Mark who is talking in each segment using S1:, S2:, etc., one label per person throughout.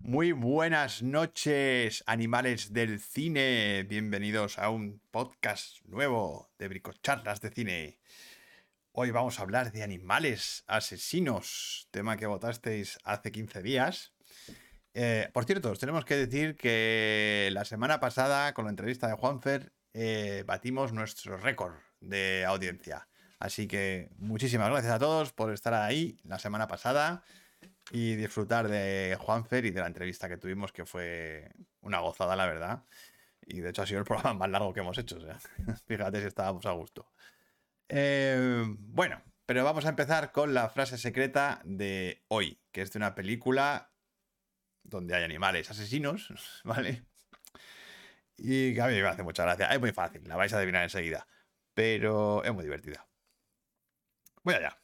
S1: Muy buenas noches, animales del cine. Bienvenidos a un podcast nuevo de Bricocharlas de Cine. Hoy vamos a hablar de animales asesinos, tema que votasteis hace 15 días. Eh, por cierto, os tenemos que decir que la semana pasada, con la entrevista de Juanfer, eh, batimos nuestro récord de audiencia. Así que muchísimas gracias a todos por estar ahí la semana pasada y disfrutar de Juanfer y de la entrevista que tuvimos, que fue una gozada, la verdad. Y de hecho ha sido el programa más largo que hemos hecho. O sea, fíjate si estábamos a gusto. Eh, bueno, pero vamos a empezar con la frase secreta de hoy, que es de una película donde hay animales asesinos, ¿vale? Y que a mí me hace mucha gracia. Es muy fácil, la vais a adivinar enseguida. Pero es muy divertida. Voy allá.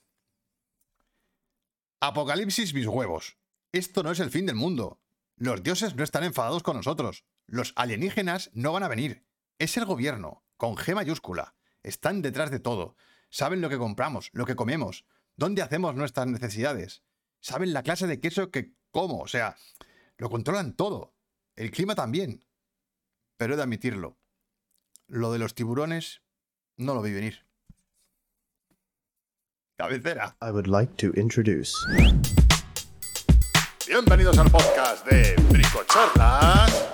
S1: Apocalipsis mis huevos. Esto no es el fin del mundo. Los dioses no están enfadados con nosotros. Los alienígenas no van a venir. Es el gobierno, con G mayúscula. Están detrás de todo. Saben lo que compramos, lo que comemos, dónde hacemos nuestras necesidades. Saben la clase de queso que como. O sea, lo controlan todo. El clima también. Pero he de admitirlo. Lo de los tiburones no lo vi venir. Cabecera.
S2: I would like to introduce.
S3: Bienvenidos al podcast de Bricocharlas.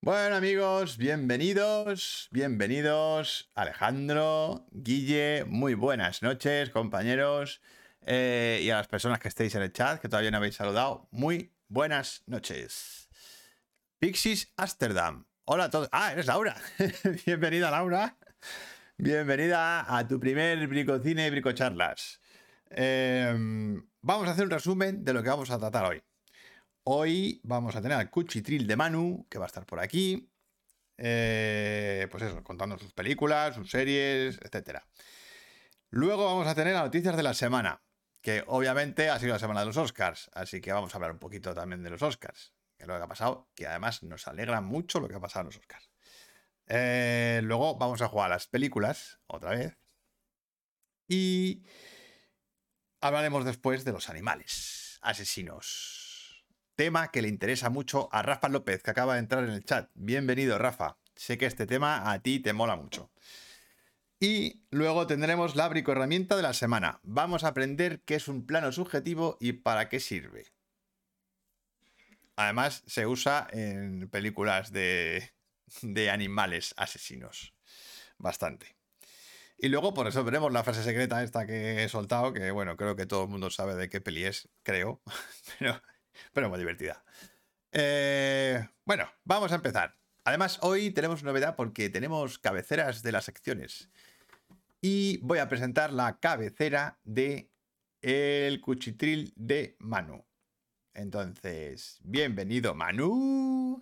S1: Bueno amigos, bienvenidos, bienvenidos Alejandro, Guille, muy buenas noches compañeros eh, y a las personas que estéis en el chat que todavía no habéis saludado, muy buenas noches. Pixis Amsterdam, hola a todos, ah, eres Laura, bienvenida Laura, bienvenida a tu primer bricocine y bricocharlas. Eh, vamos a hacer un resumen de lo que vamos a tratar hoy. Hoy vamos a tener al cuchitril de Manu, que va a estar por aquí. eh, pues eso, contando sus películas, sus series, etc. Luego vamos a tener las noticias de la semana, que obviamente ha sido la semana de los Oscars, así que vamos a hablar un poquito también de los Oscars, que es lo que ha pasado, que además nos alegra mucho lo que ha pasado en los Oscars. Eh, luego vamos a jugar a las películas, otra vez. Y hablaremos después de los animales asesinos tema que le interesa mucho a Rafa López, que acaba de entrar en el chat. Bienvenido, Rafa. Sé que este tema a ti te mola mucho. Y luego tendremos la bricoherramienta de la semana. Vamos a aprender qué es un plano subjetivo y para qué sirve. Además, se usa en películas de, de animales asesinos. Bastante. Y luego, por eso veremos la frase secreta esta que he soltado, que bueno, creo que todo el mundo sabe de qué peli es, creo. Pero pero muy divertida. Eh, bueno, vamos a empezar. Además, hoy tenemos novedad porque tenemos cabeceras de las secciones. Y voy a presentar la cabecera de El Cuchitril de Manu. Entonces, bienvenido Manu.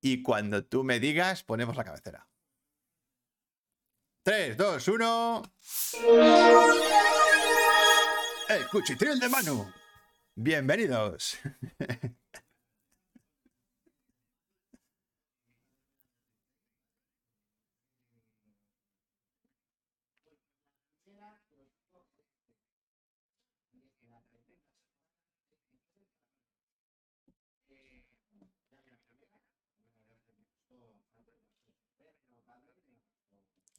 S1: Y cuando tú me digas, ponemos la cabecera. 3, 2, 1. El Cuchitril de Manu. Bienvenidos.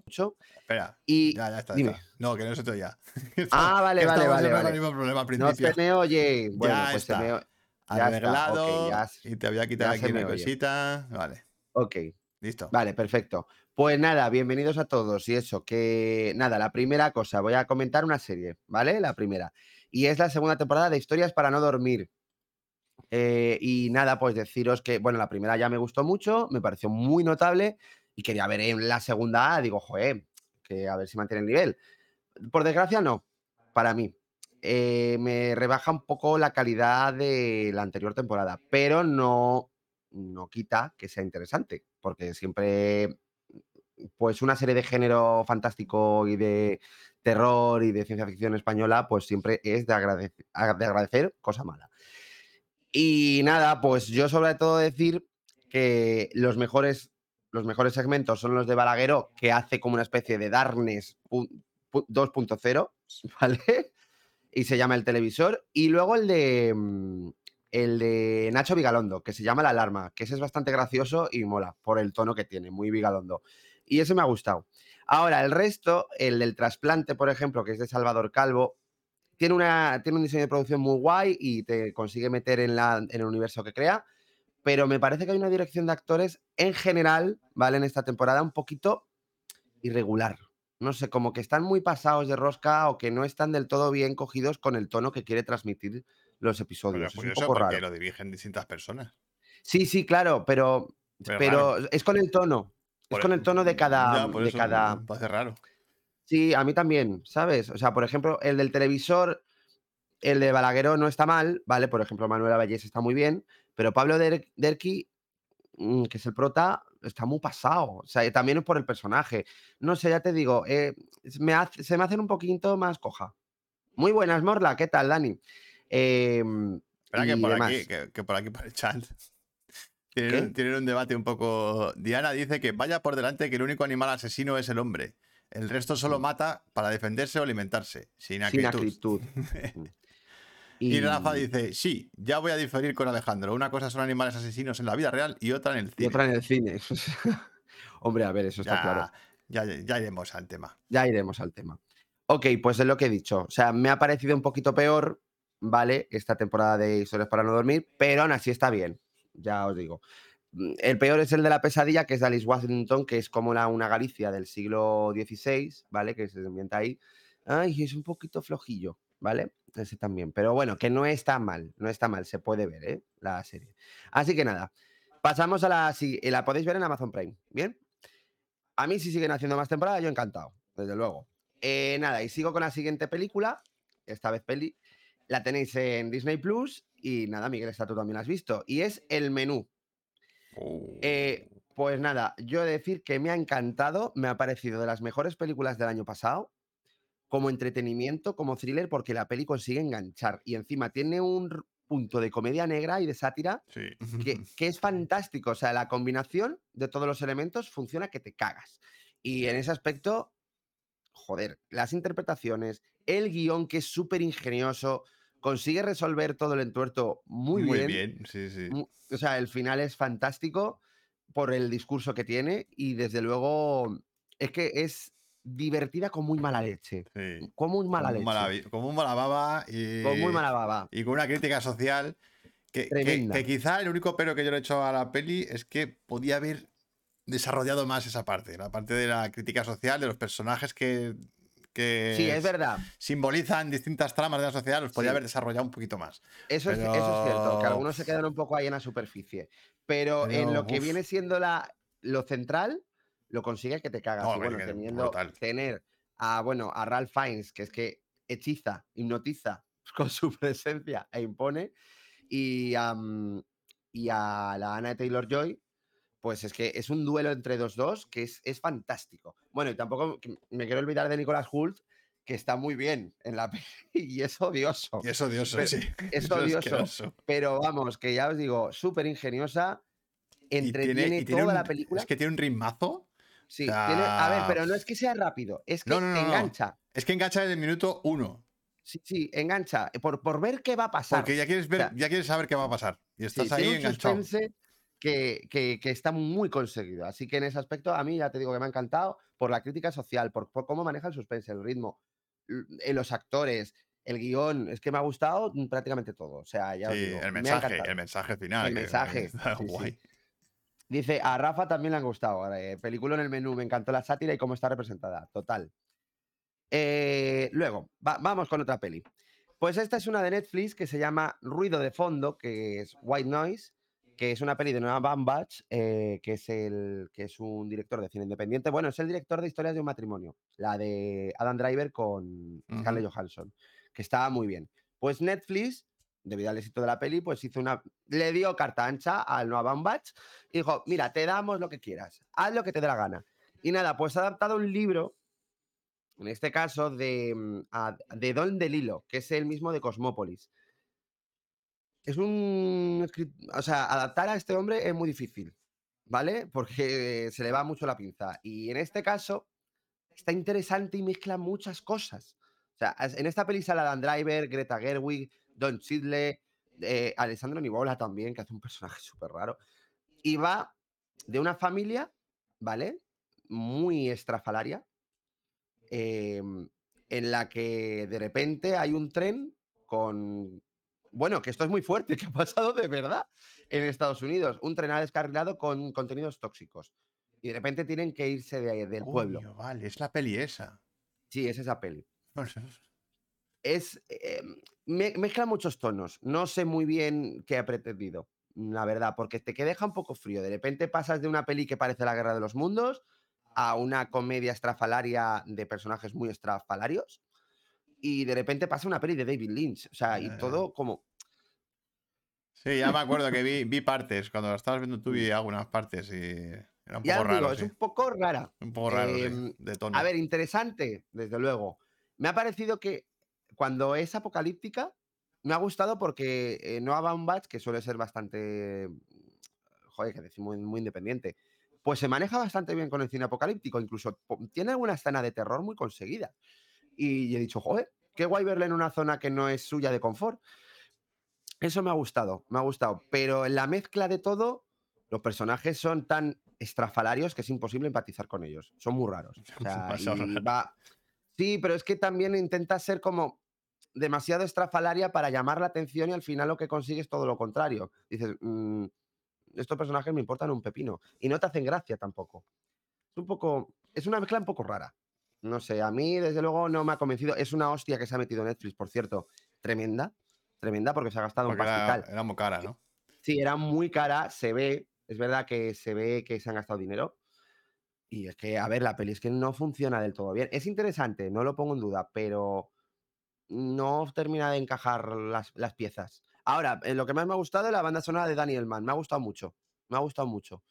S2: Mucho.
S1: Espera.
S2: Y
S1: Ya, ya está. ya
S2: dime.
S1: está. No, que no es otro ya.
S2: Ah, vale,
S1: Que
S2: vale,
S1: estamos
S2: vale,
S1: siempre con
S2: vale.
S1: el mismo problema al
S2: no
S1: principio.
S2: se me oye. Bueno, pues
S1: está.
S2: se me oye. ya está,
S1: Arreglado.
S2: ok, ya se-
S1: y te voy a quitar
S2: ya
S1: aquí
S2: se me
S1: una
S2: oye.
S1: cosita. Vale,
S2: Ok,
S1: listo.
S2: vale, perfecto. Pues nada, bienvenidos a todos. Y eso, que nada, la primera cosa, voy a comentar una serie, ¿vale? La primera. Y es la segunda temporada de Historias para no dormir. Eh, y nada, pues deciros que, bueno, la primera ya me gustó mucho, me pareció muy notable y quería ver en la segunda, digo, joder, que a ver si mantiene el nivel. Por desgracia, no, para mí. Eh, me rebaja un poco la calidad de la anterior temporada, pero no, no quita que sea interesante, porque siempre, pues una serie de género fantástico y de terror y de ciencia ficción española, pues siempre es de agradec- a- de agradecer cosa mala. Y nada, pues yo sobre todo decir que los mejores, los mejores segmentos son los de Balagueró, que hace como una especie de Darkness pu- pu- 2.0, ¿vale? Y se llama El Televisor. Y luego el de, mm, el de Nacho Vigalondo, que se llama La Alarma, que ese es bastante gracioso y mola por el tono que tiene, muy Vigalondo. Y ese me ha gustado. Ahora, el resto, el del trasplante, por ejemplo, que es de Salvador Calvo, tiene, una, tiene un diseño de producción muy guay y te consigue meter en, la, en el universo que crea, pero me parece que hay una dirección de actores en general, ¿vale? En esta temporada un poquito irregular. No sé, como que están muy pasados de rosca o que no están del todo bien cogidos con el tono que quiere transmitir los episodios.
S1: Pero
S2: es
S1: es
S2: un
S1: curioso
S2: poco
S1: porque
S2: raro.
S1: lo dirigen distintas personas.
S2: Sí, sí, claro, pero,
S1: Pero
S2: pero,
S1: raro.
S2: es con el tono.
S1: Por-
S2: es con el tono de cada.
S1: Ya, por
S2: de
S1: eso
S2: cada...
S1: me parece raro.
S2: Sí, a mí también, ¿sabes? O sea, por ejemplo, el del televisor, el de Balagueró no está mal, ¿vale? Por ejemplo, Manuela Vallés está muy bien, pero Pablo Der- Derqui, mm, que es el prota, está muy pasado. O sea, y también es por el personaje. No sé, ya te digo, eh, se me hace- se me hacen un poquito más coja. Muy buenas, Morla, ¿qué tal, Dani? Em,
S1: Espera que
S2: y
S1: por
S2: demás.
S1: aquí, que, que por aquí por el chat.
S2: ¿Qué?
S1: Tienen, un- tienen un debate un poco. Diana dice que vaya por delante que el único animal asesino es el hombre. El resto solo mata para defenderse o alimentarse, sin
S2: Mm. sin
S1: acritud.
S2: acritud. Mm.
S1: Y Rafa dice, sí, ya voy a diferir con Alejandro. Una cosa son animales asesinos en la vida real y otra en el
S2: Y
S1: cine.
S2: otra en el cine. O sea, Hombre, a ver, eso está
S1: ya,
S2: claro.
S1: ya, ya iremos al tema.
S2: Ya iremos al tema. Ok, pues es lo que he dicho. O sea, me ha parecido un poquito peor, ¿vale? Esta temporada de Historias para no dormir, pero aún así está bien. Ya os digo. Mm, El peor es el de la pesadilla, que es de Alice Washington, que es como la, una Galicia del siglo XVI, ¿vale? Que se ambienta ahí. Ay, es un poquito flojillo, ¿vale? Ese también. Pero bueno, que no está mal, no está mal, se puede ver, ¿eh? La serie. Así que nada, pasamos a la... si- la podéis ver en Amazon Prime, ¿bien? A mí si siguen haciendo más temporadas, yo encantado, desde luego. Eh, nada, y sigo con la siguiente película, esta vez peli, la tenéis en Disney Plus y nada, Miguel, esta tú también la has visto, y es El Menú. Eh, pues nada, yo he de decir que me ha encantado, me ha parecido de las mejores películas del año pasado, como entretenimiento, como thriller, porque la peli consigue enganchar y encima tiene un r- punto de comedia negra y de sátira
S1: Sí.
S2: que, que es fantástico. O sea, la combinación de todos los elementos funciona que te cagas. Y en ese aspecto, joder, las interpretaciones, el guión que es súper ingenioso, consigue resolver todo el entuerto muy, bien.
S1: sí, sí.
S2: Mu- O sea, el final es fantástico por el discurso que tiene y desde luego es que es divertida con muy mala leche.
S1: sí.
S2: Con muy mala
S1: como, un
S2: leche.
S1: malabi- como un malababa y,
S2: Con muy mala baba.
S1: y con una crítica social que, que-
S2: Tremenda.
S1: que quizá el único pero que yo le he hecho a la peli es que podía haber desarrollado más esa parte, la parte de la crítica social, de los personajes que, que
S2: Sí, es verdad.
S1: simbolizan distintas tramas de la sociedad, los podía
S2: Sí.
S1: haber desarrollado un poquito más.
S2: Eso, es, eso es cierto, que
S1: Pero-
S2: algunos se quedan un poco ahí en la superficie. Pero, en
S1: Pero,
S2: lo que
S1: uf.
S2: viene siendo la, lo central, lo consigue que te cagas.
S1: No,
S2: y
S1: hombre,
S2: bueno,
S1: que
S2: teniendo-
S1: brutal.
S2: tener a, bueno, a Ralph Fiennes, que es que hechiza, hipnotiza con su presencia e impone, y, a, mm, y a la Ana Taylor Joy, pues es que es un duelo entre dos dos que es, es fantástico. Bueno, y tampoco que me quiero olvidar de Nicolas Hult, que está muy bien en la peli y es odioso.
S1: Y es odioso,
S2: Pero-
S1: sí.
S2: es
S1: Eso
S2: odioso.
S1: asqueroso.
S2: Pero vamos, que ya os digo, súper ingeniosa.
S1: Y tiene-
S2: Entretiene
S1: y tiene un-
S2: toda la película.
S1: Es que tiene un ritmazo.
S2: sí, tiene- a ver,
S1: Ah.
S2: pero no es que sea rápido, es que
S1: No, no, no,
S2: te
S1: no.
S2: engancha.
S1: Es que engancha desde el minuto uno.
S2: Sí, sí, engancha. Por, por ver qué va a pasar.
S1: Porque ya quieres, ver,
S2: O sea,
S1: ya quieres saber qué va a pasar. Y
S2: Sí,
S1: estás ahí
S2: tiene un
S1: enganchado.
S2: suspense que, que- que está muy conseguido. Así que en ese aspecto, a mí ya te digo que me ha encantado por la crítica social, por, por cómo maneja el suspense, el ritmo, l- eh, los actores, el guión. Es que me ha gustado mm, prácticamente todo. O sea, ya os
S1: Sí,
S2: digo, me ha
S1: el mensaje,
S2: encantado.
S1: el mensaje final.
S2: El
S1: que-
S2: mensaje,
S1: está
S2: sí, sí.
S1: guay.
S2: Dice, a Rafa también le han gustado. eh, película en el menú, me encantó la sátira y cómo está representada. Total. Eh, luego, va- vamos con otra peli. Pues esta es una de Netflix que se llama Ruido de Fondo, que es White Noise, que es una peli de Noah Bambach, que, es el, que es un director de cine independiente. Bueno, es el director de Historias de un matrimonio, la de Adam Driver con Scarlett Johansson, que estaba muy bien. Pues Netflix, debido al éxito de la peli, pues hizo una... Le dio carta ancha al Noah Bambach y dijo, mira, te damos lo que quieras, haz lo que te dé la gana. Y nada, pues ha adaptado un libro, en este caso de, mm, a- de Don DeLillo, que es el mismo de Cosmópolis. Es un... escrit- O sea, adaptar a este hombre es muy difícil, ¿vale? Porque se le va mucho la pinza. Y en este caso está interesante y mezcla muchas cosas. O sea, as- en esta peli sale Adam Driver, Greta Gerwig, Don Chidle, eh, Alessandro Nivola también, que hace un personaje súper raro. Y va de una familia, ¿vale? Muy estrafalaria, eh, en la que de repente hay un tren con... Bueno, que esto es muy fuerte, que ha pasado de verdad en Estados Unidos. Un tren ha descarrilado con contenidos tóxicos. Y de repente tienen que irse de- del pueblo.
S1: Coño, Vale, es la peli esa.
S2: Sí, es esa peli. es eh, me- mezcla muchos tonos. No sé muy bien qué ha pretendido, la verdad, porque te que deja un poco frío. De repente pasas de una peli que parece la guerra de los mundos
S1: Ah.
S2: a una comedia estrafalaria de personajes muy estrafalarios y de repente pasa una peli de David Lynch, o sea, y
S1: Ya,
S2: todo como
S1: Sí, ya me acuerdo que vi, vi partes. Cuando la estabas viendo tú vi algunas partes y era un
S2: Mm. ya
S1: poco
S2: os digo,
S1: raro,
S2: es
S1: sí.
S2: un poco rara.
S1: Un poco raro, sí,
S2: em,
S1: de tono.
S2: A ver, interesante, desde luego. Me ha parecido que cuando es apocalíptica, me ha gustado porque eh, Noah Baumbach, que suele ser bastante, mm, joder, que decimos muy, muy independiente, pues se maneja bastante bien con el cine apocalíptico, incluso po- tiene alguna escena de terror muy conseguida. Y he dicho, joder, qué guay verle en una zona que no es suya de confort. Eso me ha gustado, me ha gustado. Pero en la mezcla de todo, los personajes son tan estrafalarios que es imposible empatizar con ellos. Son muy raros. O sea,
S1: Demasiado
S2: y
S1: raros.
S2: va- Sí, pero es que también intenta ser como demasiado estrafalaria para llamar la atención y al final lo que consigues es todo lo contrario. Dices, "Mm, estos personajes me importan un pepino y no te hacen gracia tampoco. Es un poco, es una mezcla un poco rara. No sé, a mí desde luego no me ha convencido. Es una hostia que se ha metido Netflix, por cierto, tremenda, tremenda porque se ha gastado un
S1: Porque
S2: pastizal.
S1: era, era muy cara, ¿no?
S2: Sí, era muy cara, se ve, es verdad que se ve que se han gastado dinero. Y es que, a ver, la peli es que no funciona del todo bien. Es interesante, no lo pongo en duda, pero no termina de encajar las, las piezas. Ahora, eh, lo que más me ha gustado es la banda sonora de Daniel Mann. Me ha gustado mucho, me ha gustado mucho.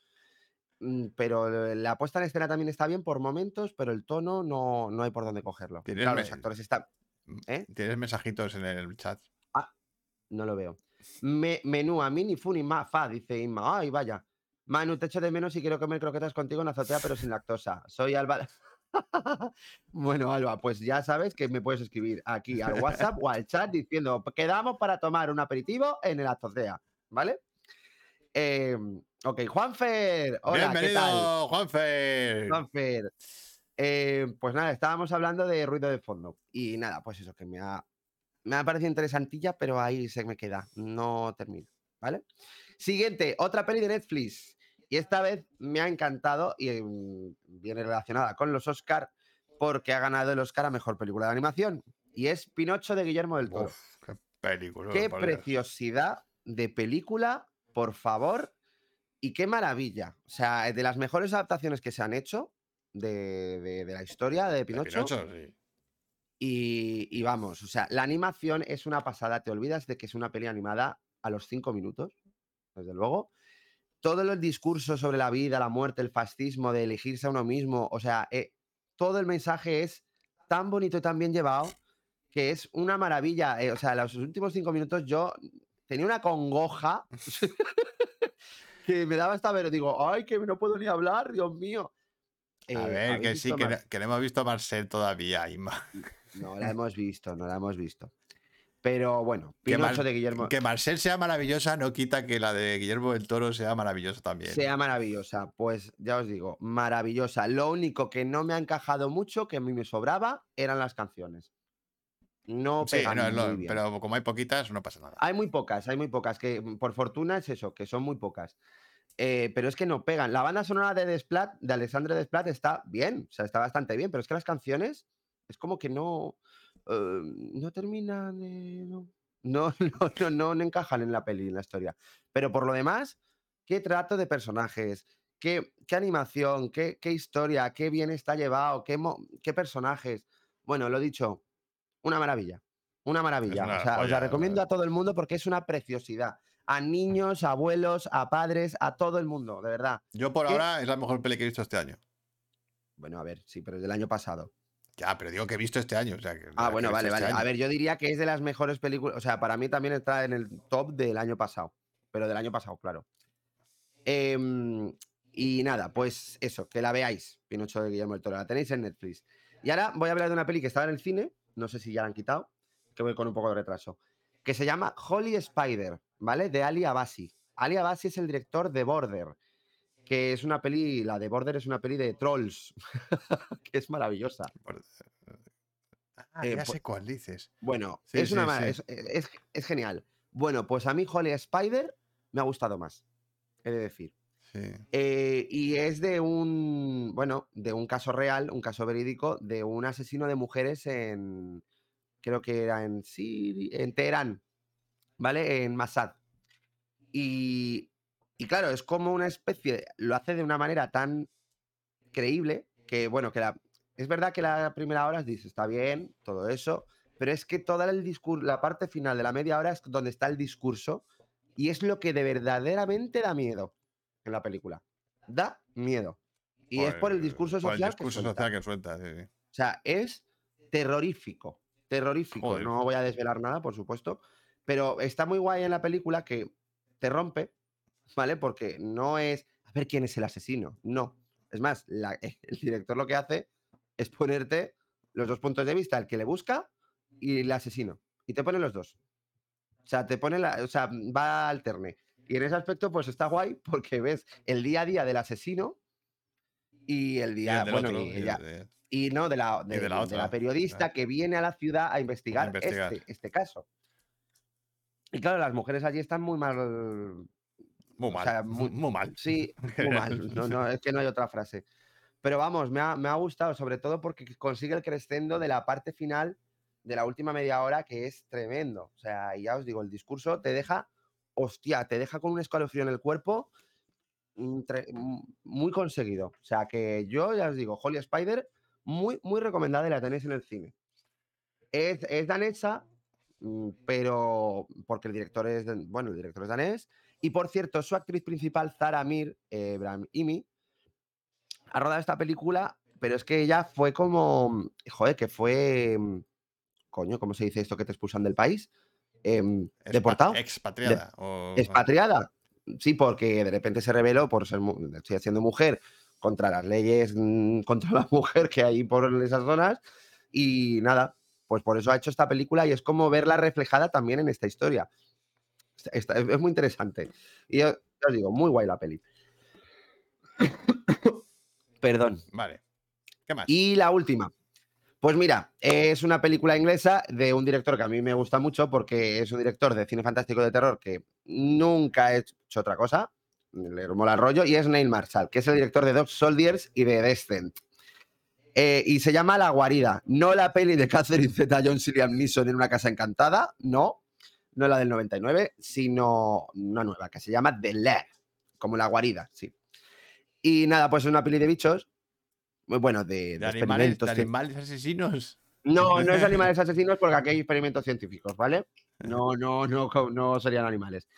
S2: Mm, Pero la puesta en escena también está bien por momentos, pero el tono no, no hay por dónde cogerlo.
S1: Tienes
S2: Claro,
S1: me-
S2: los actores están... ¿Eh?
S1: Tienes mensajitos en el chat.
S2: No lo veo. Me- menú a mí ni fu ni ma, fa, dice Inma. Ay, vaya. Manu, te echo de menos y quiero comer croquetas contigo en la azotea, pero sin lactosa. Soy Alba. bueno, Alba, pues ya sabes que me puedes escribir aquí al WhatsApp o al chat diciendo quedamos para tomar un aperitivo en el azotea, ¿vale? Eh, ok, Juanfer. Hola, ¿qué tal?
S1: Bienvenido, Juanfer.
S2: Juanfer. Eh, pues nada, estábamos hablando de ruido de fondo. Y nada, pues eso, que me ha, me ha parecido interesantilla, pero ahí se me queda. No termino, ¿vale? Siguiente, otra peli de Netflix. Y esta vez me ha encantado y mm, viene relacionada con los Oscar porque ha ganado el Oscar a Mejor Película de Animación. Y es Pinocho de Guillermo del Toro.
S1: Uf, qué película.
S2: Qué
S1: por Dios.
S2: preciosidad de película, por favor, y qué maravilla. O sea, de las mejores adaptaciones que se han hecho de, de- de la historia de
S1: De
S2: Pinocho.
S1: Pinocho, sí.
S2: Y, y vamos, o sea, la animación es una pasada. Te olvidas de que es una peli animada a los cinco minutos, desde luego. Todo el discurso sobre la vida, la muerte, el fascismo, de elegirse a uno mismo, o sea, eh, todo el mensaje es tan bonito y tan bien llevado que es una maravilla. eh, o sea, los últimos cinco minutos yo tenía una congoja que me daba hasta ver, digo, ay, que no puedo ni hablar, Dios mío.
S1: A
S2: Eh,
S1: ver, que
S2: ¿habéis
S1: sí,
S2: visto
S1: que
S2: más?
S1: no, que no hemos visto a Marcel todavía, Inma.
S2: No la hemos visto, no la hemos visto. Pero bueno,
S1: Que
S2: Pinocho
S1: Mar-
S2: de Guillermo
S1: Que Marcel sea maravillosa no quita que la de Guillermo del Toro sea maravillosa también.
S2: sea maravillosa. Pues ya os digo, maravillosa. Lo único que no me ha encajado mucho, que a mí me sobraba, eran las canciones. No
S1: Sí,
S2: pegan
S1: no, es lo-
S2: muy bien.
S1: pero como hay poquitas, no pasa nada.
S2: Hay muy pocas, hay muy pocas, que mm, por fortuna es eso, que son muy pocas. Eh, pero es que no pegan. La banda sonora de Desplat, de Alessandro Desplat, está bien, o sea, está bastante bien, pero es que las canciones es como que no, eh, no terminan, de- no. No, no, no, no, no encajan en la peli, en la historia. Pero por lo demás, qué trato de personajes, qué, qué animación, qué, qué historia, qué bien está llevado, qué, mo- qué personajes. Bueno, lo dicho, una maravilla. Una maravilla.
S1: una
S2: o sea, os
S1: joya,
S2: la recomiendo a todo el mundo porque es una preciosidad. A niños, a abuelos, a padres, a todo el mundo, de verdad.
S1: Yo por
S2: ¿Qué?
S1: ahora es la mejor peli que he visto este año.
S2: Bueno, a ver, sí, pero es del año pasado.
S1: Ya, pero digo que he visto este año. o sea, que-
S2: Ah,
S1: que he
S2: bueno,
S1: visto
S2: vale,
S1: este
S2: vale.
S1: año.
S2: A ver, yo diría que es de las mejores películas. O sea, para mí también está en el top del año pasado. Pero del año pasado, claro. Em, Y nada, pues eso, que la veáis, Pinocho de Guillermo del Toro, la tenéis en Netflix. Y ahora voy a hablar de una peli que estaba en el cine, no sé si ya la han quitado, que voy con un poco de retraso, que se llama Holy Spider, ¿vale? De Ali Abasi. Ali Abasi es el director de Border, que es una peli, la de Border es una peli de trolls, que es maravillosa.
S1: Ah,
S2: Eh,
S1: ya
S2: po-
S1: sé cuál dices.
S2: Bueno,
S1: Sí,
S2: es,
S1: sí,
S2: una, ma-
S1: sí.
S2: Es, es- es genial. Bueno, pues a mí Holy Spider me ha gustado más, he de decir.
S1: Sí.
S2: Eh, y es de un, bueno, de un caso real, un caso verídico, de un asesino de mujeres en, creo que era en Siri- en Teherán, ¿vale? En Massad. Y, y claro, es como una especie, lo hace de una manera tan creíble que, bueno, que la, es verdad que la primera hora dice, está bien, todo eso, pero es que toda el discur- la parte final de la media hora es donde está el discurso y es lo que de verdaderamente da miedo en la película. Da miedo. Y es por el discurso
S1: Pues, por
S2: social.
S1: el
S2: que
S1: discurso
S2: suelta.
S1: social que suelta, sí, sí.
S2: O sea, es terrorífico. Terrorífico.
S1: Joder.
S2: No voy a desvelar nada, por supuesto. Pero está muy guay en la película que te rompe, ¿vale? Porque no es a ver quién es el asesino. No. Es más, la- el director lo que hace es ponerte los dos puntos de vista, el que le busca y el asesino. Y te pone los dos. O sea, te pone la. O sea, va alterne. Y en ese aspecto, pues está guay porque ves el día a día del asesino y el
S1: Y
S2: día.
S1: el del
S2: bueno,
S1: otro,
S2: y
S1: y el
S2: ya-
S1: de-
S2: y no de la,
S1: Y de
S2: de-
S1: la
S2: de
S1: otra,
S2: la periodista
S1: claro.
S2: que viene a la ciudad a investigar,
S1: investigar.
S2: Este, este caso. Y claro, las mujeres allí están muy mal.
S1: Muy
S2: o
S1: mal.
S2: sea,
S1: muy,
S2: muy-
S1: mal.
S2: Sí, muy mal. No, no, es que no hay otra frase. Pero vamos, me ha, me ha gustado, sobre todo porque consigue el crescendo de la parte final de la última media hora, que es tremendo. O sea, y ya os digo, el discurso te deja, hostia, te deja con un escalofrío en el cuerpo mm, tre- mm, muy conseguido. O sea, que yo ya os digo, Holy Spider, muy, muy recomendada y la tenéis en el cine. Es, es danesa, mm, pero porque el director es, dan- bueno, el director es danés. Y por cierto, su actriz principal, Zara Mir eh, Brahimi, ha rodado esta película, pero es que ella fue como, joder, que fue, mm, coño, ¿cómo se dice esto que te expulsan del país? Em,
S1: Expa-
S2: deportado.
S1: Expatriada. o-
S2: Expatriada. Sí, porque de repente se rebeló por ser mu- estoy siendo mujer contra las leyes mm, contra la mujer que hay por esas zonas. Y nada, pues por eso ha hecho esta película y es como verla reflejada también en esta historia. Está- está- es muy interesante. Y yo, yo os digo, muy guay la peli. Perdón.
S1: Vale. ¿Qué más?
S2: Y la última. Pues mira, es una película inglesa de un director que a mí me gusta mucho porque es un director de cine fantástico de terror que nunca ha hecho otra cosa. Le mola el rollo y es Neil Marshall, que es el director de Dog Soldiers y de Descent. Eh, y se llama La Guarida, no la peli de Catherine Zeta Jones y Liam Neeson en una casa encantada, no, no la del 99, sino una nueva que se llama The Lab, como La Guarida, sí. Y nada, pues es una peli de bichos, muy bueno, de, de
S1: ¿De, animales, de
S2: experimentos que-
S1: animales asesinos?
S2: no, no es animales asesinos porque aquí hay experimentos científicos, ¿vale? No, no, no, co- no serían animales.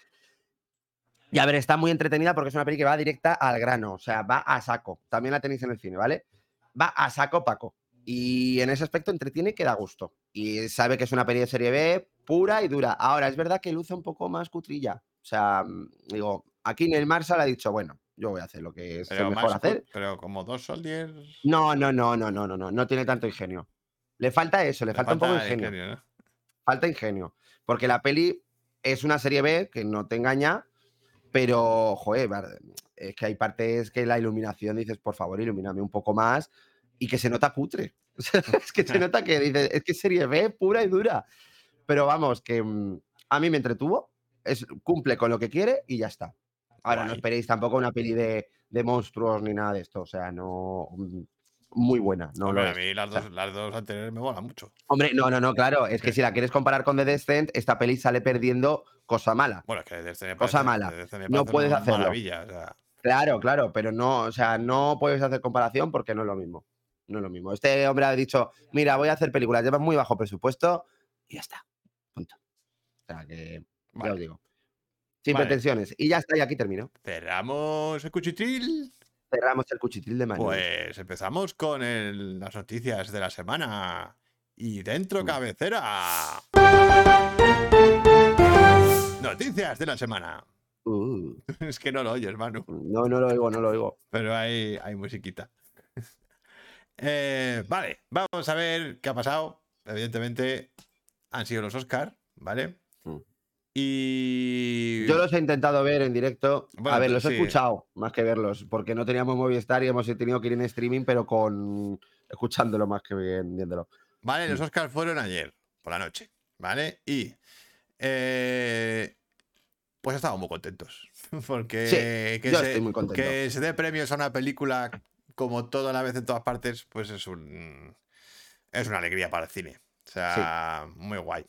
S2: Y a ver, está muy entretenida porque es una peli que va directa al grano, o sea, va a saco. También la tenéis en el cine, ¿vale? Va a saco Paco. Y en ese aspecto entretiene que da gusto. Y sabe que es una peli de serie B pura y dura. Ahora, es verdad que luce un poco más cutrilla. O sea, mm, digo, aquí Neil Marshall ha dicho, bueno, yo voy a hacer lo que es
S1: Pero,
S2: mejor
S1: más
S2: hacer.
S1: cut- pero como dos soldiers.
S2: No, no, no, no, no, no, no, no tiene tanto ingenio. Le falta eso, le, falta, un poco de ingenio.
S1: ingenio, ¿no?
S2: Falta ingenio. Porque la peli es una serie B que no te engaña, pero, joder, bar- es que hay partes que la iluminación dices, por favor, ilumíname un poco más y que se nota cutre. O sea, es que se nota que dices, es que es serie B pura y dura. Pero vamos, que mm, a mí me entretuvo, es, cumple con lo que quiere y ya está. Ahora, no
S1: Guay.
S2: esperéis tampoco una peli de, de monstruos ni nada de esto. O sea, no. mm, Muy buena. No,
S1: Hombre,
S2: lo
S1: a
S2: es.
S1: mí las dos, las dos anteriores me molan mucho.
S2: Hombre, no, no, no, claro. Es que si la quieres comparar con The Descent, esta peli sale perdiendo cosa mala.
S1: Bueno, es que desde me
S2: Cosa
S1: parece-
S2: mala,
S1: desde me
S2: no
S1: parece
S2: puedes
S1: una
S2: hacerlo.
S1: Maravilla, o sea,
S2: Claro, claro, pero no, o sea, no puedes hacer comparación porque no es lo mismo. No es lo mismo. Este hombre ha dicho, mira, voy a hacer películas, llevas muy bajo presupuesto y ya está. Punto. O sea, que ya os
S1: vale.
S2: digo. Sin
S1: Vale.
S2: pretensiones. Y ya está, y aquí termino.
S1: Cerramos el cuchitril.
S2: Cerramos el cuchitril de Manuel.
S1: Pues empezamos con el- las noticias de la semana. Y dentro cabecera. Noticias de la semana.
S2: Uh,
S1: es que no lo oyes, Manu.
S2: no, no lo oigo, no lo oigo.
S1: Pero hay, hay musiquita. Eh, vale, vamos a ver qué ha pasado. Evidentemente, han sido los Oscar, ¿vale?
S2: Mm.
S1: Y.
S2: Yo los he intentado ver en directo.
S1: Bueno,
S2: a ver, los he
S1: sí.
S2: escuchado más que verlos, porque no teníamos Movistar y hemos tenido que ir en streaming, pero con escuchándolo más que viéndolo.
S1: Vale,
S2: Mm.
S1: los Oscars fueron ayer, por la noche, ¿vale? Y. eh, pues estamos muy contentos. Porque
S2: Sí,
S1: que,
S2: yo
S1: se,
S2: estoy muy contento.
S1: que se dé premios a una película como toda la vez en todas partes, pues es un. Es una alegría para el cine. O sea, muy guay.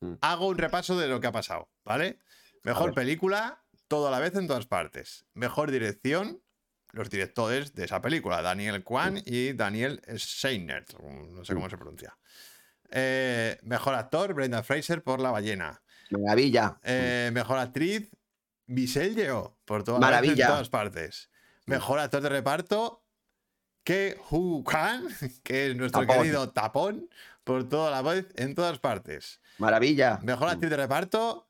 S2: Mm.
S1: Hago un repaso de lo que ha pasado, ¿vale? Mejor
S2: ver.
S1: película, toda la vez en todas partes. Mejor dirección, los directores de esa película, Daniel
S2: Mm.
S1: Kwan y Daniel Seinert, no sé cómo se pronuncia. Eh, mejor actor, Brenda Fraser por La ballena.
S2: Maravilla.
S1: Eh, mejor actriz, Michelle Yeoh por toda La vez
S2: Maravilla.
S1: en todas partes. Mejor actor de reparto, Ke Hu Kwan, que es nuestro
S2: Tapón.
S1: querido tapón, por toda la vez en todas partes.
S2: Maravilla.
S1: Mejor actriz de reparto,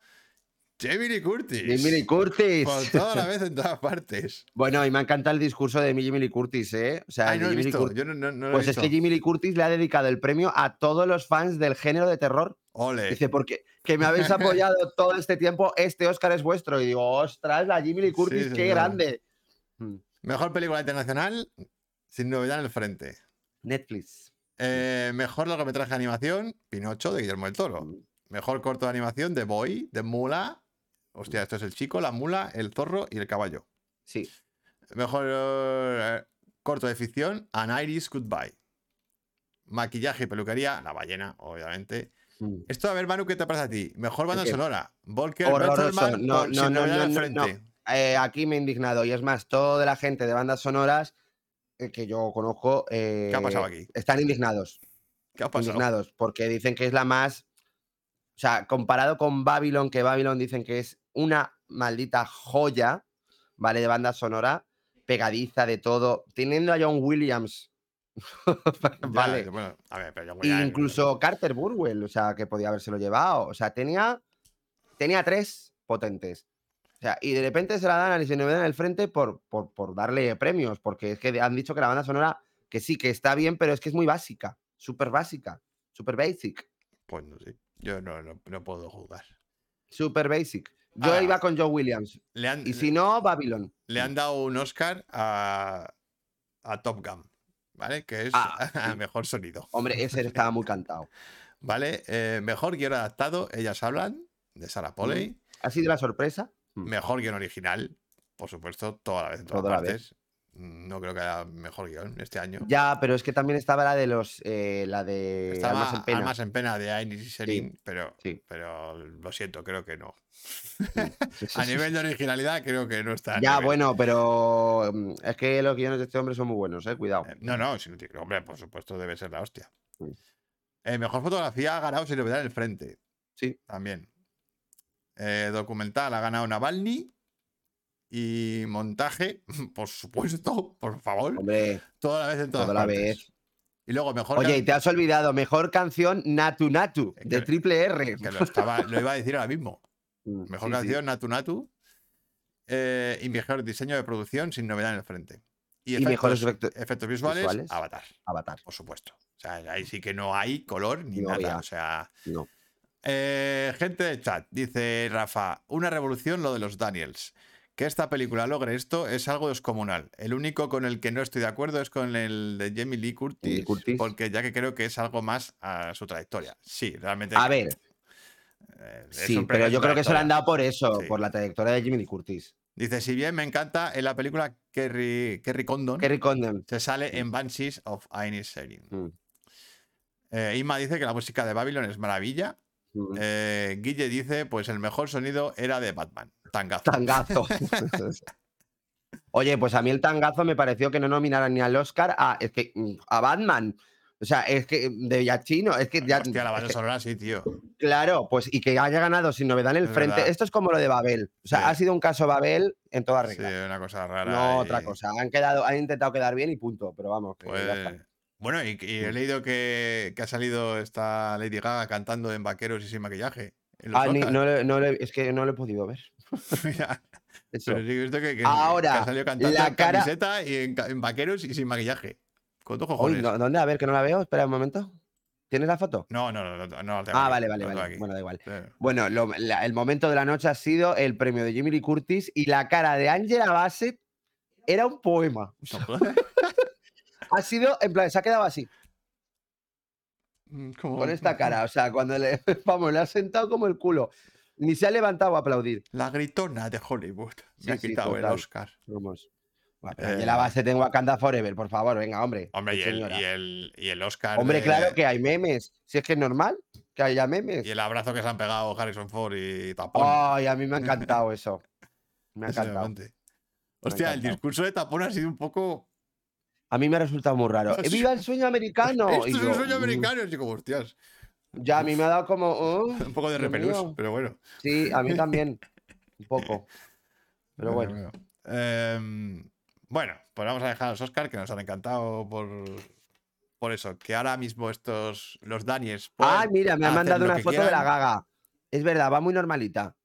S1: Jamie Lee Curtis.
S2: Jamie Lee Curtis.
S1: Por toda la vez en todas partes.
S2: Bueno, y me encanta el discurso de Jimmy Lee Curtis, ¿eh? O sea,
S1: Ay, no lo he
S2: Jamie Lee
S1: visto.
S2: Curtis-
S1: Yo no, no- no lo he
S2: Pues es
S1: visto.
S2: que Jimmy Lee Curtis le ha dedicado el premio a todos los fans del género de terror.
S1: Ole.
S2: Dice, porque que me habéis apoyado todo este tiempo, este Oscar es vuestro. Y digo, ostras, la Jimmy Lee Curtis,
S1: Sí,
S2: qué
S1: señor.
S2: grande. Mm,
S1: Mejor película internacional, sin novedad en el frente.
S2: Netflix.
S1: Eh, mejor largometraje de animación, Pinocho de Guillermo del Toro.
S2: Mm.
S1: Mejor corto de animación, The Boy, The Mula. Hostia, esto es el chico, la mula, el zorro y el caballo.
S2: Sí.
S1: Mejor eh, corto de ficción, An Iris Goodbye. Maquillaje y peluquería, la ballena, obviamente.
S2: Mm.
S1: Esto, a ver, Manu, ¿qué te parece a ti? Mejor banda
S2: Es que-
S1: sonora, Volker
S2: Horroroso.
S1: Bertelmann,
S2: No,
S1: por
S2: no,
S1: Sin
S2: no,
S1: Novedad en el
S2: no, no,
S1: Frente.
S2: Eh, aquí me he indignado. Y es más, toda la gente de bandas sonoras eh, que yo conozco eh,
S1: ¿Qué ha pasado aquí?
S2: están indignados.
S1: ¿Qué ha pasado?
S2: indignados, porque dicen que es la más. O sea, comparado con Babylon, que Babylon dicen que es una maldita joya, ¿vale? De banda sonora, pegadiza de todo, teniendo a John Williams,
S1: Ya,
S2: ¿vale?
S1: bueno, a ver, pero yo voy
S2: E
S1: a-
S2: incluso Carter Burwell, o sea, que podía habérselo llevado. O sea, tenía, tenía tres potentes. O sea, y de repente se la dan a Alicia Novedad en el frente por, por, por darle premios, porque es que han dicho que la banda sonora, que sí, que está bien, pero es que es muy básica, súper básica, súper basic,
S1: Pues no sé. Yo no, no, no puedo juzgar.
S2: súper basic. Yo
S1: Ah.
S2: iba con Joe Williams,
S1: Le han,
S2: y si no, Babylon.
S1: le han dado un Oscar a, a Top Gun, ¿vale? Que es
S2: Ah,
S1: a
S2: sí. Oh.
S1: mejor sonido.
S2: Hombre, ese estaba muy cantado.
S1: ¿Vale? Eh, mejor guión adaptado, Ellas hablan, de Sarah Polley.
S2: ¿Ha sido la sorpresa? Mm.
S1: Mejor guión original, por supuesto, toda la vez en todas
S2: Toda la
S1: partes. No creo que haya mejor guión este año.
S2: Ya, pero es que también estaba la de los, eh, la de
S1: Estaba
S2: Almas en Pena.
S1: Almas en pena de Ainis y Serin, pero,
S2: sí.
S1: pero lo siento, creo que no.
S2: Sí, sí,
S1: A
S2: sí,
S1: nivel de originalidad, creo que no está. al
S2: Ya,
S1: nivel.
S2: bueno, pero mm, es que los guiones de este hombre son muy buenos, eh, cuidado.
S1: Eh, No, no, si no tiene- hombre, por supuesto debe ser la hostia.
S2: Mm.
S1: Eh, mejor fotografía ha ganado Sin Novedad en el Frente.
S2: Sí.
S1: También. Eh, documental ha ganado Navalny. Y montaje, por supuesto, por favor.
S2: Hombre,
S1: Toda la vez en todas
S2: toda la
S1: partes.
S2: vez.
S1: Y luego mejor
S2: Oye,
S1: que,
S2: y te has olvidado, mejor canción Natu Natu,
S1: Es que-
S2: de Triple R.
S1: que lo, estaba- lo iba a decir ahora mismo.
S2: Mm,
S1: Mejor
S2: sí, sí.
S1: canción, Natu Natu. Eh, y mejor diseño de producción sin novedad en el frente. Y,
S2: Y mejores efectos
S1: efectos visuales,
S2: visuales.
S1: Avatar.
S2: Avatar.
S1: por supuesto. O sea, ahí sí que no hay color ni
S2: No
S1: nada.
S2: había.
S1: O sea.
S2: No.
S1: Eh, gente de chat, dice Rafa, una revolución lo de los Daniels. Que esta película logre esto es algo descomunal. El único con el que no estoy de acuerdo es con el de Jamie Lee Curtis,
S2: Jamie Curtis.
S1: porque ya que creo que es algo más a su trayectoria. Sí, realmente.
S2: A ver,
S1: eh, es
S2: sí,
S1: un premio
S2: pero
S1: a su
S2: yo creo que se lo han
S1: trayectoria.
S2: dado por eso,
S1: Sí.
S2: por la trayectoria de Jimmy Lee Curtis.
S1: Dice, si bien me encanta, en la película Kerry, Kerry Condon
S2: Kerry Condon.
S1: se sale en Banshees of Ainis
S2: Mm,
S1: Eh, Inma dice que la música de Babylon es maravilla.
S2: mm.
S1: Eh, Guille dice, pues el mejor sonido era de Batman. Tangazo.
S2: Tangazo. Oye, pues a mí el tangazo me pareció que no nominaran ni al Oscar a, es que, mm, a Batman. O sea, es que mm, de Yachino, es que ya.
S1: Hostia, la
S2: es
S1: banda
S2: que-
S1: sonora sí, tío.
S2: Claro, pues y que haya ganado sin novedad en el
S1: Es
S2: frente.
S1: verdad.
S2: Esto es como lo de Babel. O sea,
S1: Sí.
S2: ha sido un caso Babel en toda
S1: Sí,
S2: regla.
S1: una cosa rara.
S2: no
S1: y-
S2: otra cosa. Han quedado, han intentado quedar bien y punto. Pero vamos, que ya
S1: pues-
S2: está.
S1: Bueno, y, y he leído que, que ha salido esta Lady Gaga cantando en vaqueros y sin maquillaje. en los
S2: Ah, ni-
S1: Oscars.
S2: no, lo- no lo he- es que no lo he podido ver.
S1: Mira,
S2: Eso.
S1: pero sí que he visto que, que-
S2: Ahora,
S1: que ha salido cantando
S2: la
S1: en
S2: cara-
S1: camiseta y en, ca- en vaqueros y sin maquillaje. Con tus
S2: Uy,
S1: cojones.
S2: no, ¿Dónde? A ver, que no la veo. Espera un momento. ¿Tienes la foto?
S1: no, no, no, no, no, no la tengo
S2: Ah,
S1: aquí,
S2: vale, vale,
S1: no la tengo
S2: vale.
S1: aquí.
S2: Bueno, da igual.
S1: Eh,
S2: Bueno, lo- la- el momento de la noche ha sido el premio de Jimmy Lee Curtis y la cara de Angela Bassett era un poema.
S1: no jodas.
S2: Ha sido, en plan, se ha quedado así,
S1: Mm, como-
S2: con esta cara. O sea, cuando le, vamos, le ha sentado como el culo. Ni se ha levantado a aplaudir.
S1: La gritona de Hollywood. Me
S2: Sí,
S1: ha
S2: sí,
S1: quitado el
S2: total.
S1: Oscar.
S2: Vamos. Buah, pero
S1: Eh.
S2: Angela Bassett en Wakanda Forever, por favor, venga, hombre.
S1: Hombre, y
S2: qué
S1: el,
S2: señora.
S1: y, el, y el eh, Oscar.
S2: Hombre,
S1: de-
S2: claro que hay memes. Si es que es normal que haya memes.
S1: Y el abrazo que se han pegado Harrison Ford y Tapón.
S2: Ay, a mí me ha encantado eso. Ah, Me ha
S1: Ese
S2: encantado.
S1: momento. Hostia, el
S2: encantado.
S1: discurso de Tapón ha sido un poco.
S2: A mí me ha resultado muy raro. ¡Eh,
S1: Sí.
S2: ¡Viva el sueño americano!
S1: Esto
S2: Y
S1: es
S2: yo,
S1: un sueño
S2: mm,
S1: americano. Y como, hostias.
S2: Ya a mí me ha dado como. "Oh".
S1: Un poco de
S2: Dios
S1: repelús,
S2: mío.
S1: pero bueno.
S2: sí, a mí también. Un poco. Pero
S1: Dios
S2: bueno.
S1: mío. Em, bueno, pues vamos a dejar a los Oscar que nos han encantado por. Por eso, que ahora mismo estos, los Daniels. pues,
S2: Ah,
S1: pueden
S2: mira, me ha
S1: hacer
S2: mandado
S1: lo
S2: una
S1: que
S2: foto de la
S1: quieran.
S2: gaga. Es verdad, va muy normalita.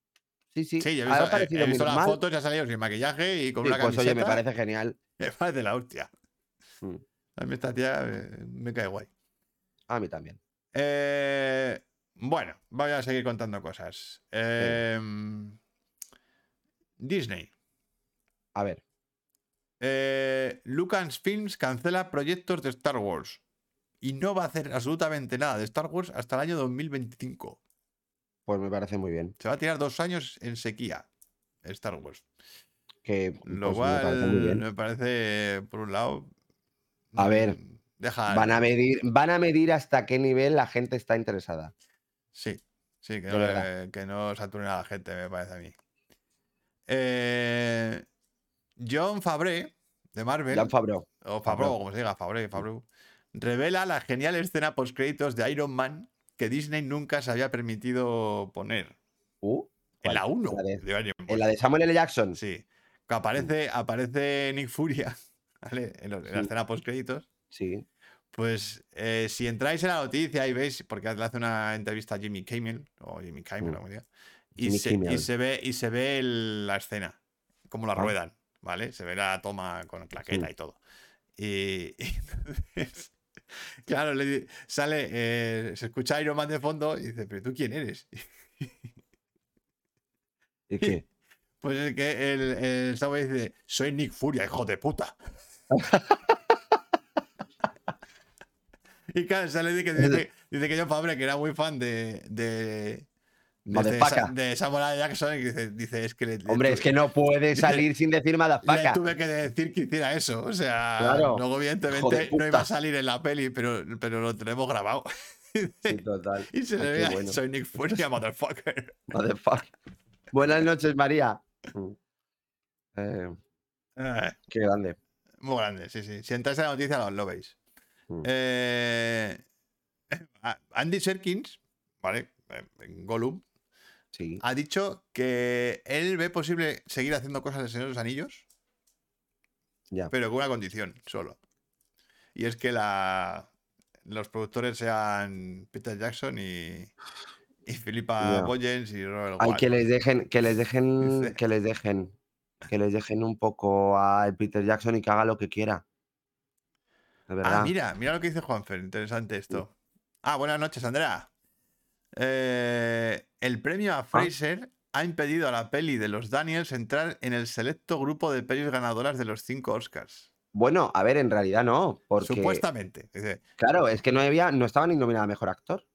S2: Sí, sí.
S1: Sí, yo he
S2: ha
S1: visto, he-
S2: parecido
S1: he
S2: muy
S1: visto las
S2: normal.
S1: fotos, ya ha salido sin maquillaje y con
S2: Sí,
S1: una
S2: pues
S1: camiseta.
S2: oye, me parece genial.
S1: Me parece la hostia.
S2: Mm.
S1: A mí esta tía eh, me cae guay.
S2: A mí también.
S1: Eh, bueno, voy a seguir contando cosas. Eh, Disney.
S2: A ver.
S1: Eh, Lucasfilms cancela proyectos de Star Wars. Y no va a hacer absolutamente nada de Star Wars hasta el año 2025.
S2: Pues me parece muy bien.
S1: Se va a tirar dos años en sequía Star Wars.
S2: Que,
S1: Lo
S2: pues, me
S1: cual
S2: parece muy bien.
S1: me parece, por un lado...
S2: A ver,
S1: mm, Deja...
S2: Van a medir, van a medir hasta qué nivel la gente está interesada.
S1: Sí, sí, que
S2: De
S1: no,
S2: verdad.
S1: le- que no saturen a la gente, me parece a mí. Eh, John Fabré, de Marvel,
S2: Dan Fabro.
S1: o Favreau,
S2: Favreau.
S1: como se diga, Fabré, Favreau, revela la genial escena post-créditos de Iron Man que Disney nunca se había permitido poner.
S2: Uh,
S1: En
S2: ¿Cuál?
S1: la 1
S2: La de-
S1: de Iron Man.
S2: en la de Samuel L. Jackson. Sí,
S1: Sí. Que aparece, aparece Nick Furia, ¿vale? En, los- en la
S2: Mm. Sí.
S1: escena post-créditos. Pues eh, si entráis en la noticia y veis, porque le hace una entrevista a Jimmy Kimmel, o Jimmy Kimmel,
S2: Mm.
S1: o como diga, y,
S2: Jimmy
S1: se, y
S2: Kimmel.
S1: se ve, y se ve el- la escena, como la
S2: Ah.
S1: ruedan, ¿vale? Se ve la toma con claqueta
S2: Sí.
S1: y todo. Y, y entonces, claro, le di- sale, eh, se escucha Iron Man de fondo y dice, pero ¿tú quién eres?
S2: ¿Y qué?
S1: Pues el que el, el Subway dice, soy Nick Furia, hijo de puta. y claro, sale Dick que dice, dice que yo, Fabre, que era muy fan de, de, de, este
S2: Motherfucker.
S1: Sa- de Samuel L. Jackson, y dice, dice, es que le, le
S2: Hombre,
S1: tuve-
S2: es que no puede salir sin decir
S1: le
S2: madafaca.
S1: tuve que decir que hiciera eso. O sea,
S2: Claro.
S1: luego
S2: Hijo de
S1: evidentemente no
S2: puta.
S1: iba a salir en la peli, pero, pero lo tenemos grabado.
S2: Sí, total.
S1: Y se
S2: Ah,
S1: le
S2: qué
S1: veía,
S2: bueno.
S1: soy Nick Furia, motherfucker.
S2: Motherfucker. Buenas noches, María. Mm. Eh,
S1: Ah.
S2: qué grande.
S1: Muy grande, sí, sí. Si entráis en la noticia lo, lo veis.
S2: Mm.
S1: Eh, a- Andy Serkins, ¿vale? Eh, Gollum,
S2: Sí.
S1: ha dicho que él ve posible seguir haciendo cosas de Señor de los Anillos,
S2: Ya.
S1: pero con una condición solo. Y es que la, los productores sean Peter Jackson y, y Philippa
S2: Ya.
S1: Boyens y Robert
S2: Hay
S1: Wall.
S2: que les dejen, que les
S1: Dice.
S2: dejen, que les dejen, que les dejen un poco al Peter Jackson y que haga lo que quiera. De verdad.
S1: Ah, mira, mira lo que dice Juanfer, interesante esto. Ah, buenas noches, Andrea. Eh, el premio
S2: Ah.
S1: a Fraser ha impedido a la peli de los Daniels entrar en el selecto grupo de pelis ganadoras de los cinco Oscars.
S2: Bueno, a ver, en realidad no, porque
S1: Supuestamente. Dice
S2: claro, es que no había, no estaba ni nominada a mejor actor,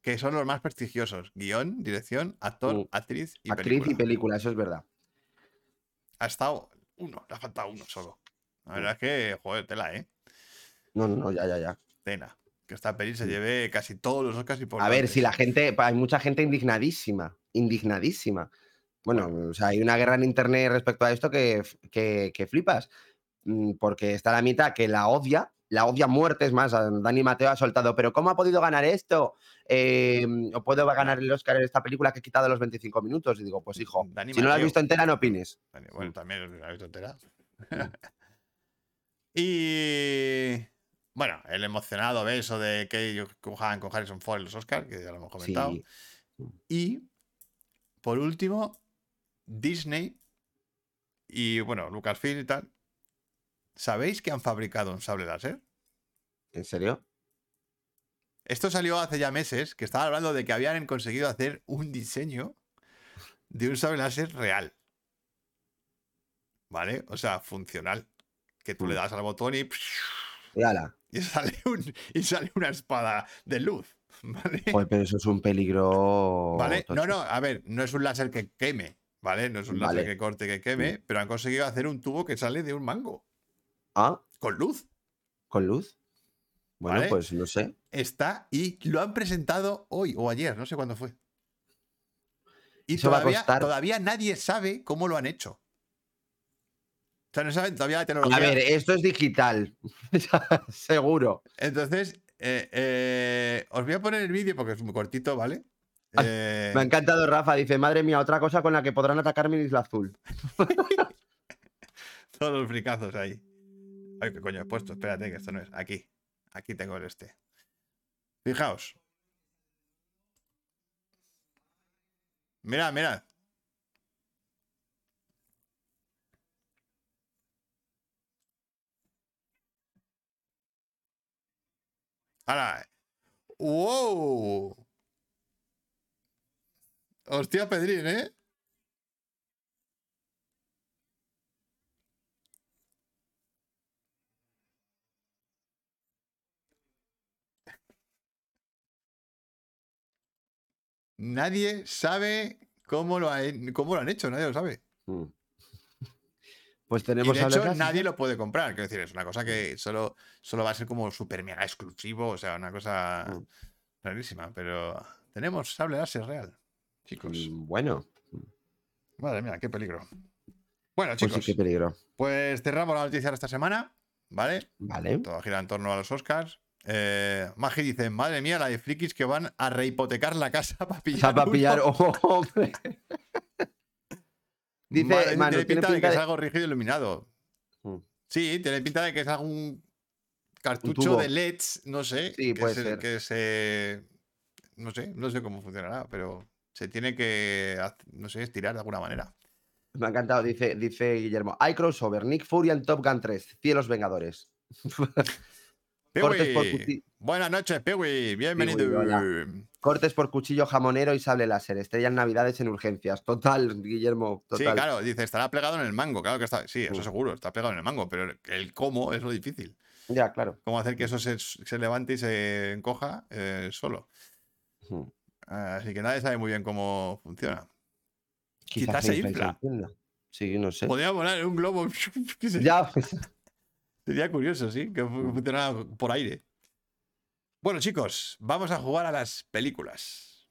S1: que son los más prestigiosos. Guión, dirección, actor,
S2: Mm.
S1: actriz y
S2: actriz y
S1: película.
S2: película, eso es verdad.
S1: Ha estado uno, le ha faltado uno solo.
S2: Mm.
S1: La verdad es que, joder, tela, ¿eh?
S2: No, no, no, ya, ya, ya.
S1: Tela. Que esta peli se
S2: Mm.
S1: lleve casi todos los Oscars y por
S2: A ver, si la gente, pa- hay mucha gente indignadísima, indignadísima. Bueno, o sea, hay una guerra en internet respecto a esto que, f- que, que flipas, Mm, porque está la mitad que la odia, la odia a muerte, es más, a Dani Mateo ha soltado, pero ¿cómo ha podido ganar esto? Eh, ¿O puedo ganar el Oscar en esta película que he quitado los 25 minutos? Y digo, pues hijo,
S1: Dani
S2: si no la has
S1: Mateo.
S2: visto entera, no opines.
S1: Vale, Bueno, también la tontera. y bueno, el emocionado beso de que cojaban con Harrison Ford en los Oscars, que ya lo hemos comentado.
S2: Sí,
S1: Y por último, Disney y, bueno, Lucasfilm y tal, ¿sabéis que han fabricado un sable láser?
S2: ¿En serio?
S1: Esto salió hace ya meses, que estaba hablando de que habían conseguido hacer un diseño de un sable láser real. ¿Vale? O sea, funcional. Que
S2: Mm.
S1: tú le das al botón y,
S2: Y ala.
S1: y sale, un- y sale una espada de luz. ¿Vale?
S2: Joder, pero eso es un peligro.
S1: ¿Vale?
S2: tocho.
S1: No, no, a ver, no es un láser que queme, ¿vale? No es un láser
S2: Vale. Mm.
S1: que corte, que queme, pero han conseguido hacer un tubo que sale de un mango,
S2: Ah,
S1: con luz.
S2: con luz. Bueno,
S1: Vale.
S2: pues no sé.
S1: Está y lo han presentado hoy o ayer, no sé cuándo fue. Y
S2: Eso va a
S1: todavía,
S2: costar.
S1: todavía nadie sabe cómo lo han hecho. O sea, no saben todavía la tecnología.
S2: A ver, eh. esto es digital. Seguro.
S1: Entonces, eh, eh, os voy a poner el vídeo porque es muy cortito, ¿vale?
S2: Ah,
S1: Eh,
S2: Me ha encantado Rafa. Dice, madre mía, otra cosa con la que podrán atacarme en Isla Azul.
S1: Todos los fricazos ahí. Ay, qué coño he puesto. Espérate, que esto no es. Aquí. Aquí tengo el este. Fijaos. Mirad, mirad. ¡Hala! ¡Wow! Hostia, Pedrín, ¿eh? Nadie sabe cómo lo, ha- cómo lo han hecho, nadie lo sabe.
S2: Mm. Pues
S1: Y
S2: tenemos
S1: de hecho,
S2: hablar-
S1: nadie lo puede comprar. Quiero decir, es una cosa que solo, solo va a ser como super mega exclusivo, o sea, una cosa
S2: Mm.
S1: rarísima. Pero tenemos sable láser real, chicos.
S2: Mm, Bueno,
S1: Madre mía, qué peligro. Bueno,
S2: pues
S1: chicos,
S2: sí,
S1: pues,
S2: qué peligro.
S1: cerramos la noticia de esta semana, ¿vale?
S2: Vale.
S1: Todo gira en torno a los Oscars. Eh, Magi dice: Madre mía, la de frikis que van a rehipotecar la casa para
S2: O
S1: pillar.
S2: sea, para
S1: uno".
S2: pillar. ¡Oh, hombre! Dice
S1: Madre,
S2: Manu,
S1: tiene pinta
S2: tiene
S1: de que
S2: pinta
S1: es
S2: de-
S1: algo rígido iluminado.
S2: Mm.
S1: Sí, tiene pinta de que es algún cartucho
S2: tubo.
S1: de LEDs, no sé.
S2: Sí,
S1: que
S2: puede
S1: se-
S2: ser.
S1: que se- No sé, no sé cómo funcionará, pero se tiene que, haz- no sé, estirar de alguna manera.
S2: Me ha encantado, dice, dice Guillermo. Hay crossover, Nick Fury and Top Gun 3, Cielos Vengadores. Cortes por
S1: Pewi,
S2: cuti-
S1: Buenas noches, Pewi. Bienvenido.
S2: Pewi, hola. Cortes por cuchillo jamonero y sable láser, estrellas navidades en urgencias. Total, Guillermo,
S1: sí,
S2: total.
S1: claro, dice, estará plegado en el mango. Claro que está, sí, eso
S2: Mm.
S1: seguro, está plegado en el mango, pero el cómo es lo difícil.
S2: Ya, claro.
S1: cómo hacer que eso se, se levante y se encoja eh, solo.
S2: Ujú.
S1: Así que nadie sabe muy bien cómo funciona. Quizás se
S2: Facebook
S1: infla.
S2: entienda. Sí, no sé.
S1: Podría volar en un globo. que se-
S2: Ya, pues,
S1: Sería curioso, sí, que fu- funcionara por aire. Bueno, chicos, vamos a jugar a las películas.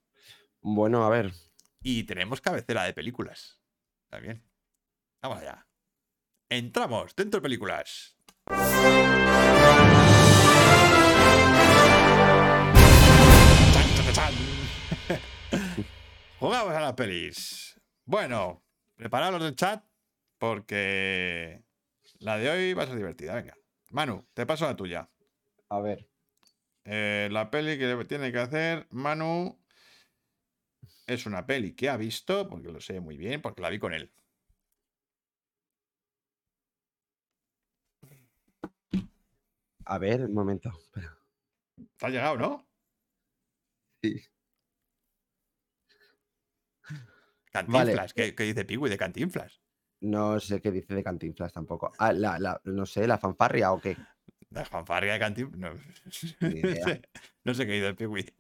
S2: Bueno, a ver.
S1: Y tenemos cabecera de películas. Está bien. Vamos allá. Entramos dentro de películas. Chan, chan, chan. Jugamos a las pelis. Bueno, preparados del chat porque la de hoy va a ser divertida. Venga. Manu, te paso la tuya.
S2: A ver.
S1: Eh, la peli que tiene que hacer Manu es una peli que ha visto, porque lo sé muy bien, porque la vi con él.
S2: A ver, un momento. espera.
S1: Te ha llegado, ¿no?
S2: Sí.
S1: Cantinflas, ¿qué, qué dice Pigui de Cantinflas?
S2: No sé qué dice de Cantinflas tampoco. Ah, la, la- no sé, la fanfarria o qué.
S1: La fanfarria de Cantinflas. No,
S2: Ni idea.
S1: No sé qué dice Pigui.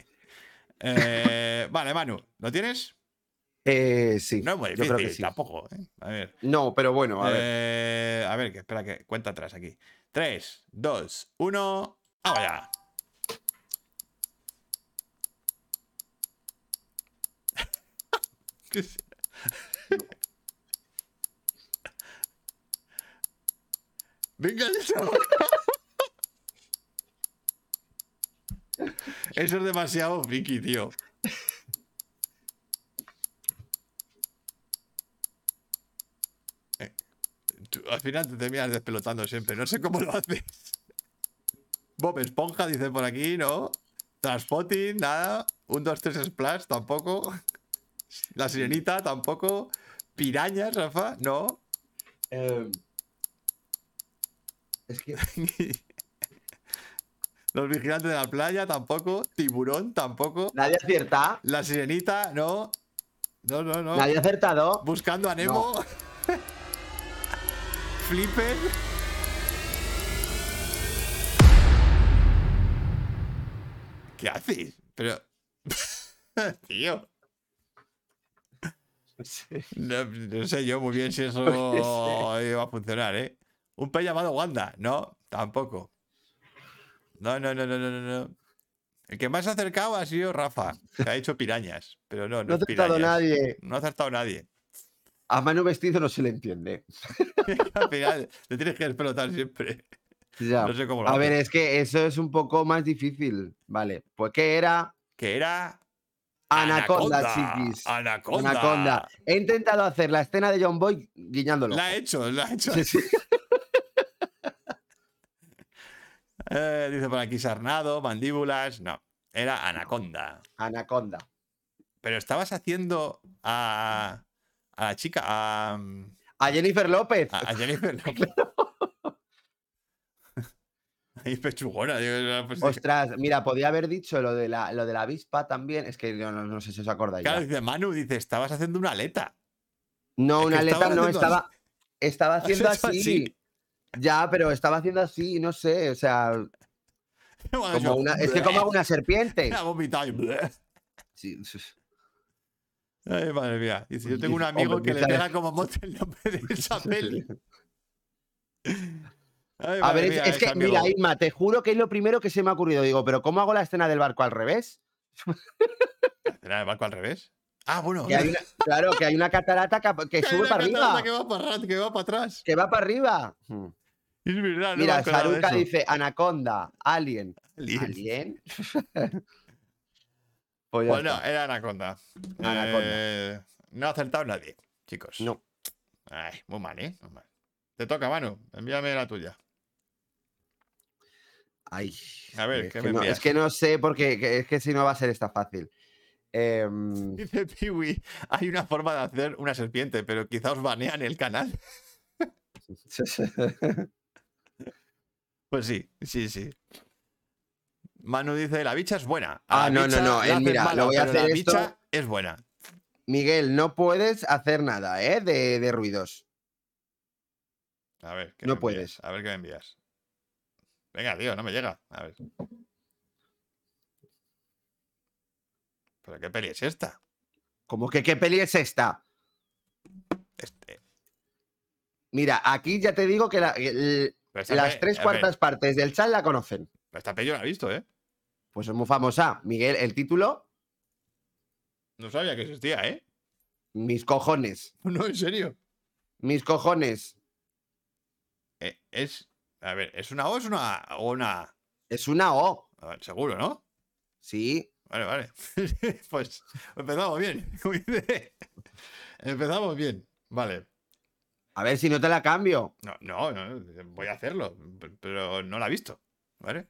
S1: Eh, vale, Manu, ¿lo tienes?
S2: Eh, sí.
S1: No es muy
S2: yo
S1: difícil,
S2: creo que sí.
S1: tampoco. ¿eh? A ver.
S2: No, pero bueno, a ver.
S1: Eh, a ver, que espera que cuenta atrás aquí. 3, 2, 1. ¡Ahora! ¿Qué es? Venga, eso. Eso es demasiado friki, tío. Tú, al final te terminas despelotando siempre. No sé cómo lo haces. Bob Esponja dice por aquí, ¿no? Transpotting, nada. Un, dos, tres Splash, tampoco. La Sirenita, tampoco. ¿Pirañas, Rafa? No.
S2: Eh, es que
S1: Los vigilantes de la playa tampoco. Tiburón tampoco.
S2: nadie acierta.
S1: La sirenita, no. No, no, no.
S2: Nadie ha acertado.
S1: Buscando a Nemo. Flipper. ¿Qué haces? Pero. Tío. No, no sé yo muy bien si eso iba a funcionar, ¿eh? Un pez llamado Wanda. No, tampoco. No, no, no, no, no, no, no. El que más se ha acercado ha sido Rafa, que ha hecho pirañas. Pero no, no,
S2: No ha
S1: es
S2: acertado
S1: pirañas.
S2: nadie.
S1: No ha acertado nadie.
S2: A mano vestido no se le entiende.
S1: Al final, te tienes que despelotar siempre.
S2: Ya.
S1: No sé cómo lo
S2: A
S1: hace.
S2: ver, es que eso es un poco más difícil. Vale, pues ¿qué era?
S1: Que era.
S2: Anaconda, chiquis.
S1: Anaconda.
S2: Anaconda. He intentado hacer la escena de John Boy guiñándolo.
S1: La ha hecho, la ha hecho.
S2: Sí, sí.
S1: Eh, dice por aquí Sarnado, mandíbulas. No, era Anaconda.
S2: Anaconda.
S1: Pero estabas haciendo a, a la chica, a,
S2: A Jennifer López.
S1: a- a Jennifer López. Ahí pechugona. digo, pues,
S2: Ostras, mira, podía haber dicho lo de la, lo de la avispa también. Es que yo no, no sé si os acordáis.
S1: claro,
S2: ya.
S1: dice Manu, dice, estabas haciendo una aleta.
S2: No,
S1: es
S2: una
S1: que
S2: aleta
S1: estaban
S2: no,
S1: haciendo
S2: estaba, estaba haciendo
S1: hecho
S2: así.
S1: así.
S2: Ya, pero estaba haciendo así, no sé. O sea,
S1: Cuando
S2: como
S1: Ah, yo- eh,
S2: una- es que como hago una serpiente.
S1: Ha vomitado y-
S2: Sí.
S1: Ay, Eh, madre mía. Dice, yo tengo un
S2: Dice,
S1: amigo
S2: hombre,
S1: que le
S2: dice, a
S1: pega como mote el nombre de esa peli. Ay,
S2: A
S1: madre
S2: ver, es-
S1: mía,
S2: es,
S1: ese
S2: que,
S1: amigo.
S2: mira, Inma, te juro que es lo primero que se me ha ocurrido. Digo, pero ¿cómo hago la escena del barco al revés?
S1: ¿Era el barco al revés? Ah, bueno.
S2: Que hay una- claro, que hay una catarata que, que
S1: Que hay
S2: sube
S1: una
S2: para
S1: catarata
S2: arriba,
S1: Que va para, arra- que va para atrás.
S2: que va para arriba.
S1: Es verdad, no me
S2: Mira,
S1: acordaba de
S2: Saruka
S1: eso.
S2: dice Anaconda, Alien.
S1: Alien.
S2: ¿Alien? Pues ya
S1: Bueno,
S2: está.
S1: era Anaconda.
S2: Anaconda.
S1: Eh, no ha acertado nadie, chicos.
S2: No.
S1: Ay, muy mal, ¿eh? Muy mal. Te toca, Manu. Envíame la tuya.
S2: Ay,
S1: A ver,
S2: es,
S1: ¿qué
S2: que
S1: me
S2: no,
S1: envías?
S2: es que no sé porque que- es que si no va a ser esta fácil. Em,
S1: Dice Piwi, hay una forma de hacer una serpiente, pero quizá os banean el canal. Pues sí, sí, sí. Manu dice, la bicha es buena. A
S2: Ah,
S1: la
S2: no, no,
S1: bicha
S2: no,
S1: la
S2: eh,
S1: hacen
S2: mira, lo
S1: mala,
S2: voy a
S1: pero la
S2: hacer esto-
S1: bicha es buena.
S2: Miguel, no puedes hacer nada, ¿eh? De, de ruidos.
S1: A ver, ¿qué me
S2: No
S1: envías?
S2: puedes.
S1: A ver qué me envías. Venga, tío, no me llega. A ver. ¿Pero qué peli es esta?
S2: Como que qué peli es esta.
S1: Este-
S2: Mira, aquí ya te digo que la- el-
S1: pero esta
S2: las
S1: pe-
S2: tres
S1: a ver,
S2: cuartas partes del chat la conocen.
S1: pero esta peli yo la he visto, ¿eh?
S2: Pues es muy famosa. Miguel, el título,
S1: No sabía que existía, ¿eh?
S2: mis cojones.
S1: No, en serio.
S2: Mis cojones.
S1: Eh, es. A ver, ¿es una O es una A? O una A?
S2: Es una O,
S1: A ver, seguro, ¿no?
S2: sí.
S1: Vale, vale. pues empezamos bien. como dice. empezamos bien. Vale.
S2: A ver si no te la cambio.
S1: No, no, no, voy a hacerlo, p- pero no la he visto. ¿Vale?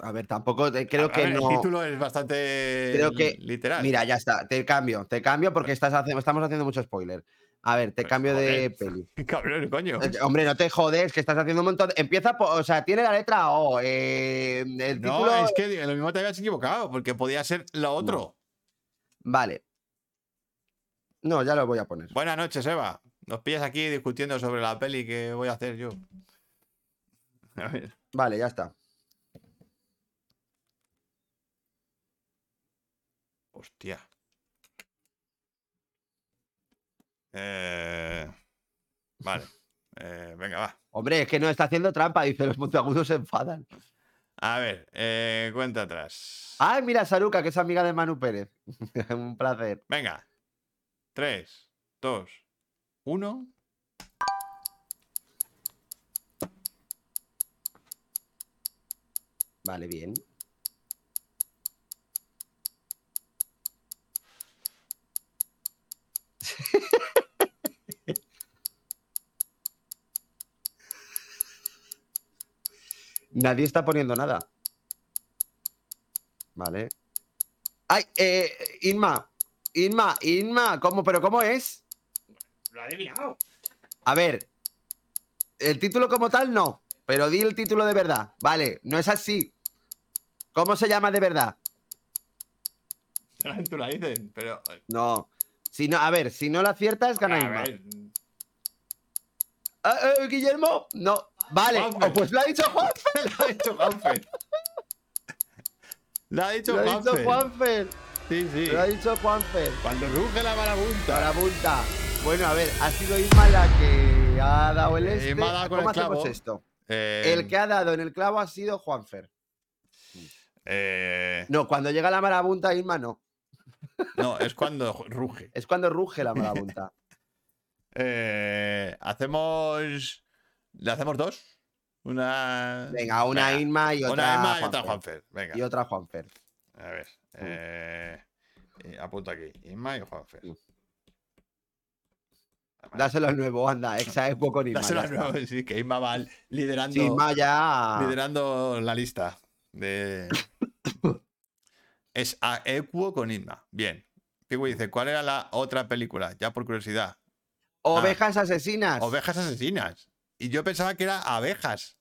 S2: A ver, tampoco te-
S1: A-
S2: creo
S1: a
S2: que
S1: ver,
S2: no.
S1: El título es bastante
S2: Creo que-
S1: literal.
S2: Mira, ya está, te cambio, te cambio porque estás hace- estamos haciendo mucho spoiler. A ver, te
S1: Pues,
S2: cambio de
S1: joder.
S2: peli.
S1: Cabrón, coño.
S2: Eh, Hombre, no te jodes, que estás haciendo un montón. Empieza por. O sea, tiene la letra O. eh, el
S1: No,
S2: título.
S1: es que lo mismo te habías equivocado, porque podía ser lo otro.
S2: Vale. No, ya lo voy a poner.
S1: Buenas noches, Eva. Nos pillas aquí discutiendo sobre la peli que voy a hacer yo. A ver.
S2: Vale, ya está.
S1: Hostia. Eh, Vale. Eh, venga, va.
S2: Hombre, es que no está haciendo trampa, dice los montagudos se enfadan.
S1: A ver, eh, cuenta atrás.
S2: Ay, Ah, mira, Saruca, que es amiga de Manu Pérez. un placer.
S1: Venga. 3, 2, 1.
S2: Vale, bien. Nadie está poniendo nada. Vale. Ay, eh, Inma, Inma, Inma, ¿cómo? ¿Pero cómo es?
S4: Lo ha adivinado.
S2: A ver, el título como tal no, pero di el título de verdad. Vale, no es así. ¿Cómo se llama de verdad?
S1: Tú la dices, pero. eh,
S2: No. Si no, a ver, si no la aciertas, gana
S4: A
S2: Inma.
S4: ver,
S2: Ah, eh, Guillermo, no. Vale,
S1: Juanfe.
S2: oh, pues lo ha dicho Juan.
S1: La ha dicho Juanfe. La ha dicho
S2: Lo ha dicho
S1: Juanfe.
S2: Juanfer.
S1: Sí, sí.
S2: Lo ha dicho Juanfer.
S1: Cuando ruge la marabunta.
S2: Para punta. Bueno, a ver, ha sido Isma la que ha dado el
S1: Eh,
S2: este.
S1: Isma ha dado con
S2: ¿Cómo
S1: el clavo.
S2: hacemos esto?
S1: Eh,
S2: El que ha dado en el clavo ha sido Juanfer.
S1: eh,
S2: No, cuando llega la marabunta, Isma no.
S1: no, es cuando ruge.
S2: Es cuando ruge la marabunta.
S1: Eh, hacemos. ¿Le hacemos dos? Una.
S2: Venga, una
S1: Venga,
S2: Isma y otra.
S1: Una Inma y otra Juanfer.
S2: Juanfer.
S1: Venga.
S2: Y otra Juanfer.
S1: A ver. Eh, eh, apunto aquí. Inma y Juanfer.
S2: Mm. Dáselo al nuevo, anda. Exa es poco ni
S1: Dáselo a nuevo, sí, que Inma va liderando,
S2: Sin ya.
S1: liderando la lista. De... es a Equo con Inma. Bien. Pigui dice, ¿cuál era la otra película? Ya por curiosidad. Ah.
S2: Ovejas asesinas.
S1: Ovejas asesinas. Y yo pensaba que era abejas.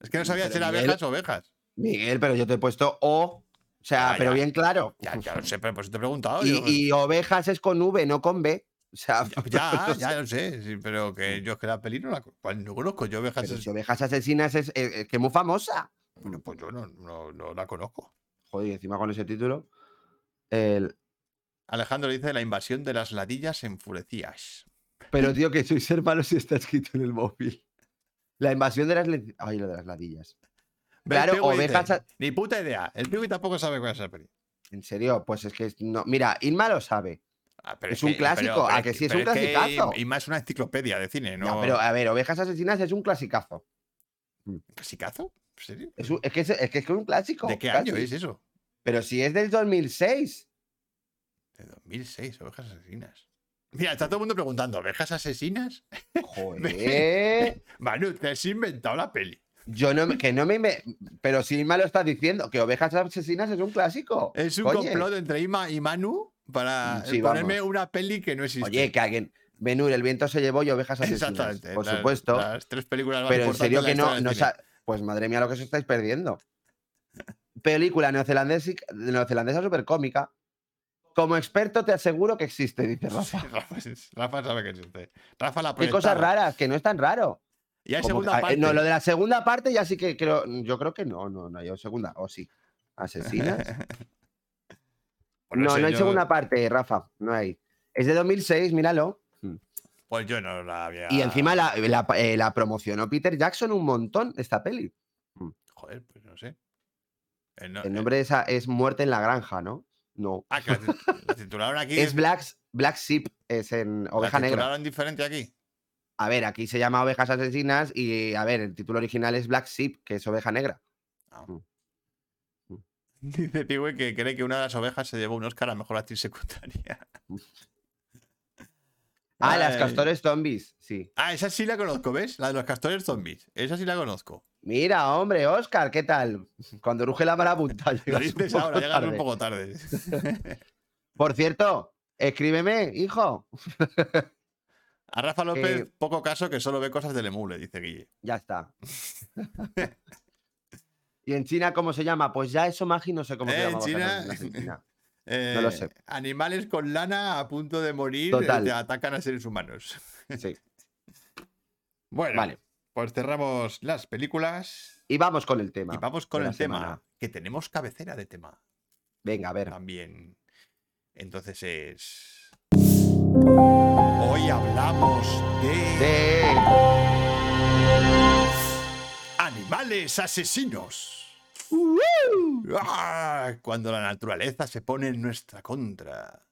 S1: Es que no sabía
S2: Pero
S1: si era
S2: Miguel-
S1: abejas o ovejas.
S2: Miguel, pero yo te he puesto O. O sea,
S1: Ya,
S2: pero
S1: Ah, ya.
S2: bien claro.
S1: Ya, ya lo sé, pero pues te he preguntado.
S2: Y,
S1: yo-
S2: y ovejas es con V, no con B. O sea,
S1: Ya, ya lo sé, sí, pero que yo es que la peli no la cual no conozco. Yo ovejas
S2: pero si
S1: asesinas.
S2: ovejas asesinas es, es- es que es muy famosa.
S1: Bueno, pues yo no, no- no la conozco.
S2: Joder, y encima con ese título. El-
S1: Alejandro dice la invasión de las ladillas enfurecías.
S2: Pero tío, que soy ser malo si está escrito en el móvil. La invasión de las... le- Ay, lo de las ladillas.
S1: Ve,
S2: Claro,
S1: el Piwi dice,
S2: ovejas a-
S1: Ni puta idea. El Piwi tampoco sabe cuál es esa peli.
S2: En serio, pues es que... es- No. Mira, Inma lo sabe.
S1: Ah, pero
S2: Es un clásico, ¿a que sí es un
S1: pero que
S2: clasicazo?
S1: Y más una enciclopedia de cine, ¿no?
S2: No, pero a ver, ovejas asesinas es un clasicazo.
S1: ¿Clasicazo? ¿En serio?
S2: Es, un- es que, es, es que es un clásico.
S1: ¿De qué
S2: casi.
S1: año es eso?
S2: Pero si es del 2006.
S1: De 2006, ovejas asesinas. Mira, está todo el mundo preguntando, ¿ovejas asesinas?
S2: Joder.
S1: Manu, te has inventado la peli.
S2: Yo no, me- que no me, inve- Pero si Inma lo está diciendo, que Ovejas Asesinas es un clásico.
S1: Es un
S2: Coñe.
S1: complot entre Ima y Manu para
S2: Mm,
S1: eh,
S2: Sí,
S1: ponerme una peli que no existe.
S2: Oye, que alguien. Benur, el viento se llevó y Ovejas Asesinas.
S1: Exactamente.
S2: Por
S1: las-
S2: supuesto.
S1: Las tres películas más
S2: pero en
S1: importantes
S2: serio
S1: de la
S2: que no.
S1: historia del
S2: no
S1: cine.
S2: sa- pues madre mía, lo que os estáis perdiendo. Película neozelandesa, neozelandesa supercómica. Como experto te aseguro que existe, dice Rafa.
S1: Sí, Rafa, sí, Rafa sabe que existe. Rafa la
S2: Qué
S1: proyectaba.
S2: cosas raras, que no es tan raro.
S1: Y hay
S2: Como que-
S1: segunda
S2: ah, eh,
S1: parte.
S2: No, lo de la segunda parte ya sí que creo. Yo creo que no, no, no hay segunda. O sí. Asesinas.
S1: Bueno,
S2: no,
S1: sé,
S2: no hay
S1: yo-
S2: segunda parte, Rafa. No hay. Es de 2006, míralo.
S1: Pues yo no la había.
S2: Y encima la, la- eh, la promocionó Peter Jackson un montón esta peli.
S1: Joder, pues no sé. Eh, no,
S2: El
S1: eh,
S2: nombre de esa es Muerte en la Granja, ¿no? No.
S1: Ah, que la tit- la titularon aquí.
S2: Es Black, Black Sheep, es en
S1: la
S2: Oveja Negra.
S1: titularon diferente aquí.
S2: A ver, aquí se llama Ovejas Asesinas y, a ver, el título original es Black Sheep, que es Oveja Negra.
S1: Dice Pigüe que cree que una de las ovejas se llevó un Oscar a mejor actriz secundaria.
S2: Ah, las
S1: Ay.
S2: Castores Zombies, sí.
S1: Ah, esa sí la conozco, ¿ves? La de los castores zombies. Esa sí la conozco.
S2: Mira, hombre, Oscar, ¿qué tal? Cuando ruge la marabunta.
S1: Lo
S2: llegas un
S1: dices
S2: poco
S1: ahora, llegas un
S2: tarde.
S1: poco tarde.
S2: Por cierto, escríbeme, hijo.
S1: A Rafa López,
S2: Eh,
S1: poco caso que solo ve cosas del emule, dice Guille.
S2: Ya está. ¿Y en China cómo se llama? Pues ya eso, Magi, no sé cómo
S1: Eh,
S2: se
S1: en
S2: llama.
S1: China-
S2: No lo
S1: Eh,
S2: sé.
S1: Animales con lana a punto de morir
S2: Total.
S1: eh, te atacan a seres humanos.
S2: Sí,
S1: Bueno,
S2: vale.
S1: pues cerramos las películas
S2: Y vamos con el tema.
S1: y vamos con
S2: de la
S1: el tema,
S2: semana.
S1: que tenemos cabecera de tema
S2: Venga, a ver.
S1: también. Entonces es... Hoy hablamos de
S2: De-
S1: animales asesinos. Ah, Cuando la naturaleza se pone en nuestra contra.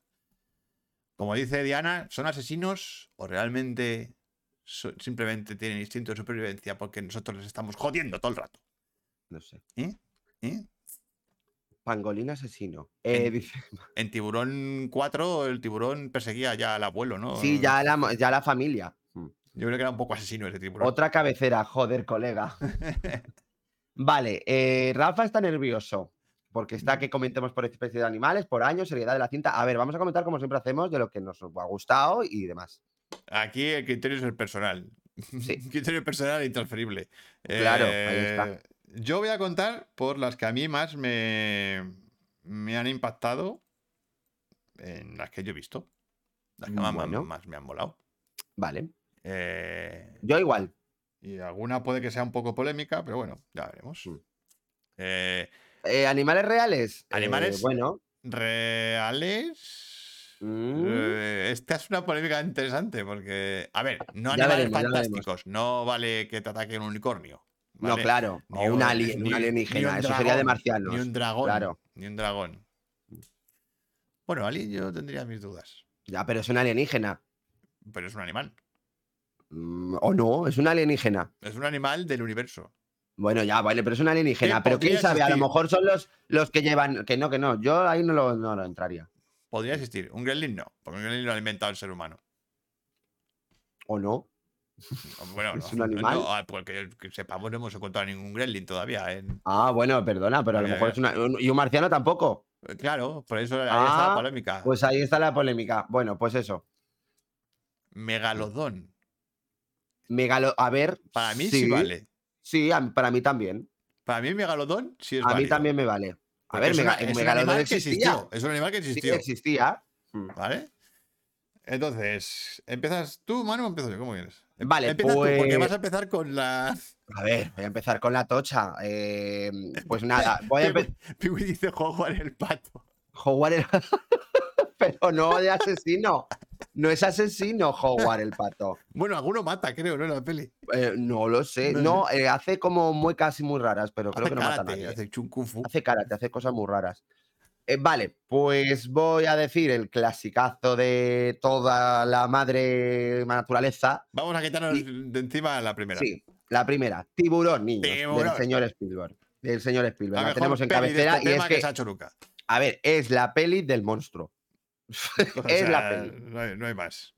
S1: Como dice Diana, ¿son asesinos o realmente so- simplemente tienen instinto de supervivencia porque nosotros les estamos jodiendo todo el rato?
S2: No sé.
S1: ¿eh?
S2: Pangolín asesino. Eh,
S1: En-
S2: dice-
S1: En Tiburón 4 el tiburón perseguía ya al abuelo, ¿no?
S2: Sí, ya la, mo- ya la familia. Mm.
S1: Yo creo que era un poco asesino ese tiburón.
S2: Otra cabecera, joder, colega. vale, eh, Rafa está nervioso. Porque está que comentemos por especie de animales, por años, seriedad de la cinta. A ver, vamos a comentar como siempre hacemos de lo que nos ha gustado y demás.
S1: Aquí el criterio es el personal.
S2: Sí.
S1: criterio personal e intransferible. Eh,
S2: Claro, ahí está.
S1: Yo voy a contar por las que a mí más me, me han impactado en las que yo he visto. Las que más, más-
S2: Bueno.
S1: más me han volado.
S2: Vale.
S1: Eh,
S2: Yo igual.
S1: y alguna puede que sea un poco polémica, pero bueno, ya veremos.
S2: Mm.
S1: Eh,
S2: Eh, ¿Animales reales? Eh,
S1: ¿Animales?
S2: bueno.
S1: ¿Reales?
S2: Mm.
S1: Eh, esta es una polémica interesante porque, a ver, no
S2: Ya
S1: animales
S2: veremos, ya veremos.
S1: fantásticos, no vale que te ataque un unicornio.
S2: No,
S1: ¿vale?
S2: claro.
S1: Ni
S2: o un
S1: un-
S2: alien,
S1: ni-
S2: un alienígena.
S1: ni un
S2: Eso sería de
S1: dragón,
S2: marcianos.
S1: Ni un dragón.
S2: Claro.
S1: Ni un dragón. Bueno, alien yo tendría mis dudas,
S2: Ya, pero es un alienígena.
S1: pero es un animal.
S2: Mm, o no, es un alienígena.
S1: Es un animal del universo.
S2: Bueno, ya, vale, pero es un alienígena.
S1: ¿Qué
S2: Pero quién
S1: podría
S2: sabe, a lo
S1: existir?
S2: mejor son los, los que llevan. Que no, que no. Yo ahí no lo, no lo entraría.
S1: Podría existir. Un gremlin no, porque un gremlin lo ha inventado el ser humano.
S2: ¿O no?
S1: Bueno,
S2: ¿Es
S1: no,
S2: un animal?
S1: no, ah, porque que sepamos no hemos encontrado ningún gremlin todavía. ¿eh? en-
S2: Ah, bueno, perdona, pero a lo
S1: Ya,
S2: mejor
S1: ya.
S2: es una. un- y un marciano tampoco.
S1: Claro, por eso ahí está
S2: Ah,
S1: la polémica.
S2: Pues ahí está la polémica. Bueno, pues eso.
S1: Megalodón.
S2: Megalo, a ver.
S1: Para mí sí. vale.
S2: Sí, a- para mí también.
S1: Para mí Megalodón sí es
S2: a mí
S1: válido.
S2: también me vale. A
S1: Porque
S2: ver,
S1: es
S2: mega-
S1: una-
S2: el
S1: es un
S2: megalodón
S1: animal que
S2: existía.
S1: existió. Es un animal que
S2: Sí,
S1: existió.
S2: existía.
S1: ¿Vale? Entonces, ¿empiezas tú, Manu, o empiezo yo? ¿Cómo quieres? Em-
S2: Vale,
S1: empiezas tú, porque
S2: pues-
S1: vas a empezar con la...
S2: A ver, voy a empezar con la tocha. Eh, pues nada, voy a empezar.
S1: Piwi dice Juan el pato.
S2: Howard era- Pero no de asesino. No es asesino Howard el pato.
S1: Bueno, alguno mata, creo, ¿no? En la peli.
S2: Eh, no lo sé.
S1: No sé.
S2: No, eh, hace como muy casi muy raras, pero creo
S1: hace
S2: que no mata a
S1: karate,
S2: nadie. ¿eh?
S1: hace chun kung fu.
S2: Hace karate, hace cosas muy raras. Eh, vale, pues voy a decir el clasicazo de toda la madre naturaleza.
S1: Vamos a quitarnos de encima la primera.
S2: Sí, la primera, Tiburón, niños,
S1: Tiburón.
S2: del señor Spielberg. Del señor Spielberg.
S1: La
S2: La,
S1: mejor
S2: tenemos en
S1: peli de este
S2: cabecera y
S1: tema
S2: es que,
S1: se ha hecho nunca.
S2: a ver, es la peli del monstruo.
S1: O
S2: Es la
S1: sea,
S2: peli.
S1: No hay, no hay más.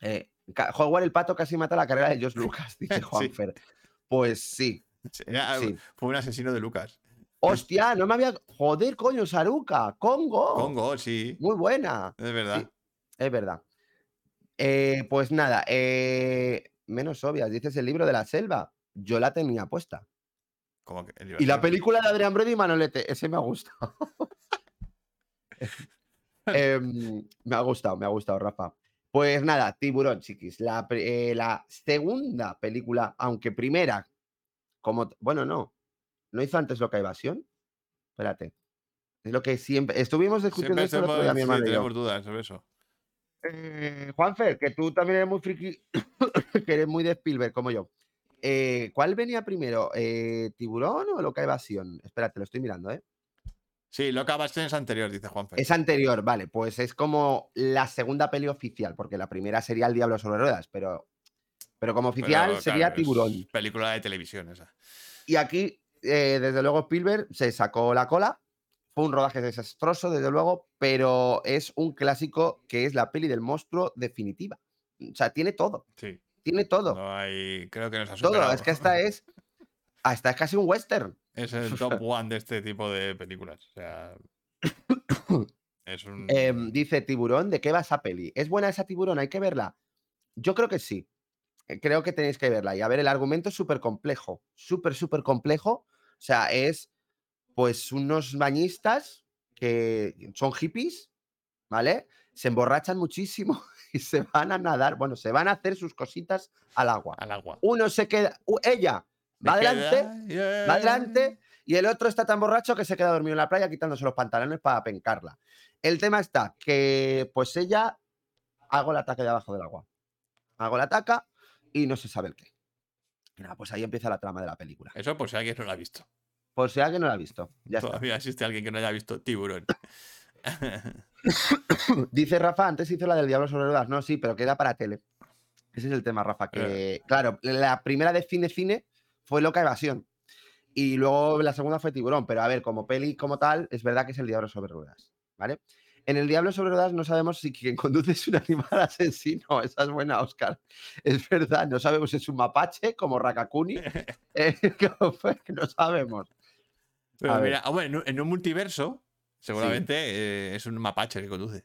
S2: Eh, ca- Howard el pato casi mata la carrera de George Lucas, dice
S1: Sí. ah,
S2: Juanfer. Pues sí, eh,
S1: Era-
S2: sí.
S1: Fue un asesino de Lucas. pues,
S2: Hostia, no me había. Joder, coño, Saruka, Congo.
S1: Congo, sí.
S2: Muy buena.
S1: Es verdad.
S2: Oh. Sí. Es verdad. Eh, pues nada, eh, menos obvias. Dices el libro de la selva. Yo la tenía puesta.
S1: Como que el
S2: Y la
S1: libertador.
S2: película de Adrián Brody y Manolete, ese me ha gustado. Em, me ha gustado, me ha gustado, Rafa. Pues nada, Tiburón, chiquis. La, pre- eh, la segunda película, aunque primera, como. t- Bueno, no. ¿No hizo antes Loca Evasión? Espérate. Es lo que siempre. Estuvimos discutiendo
S1: Siempre
S2: esto el otro
S1: hacemos-
S2: día, mi
S1: sí,
S2: hermano y yo.
S1: tenemos dudas sobre eso.
S2: Eh, Juanfer, que tú también eres muy friki, que eres muy de Spielberg como yo. Eh, ¿Cuál venía primero? Eh, ¿Tiburón o Loca Evasión? Espérate, lo estoy mirando, ¿eh?
S1: Sí, lo acabaste en anterior, dice Juanfe.
S2: Es anterior, vale, pues es como la segunda peli oficial, porque la primera sería El Diablo sobre Ruedas, pero, pero como
S1: Pero,
S2: oficial
S1: claro,
S2: sería
S1: es
S2: Tiburón.
S1: Película de televisión esa.
S2: Y aquí, eh, desde luego, Spielberg se sacó la cola. Fue un rodaje desastroso, desde luego, pero es un clásico que es la peli del monstruo definitiva. O sea, tiene todo,
S1: Sí.
S2: tiene todo.
S1: No hay. Creo que nos ha
S2: todo.
S1: superado.
S2: Es que hasta es. Hasta es casi un western.
S1: Es el top one de este tipo de películas. O sea. es un.
S2: Em, dice Tiburón, ¿de qué va esa peli? ¿Es buena esa tiburón? ¿Hay que verla? Yo creo que sí. Eh, Creo que tenéis que verla. Y a ver, el argumento es súper complejo. Súper, súper complejo. O sea, es pues unos bañistas que son hippies, ¿vale? Se emborrachan muchísimo y se van a nadar. Bueno, se van a hacer sus cositas al agua.
S1: al agua.
S2: Uno se queda. u- Ella va
S1: Se
S2: adelante.
S1: queda, yeah.
S2: va adelante y el otro está tan borracho que se queda dormido en la playa quitándose los pantalones para pencarla. El tema está que pues ella hago el ataque debajo del agua. Hago la ataca y no se sabe el qué. Y nada, pues ahí empieza la trama de la película.
S1: Eso por si alguien no lo ha visto.
S2: Por si alguien no la ha visto. Ya está.
S1: Todavía existe alguien que no haya visto Tiburón.
S2: Dice Rafa, antes hizo la del Diablo sobre ruedas. No, sí, pero queda para tele. Ese es el tema, Rafa. Que, claro, la primera de cine cine fue Loca Evasión. Y luego la segunda fue Tiburón. Pero a ver, como peli, como tal, es verdad que es el Diablo sobre ruedas. ¿Vale? En el Diablo sobre ruedas no sabemos si quien conduce es un animal asesino. Esa es buena, Oscar. Es verdad, no sabemos si es un mapache como Rakakuni. Eh, no sabemos.
S1: Pero
S2: A ver.
S1: mira, ah, bueno, en un- en un multiverso, seguramente eh, es un mapache el que conduce.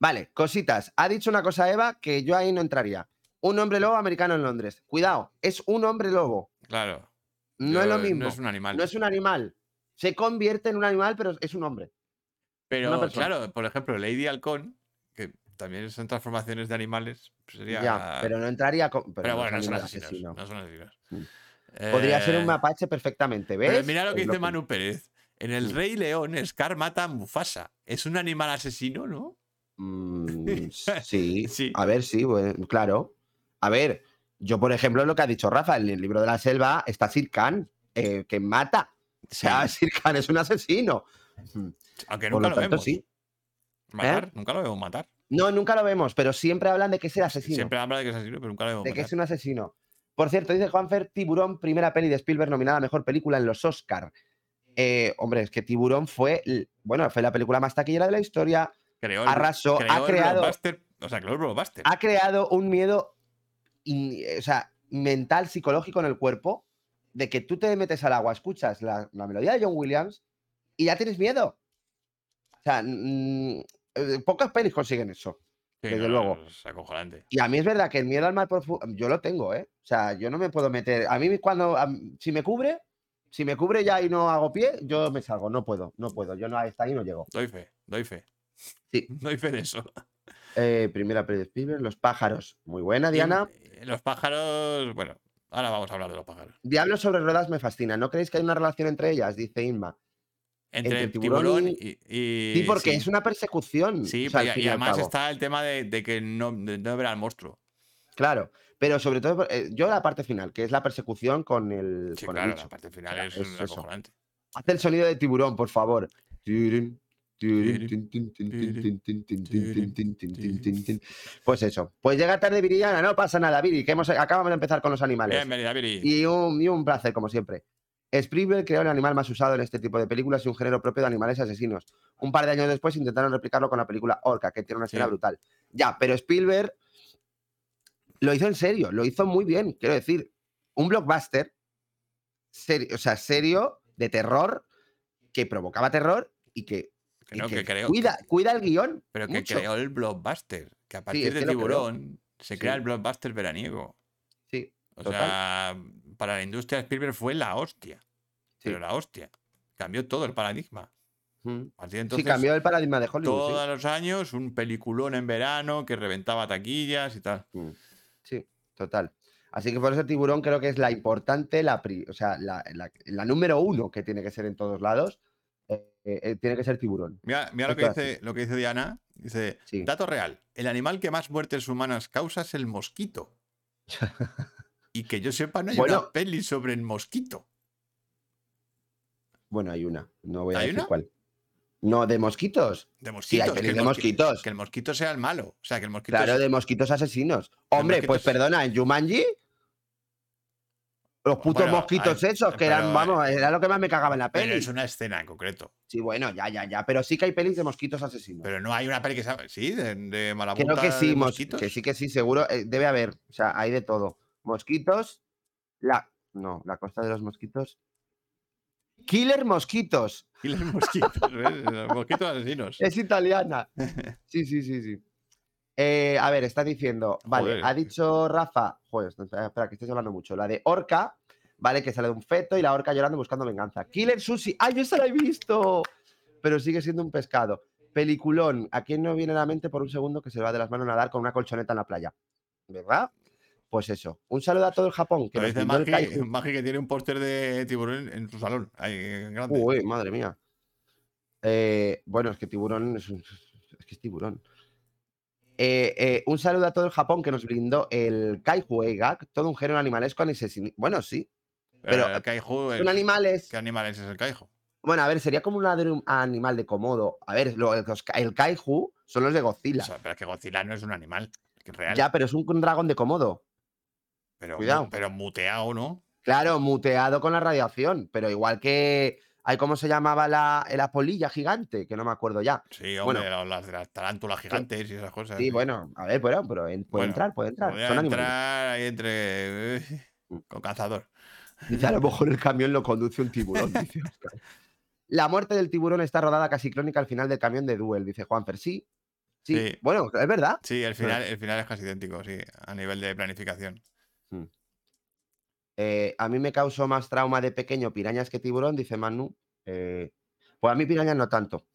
S2: Vale, cositas. Ha dicho una cosa Eva que yo ahí no entraría. Un hombre lobo americano en Londres. Cuidado, es un hombre lobo.
S1: Claro.
S2: No
S1: yo- eh,
S2: es lo mismo.
S1: No es un animal.
S2: un animal. Se convierte en un animal, pero es un hombre. una
S1: Pero
S2: persona.
S1: claro, por ejemplo, Lady Halcón, que también son transformaciones de animales, pues sería.
S2: Ya, pero no entraría. con-
S1: pero bueno, no son
S2: animal
S1: asesinos.
S2: asesino.
S1: No son asesinos.
S2: Mm. Podría ser un
S1: Eh,
S2: mapache perfectamente, ¿ves?
S1: Pero mira lo que
S2: Es
S1: dice
S2: que-
S1: Manu Pérez. En El
S2: Mm.
S1: Rey León, Scar mata a Mufasa. ¿Es un animal asesino, no?
S2: Mm, sí.
S1: Sí.
S2: A ver, sí, bueno, claro. A ver, yo, por ejemplo, lo que ha dicho Rafa, en el libro de la selva está Sir Khan, eh, que mata. O sea, Sir Khan es un asesino.
S1: Aunque nunca
S2: Por lo
S1: lo,
S2: tanto,
S1: vemos
S2: sí. ¿eh?
S1: matar. Nunca lo vemos matar.
S2: No, nunca lo vemos, pero siempre hablan de que es el asesino.
S1: Siempre habla de que es asesino, pero nunca lo vemos
S2: de que
S1: matar.
S2: es un asesino. Por cierto, dice Juanfer, Tiburón, primera peli de Spielberg nominada a mejor película en los Oscar. Eh, hombre, es que Tiburón fue, l- bueno, fue la película más taquillera de la historia.
S1: Creó el-
S2: Arrasó,
S1: creó
S2: ha
S1: el
S2: creado, Ah,
S1: blockbuster, o sea, creó el blockbuster.
S2: ha creado un miedo in- o sea, mental, psicológico en el cuerpo, de que tú te metes al agua, escuchas la, la melodía de John Williams y ya tienes miedo. O sea, mm, eh, pocas pelis consiguen eso.
S1: Sí, no,
S2: desde luego.
S1: Es acojonante.
S2: Y a mí es verdad que el miedo al mar profundo, yo lo tengo, ¿eh? O sea, yo no me puedo meter. A mí cuando, a mí- si me cubre, si me cubre ya y no hago pie, yo me salgo, no puedo, no puedo, yo no está ahí no llego.
S1: Doy fe, doy fe.
S2: Sí.
S1: Doy fe de eso.
S2: Eh, primera peli de Spielberg, Los pájaros, muy buena, Diana.
S1: Y, eh, Los pájaros, bueno, ahora vamos a hablar de los pájaros.
S2: Diablos sobre ruedas me fascina, ¿no creéis que hay una relación entre ellas? Dice Inma.
S1: Entre,
S2: Entre
S1: tiburón,
S2: tiburón
S1: y, y-
S2: Sí, porque es una persecución.
S1: Sí,
S2: o sea, al
S1: pero y-
S2: fin
S1: y,
S2: y al
S1: además
S2: cabo.
S1: está el tema de, de que no, de no ver al monstruo.
S2: Claro, pero sobre todo, eh, yo la parte final, que es la persecución con el.
S1: Sí,
S2: con el
S1: claro,
S2: bicho.
S1: la parte final
S2: sea,
S1: es,
S2: es eso.
S1: acojonante.
S2: Haz el sonido de tiburón, por favor. Tirín, tirín,
S1: Tirín,
S2: tin, tin, tin,
S1: tirín,
S2: tin, tin, tin, tin,
S1: tirín,
S2: tin, tin, tin, tin,
S1: tirín.
S2: tin, tin. Pues eso. Pues llega tarde Viridiana, no pasa nada, Viri, que hemos, acabamos de empezar con los animales.
S1: Bienvenida, Viri.
S2: Y un, y un placer, como siempre. Spielberg creó el animal más usado en este tipo de películas y un género propio de animales asesinos. Un par de años después intentaron replicarlo con la película Orca, que tiene una escena
S1: Sí.
S2: brutal. Ya, pero Spielberg lo hizo en serio, lo hizo muy bien. Quiero decir, un blockbuster, serio, o sea, serio, de terror, que provocaba terror y que,
S1: Que
S2: y
S1: no,
S2: que
S1: que creo-
S2: cuida, cuida el guión.
S1: Pero que
S2: mucho.
S1: creó el blockbuster. Que a partir
S2: es
S1: de
S2: que lo creó.
S1: tiburón se crea
S2: Sí.
S1: el blockbuster veraniego.
S2: Sí,
S1: O
S2: Total.
S1: sea, para la industria Spielberg fue la hostia. Pero la hostia. Cambió todo el paradigma.
S2: mm. Sí,
S1: A partir de entonces,
S2: cambió el paradigma de Hollywood. sí.
S1: todos los años, un peliculón en verano que reventaba taquillas y tal.
S2: Sí, total. Así que por eso tiburón creo que es la importante, la, pri- o sea, la, la- la número uno que tiene que ser en todos lados, eh, eh, eh, tiene que ser tiburón.
S1: Mira, mira lo,
S2: Es
S1: que
S2: verdad,
S1: dice, lo que dice Diana. Dice,
S2: Sí.
S1: dato real, el animal que más muertes humanas causa es el mosquito. y que yo sepa, no hay una
S2: Bueno.
S1: peli sobre el mosquito.
S2: Bueno, hay una, no voy a
S1: ¿Hay
S2: decir
S1: una?
S2: cuál. No, de mosquitos.
S1: De
S2: Sí,
S1: mosquitos.
S2: hay
S1: que
S2: pelis
S1: el
S2: de
S1: mosqui-
S2: mosquitos.
S1: Que el mosquito sea el malo. O sea, que el mosquito
S2: Claro,
S1: es-
S2: de mosquitos asesinos. Hombre, pues
S1: mosquitos-
S2: perdona, en Jumanji. Los putos
S1: Bueno,
S2: mosquitos
S1: hay-
S2: esos, que
S1: pero,
S2: eran,
S1: eh,
S2: vamos, era lo que más me cagaba en la
S1: Pero
S2: peli.
S1: es una escena en concreto.
S2: Sí, bueno, ya, ya, ya. Pero sí que hay pelis de mosquitos asesinos.
S1: Pero no hay una peli que sea... Sí, de, de
S2: Creo
S1: malapunta
S2: que
S1: de
S2: sí, mos-
S1: mosquitos.
S2: que sí, que sí, seguro. eh, debe haber, o sea, hay de todo. Mosquitos, la... No, la costa de los mosquitos. Killer Mosquitos.
S1: Y los mosquitos, ¿ves? Los mosquitos asesinos.
S2: Es italiana. Sí, sí, sí, sí. Eh, a ver, está diciendo, vale,
S1: Joder.
S2: ha dicho Rafa, joder, espera, espera, que estés hablando mucho, la de Orca, vale, que sale de un feto y la orca llorando buscando venganza. Killer Sushi, ¡ay, yo esa la he visto! Pero sigue siendo un pescado. Peliculón, ¿a quién no viene a la mente por un segundo que se le va de las manos a nadar con una colchoneta en la playa? ¿Verdad? Pues eso, un saludo a todo el Japón, que
S1: Pero
S2: nos
S1: dice
S2: pintó el
S1: Magi,
S2: kaiju.
S1: Magi que tiene un póster de tiburón en su salón. Ahí, en grande.
S2: Uy, madre mía. Eh, bueno, es que tiburón es, un- es que es tiburón. Eh, eh, un saludo a todo el Japón que nos brindó el Kaiju Egak, todo un género animalesco en asesini- Bueno, sí,
S1: pero,
S2: pero-
S1: el kaiju, el-
S2: son animales.
S1: ¿Qué animal es el caijo?
S2: Bueno, a ver, sería como un ladru- animal de comodo. A ver, lo- los ca- el Kaiju son los de Godzilla.
S1: pero es que Godzilla no es un animal que es real.
S2: Ya, pero es un, dragón de comodo.
S1: pero,
S2: cuidado.
S1: pero muteado, ¿no?
S2: Claro, muteado con la radiación, pero igual que. Hay cómo se llamaba la, la polilla gigante, que no me acuerdo ya.
S1: Sí, hombre, la-
S2: Bueno.
S1: las de las tarántulas gigantes y esas cosas.
S2: Sí, bueno, a ver, bueno, pero en- puede
S1: Ah, Bueno,
S2: entrar, puede entrar.
S1: Podría
S2: Son Mm. animales.
S1: entrar ahí entre. eh, con cazador.
S2: Dice, a lo mejor el camión lo conduce un tiburón, dice Óscar. La muerte del tiburón está rodada casi crónica al final del camión de Duel, dice Juanfer. Sí, Sí,
S1: Sí.
S2: bueno, es verdad.
S1: Sí, el final, el final es casi idéntico, sí, a nivel de planificación.
S2: Eh, a mí me causó más trauma de pequeño pirañas que tiburón, dice Manu. Eh, pues a mí pirañas no tanto.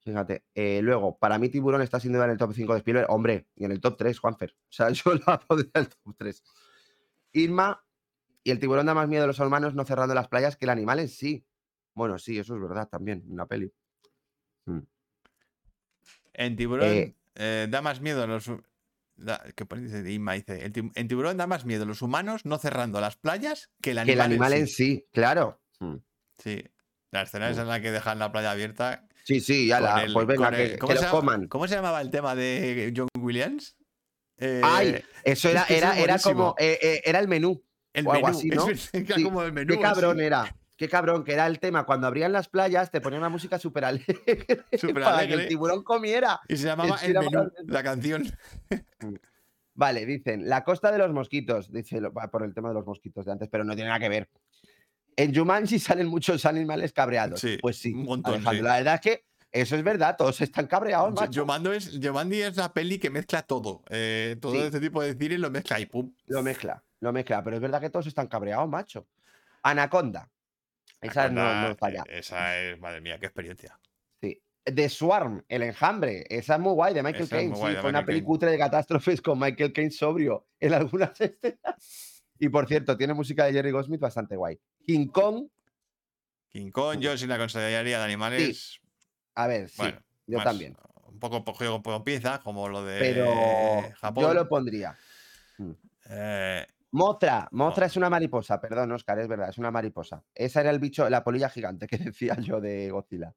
S2: Fíjate. Eh, luego, para mí tiburón está sin duda en el top 5 de Spielberg. Hombre, y en el top 3, Juanfer. O sea, yo la pondría en el top 3. Irma, y el tiburón da más miedo a los hermanos no cerrando las playas que el animal en sí. Bueno, sí, eso es verdad también, en la peli.
S1: En tiburón
S2: Eh.
S1: eh, da más miedo los. hu- da- ¿Qué pone? Dice Inma, dice. "El ti- en tiburón da más miedo los humanos no cerrando las playas que el
S2: que
S1: animal.
S2: el animal
S1: en
S2: en
S1: sí.
S2: sí, claro.
S1: Sí. La escena esa en la que dejan la playa abierta.
S2: Sí, sí, ya
S1: con
S2: la.
S1: el-
S2: pues venga,
S1: con el-
S2: que,
S1: ¿cómo
S2: que
S1: se
S2: lo
S1: llama-
S2: coman.
S1: ¿Cómo se llamaba el tema de John Williams? Eh,
S2: Ay, eso
S1: es
S2: era,
S1: que eso
S2: era,
S1: es
S2: era como. eh, eh, era el menú.
S1: el
S2: o
S1: menú.
S2: algo así, ¿no?
S1: Es verdad que era
S2: Sí.
S1: como el menú.
S2: Qué cabrón
S1: así,
S2: era. Qué cabrón, que era el tema. Cuando abrían las playas, te ponían una música súper alegre para que
S1: superalegre.
S2: el tiburón comiera.
S1: Y se llamaba
S2: Es que
S1: El
S2: era
S1: Menú,
S2: bastante-
S1: la canción.
S2: Vale, dicen, la costa de los mosquitos. Dice, lo- va por el tema de los mosquitos de antes, pero no tiene nada que ver. En Jumanji salen muchos animales cabreados.
S1: Sí,
S2: pues sí,
S1: un montón,
S2: Alejandro,
S1: sí.
S2: La verdad es que eso es verdad, todos están cabreados,
S1: Yo-
S2: macho.
S1: Yomando es, Yomandi es la peli que mezcla todo. eh, todo
S2: Sí.
S1: este tipo de cine lo mezcla y pum.
S2: Lo mezcla, lo mezcla, pero es verdad que todos están cabreados, macho. Anaconda. Esa no,
S1: Acorda-
S2: no falla.
S1: Esa es, madre mía, qué experiencia.
S2: Sí. The Swarm, El Enjambre. Esa es muy guay, de Michael
S1: Esa es
S2: Caine.
S1: muy
S2: Sí,
S1: guay, de
S2: fue una
S1: Michael Caine.
S2: película de catástrofes con Michael Caine sobrio en algunas escenas. Y por cierto, tiene música de Jerry Goldsmith bastante guay. King Kong,
S1: King Kong, yo sin la consideraría de animales.
S2: a ver, sí,
S1: bueno,
S2: yo
S1: más- eh,
S2: también.
S1: Un poco por juego con piezas, como lo de
S2: Pero
S1: Japón.
S2: yo lo pondría.
S1: Eh,
S2: Mothra, Mothra
S1: Oh.
S2: es una mariposa, perdón, Oscar, es verdad, es una mariposa. Esa era el bicho, la polilla gigante que decía yo de Godzilla.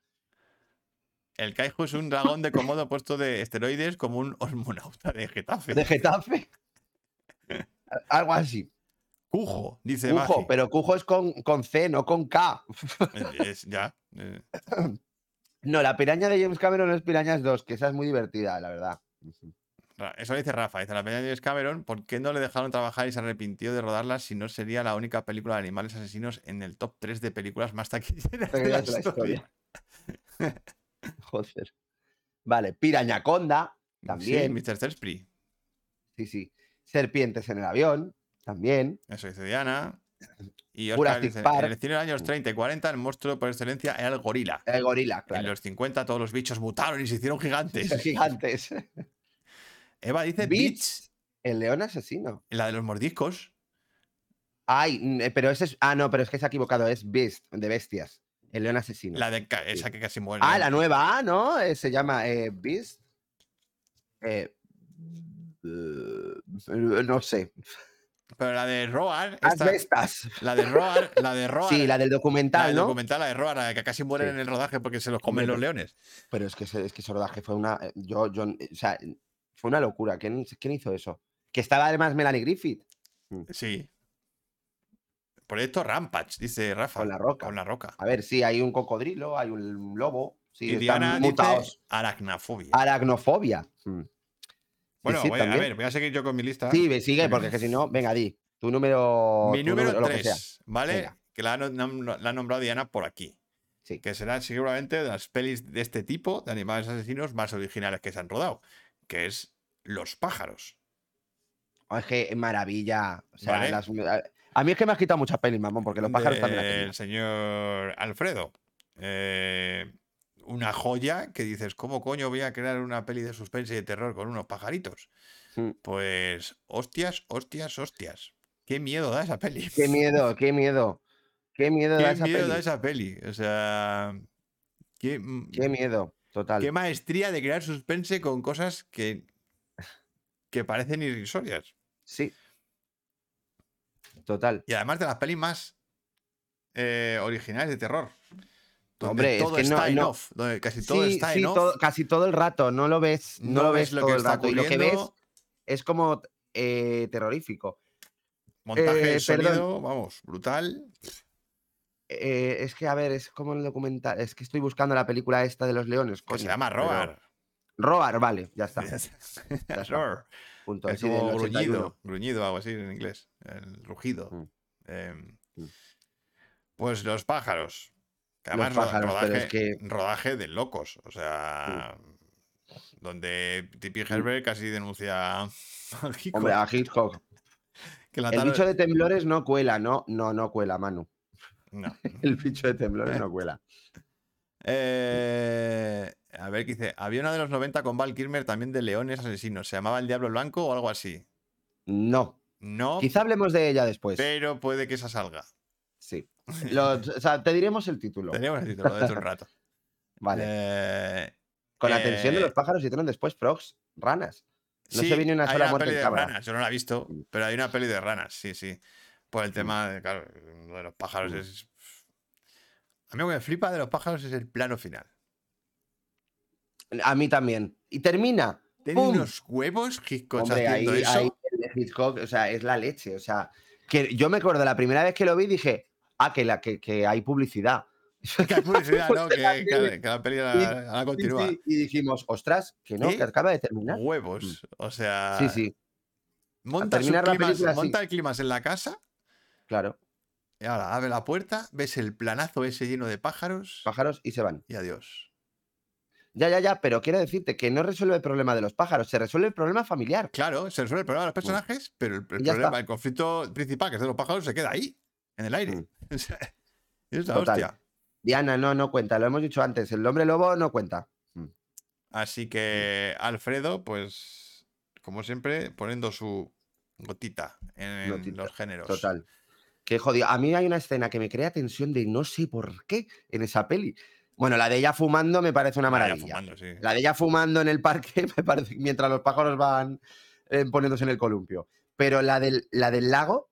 S1: el Kaiju es un dragón de comodo puesto de esteroides como un hormonauta de Getafe.
S2: De Getafe. Algo así.
S1: Cujo, dice
S2: Cujo,
S1: Baji.
S2: pero Cujo es con, con C, no con K.
S1: Es- ya. eh.
S2: No, la piraña de James Cameron es Pirañas 2, que esa es muy divertida, la verdad.
S1: Ra- Eso dice Rafa, dice la película de James Cameron, ¿por qué no le dejaron trabajar y se arrepintió de rodarla si no sería la única película de animales asesinos en el top 3 de películas más taquilleras de
S2: Pero
S1: la
S2: es la
S1: historia?
S2: historia. Joder. Vale, Pirañaconda, También.
S1: Sí, Mr. Selspree.
S2: sí, sí. Serpientes en el avión, también.
S1: Eso dice Diana. Y
S2: Jurassic
S1: Oscar dice,
S2: Park. Uh.
S1: en el cine de los años 30 y 40 el monstruo por excelencia era el gorila.
S2: El gorila, claro.
S1: En los 50 todos los bichos mutaron y se hicieron gigantes.
S2: Los gigantes.
S1: Eva dice Beach,
S2: Beach. El león asesino.
S1: la de los mordiscos.
S2: Ay, n- eh, pero ese es. Ah, no, pero es que se ha equivocado. Es Beast, de bestias. El león asesino.
S1: La de ca- esa que casi muere.
S2: ah, la nueva. Ah, no. eh, se llama eh, Beast. Eh, eh, no sé.
S1: Pero la de Roar, esta-
S2: Asbestas.
S1: la de Roar, la de Roar.
S2: Ah, Sí, la del
S1: La
S2: documental,
S1: del
S2: ¿no?
S1: documental, la de Roar, la que casi mueren
S2: Sí.
S1: en el rodaje porque se los comen
S2: Hombre,
S1: los leones.
S2: Pero es que ese, es que ese rodaje fue una. eh, Yo, yo, eh, o sea, eh, fue una locura. ¿Quién, quién hizo eso? Que estaba además Melanie Griffith
S1: Sí. Proyecto Rampage, dice Rafa.
S2: con la roca.
S1: Con la roca.
S2: A ver, sí, hay un cocodrilo, hay un lobo. Sí,
S1: y
S2: están
S1: Diana dice
S2: mutados.
S1: aracnafobia.
S2: Aracnofobia. Mm. Sí,
S1: bueno,
S2: sí,
S1: voy- a
S2: también.
S1: ver, voy a seguir yo con mi lista.
S2: Sí, ve, sigue, porque es que si no, venga, di. Tu número.
S1: Ah. mi
S2: tu
S1: número
S2: lo que sea.
S1: 3, ¿vale?
S2: Venga.
S1: Que la, ha nom- la ha nombrado Diana por aquí.
S2: Sí.
S1: Que será seguramente de las pelis de este tipo, de animales asesinos más originales que se han rodado, que es Los pájaros.
S2: Oh, Es que maravilla. O sea,
S1: Vale.
S2: las- a- a mí es que me has quitado muchas pelis, mamón, porque los pájaros están en la
S1: del
S2: peña.
S1: señor Alfredo. Eh, una joya que dices, ¿cómo coño voy a crear una peli de suspense y de terror con unos pajaritos?
S2: Mm.
S1: Pues, hostias, hostias, hostias. Qué miedo da esa peli.
S2: Qué miedo, qué miedo. Qué miedo
S1: Qué
S2: da esa
S1: miedo
S2: peli.
S1: da esa peli. O sea, qué, mm,
S2: Qué miedo, total.
S1: qué maestría de crear suspense con cosas que, que parecen irrisorias.
S2: Sí. Total.
S1: Y además de las pelis más eh, originales de terror. Donde
S2: Hombre, es
S1: todo
S2: que no-
S1: está en
S2: no-
S1: off. Donde casi todo
S2: sí,
S1: está
S2: sí,
S1: en off.
S2: todo- casi todo el rato, no lo ves, no, lo ves, todo el rato. Y lo que ves
S1: ocurriendo,
S2: es como eh, terrorífico.
S1: Montaje de
S2: Eh, perdón.
S1: sonido, vamos, brutal. Pues
S2: Eh, es que, a ver, es como el documental. Es que estoy buscando la película esta de los leones.
S1: Que
S2: coño,
S1: se llama
S2: pero-
S1: Roar.
S2: Roar, vale, ya está. está.
S1: Roar.
S2: Punto.
S1: Es
S2: sí, del
S1: como
S2: 81.
S1: gruñido, gruñido, algo así en inglés. El rugido.
S2: Mm.
S1: Em,
S2: Mm.
S1: pues los pájaros. Que
S2: Los
S1: además roda-
S2: pájaros, pero
S1: rodaje,
S2: es que- Mm.
S1: rodaje de locos. O sea, donde Tipi Herbert casi denuncia a Hitchcock,
S2: Hombre, a Hitchcock.
S1: que la
S2: El
S1: taron-
S2: bicho de temblores no cuela, no, no, no cuela, Manu.
S1: No.
S2: El bicho de temblores no cuela.
S1: Eh, a ver, ¿qué dice? Había una de los 90 con Val Kilmer también de leones asesinos. ¿Se llamaba El Diablo Blanco o algo así?
S2: No.
S1: No,
S2: Quizá hablemos de ella después.
S1: pero puede que esa salga.
S2: Sí. Lo- o sea, te diremos el título.
S1: Tenemos el título dentro de un rato.
S2: Vale.
S1: Eh,
S2: Con la tensión de
S1: eh,
S2: los pájaros y tronan después frogs, ranas. No se viene una
S1: hay
S2: sola
S1: una
S2: muerte
S1: peli
S2: en
S1: de
S2: cámara. Mm.
S1: ranas. Yo no la he visto, pero hay una peli de ranas, sí, sí. Por el tema, de, claro, lo de los pájaros
S2: Mm.
S1: es. A mí lo que me flipa de los pájaros es el plano final.
S2: A mí también. Y termina.
S1: Tiene
S2: ¡Pum!
S1: unos huevos Hitchcock
S2: Hombre, ahí,
S1: haciendo eso.
S2: ahí el de Hitchcock, o sea, es la leche. O sea, que yo me acuerdo la primera vez que lo vi dije, ah, que, la, que, que hay publicidad.
S1: Que hay publicidad, ¿no? Que, que- que la peli la,
S2: Sí,
S1: la
S2: Sí,
S1: continúa.
S2: sí, Y dijimos, ostras, que no,
S1: ¿Sí?
S2: que acaba de terminar.
S1: Huevos. O sea,
S2: Mm. Sí, sí,
S1: monta, sus
S2: terminar la
S1: climas-
S2: película así.
S1: monta el clima en la casa
S2: claro.
S1: y ahora abre la puerta, ves el planazo ese lleno de pájaros
S2: Pájaros y se van.
S1: y adiós.
S2: Ya, ya, ya, pero quiero decirte que no resuelve el problema de los pájaros, se resuelve el problema familiar.
S1: Claro, se resuelve el problema de los personajes, pero el, el
S2: Ya
S1: problema,
S2: está.
S1: el conflicto principal, que es de los pájaros, se queda ahí, en el aire.
S2: Mm.
S1: O sea, es la
S2: Total.
S1: hostia.
S2: Diana, no, no cuenta, lo hemos dicho antes, el hombre lobo no cuenta.
S1: Así que
S2: Mm.
S1: Alfredo, pues, como siempre, poniendo su gotita en
S2: Gotita,
S1: los géneros.
S2: Total. Qué jodido. A mí hay una escena que me crea tensión de no sé por qué en esa peli. Bueno, la de ella fumando me parece una
S1: Vaya
S2: maravilla.
S1: fumando, sí.
S2: La de ella fumando en el parque me parece mientras los pájaros van eh, poniéndose en el columpio. Pero la del, la del lago,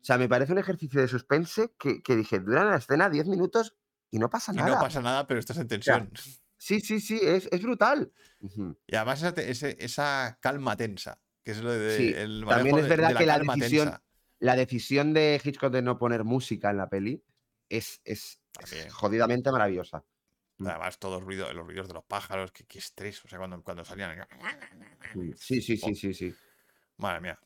S2: o sea, me parece un ejercicio de suspense que, que dije, dura la escena 10 minutos y no pasa
S1: Y
S2: nada.
S1: no pasa nada, pero estás en tensión.
S2: Sí, sí, sí, es, es brutal. Ujú.
S1: Y además esa, te- ese- esa calma tensa, que es lo de
S2: Sí,
S1: el
S2: también
S1: manejo
S2: es
S1: de-
S2: verdad
S1: de
S2: que la
S1: calma
S2: decisión-
S1: tensa.
S2: La decisión de Hitchcock de no poner música en la peli es, es, es
S1: También.
S2: jodidamente maravillosa. Mm.
S1: Además, todos los ruidos, los ruidos de los pájaros, qué, qué estrés. O sea, cuando, cuando salían.
S2: Sí, sí,
S1: Oh.
S2: sí, sí, sí.
S1: Madre mía.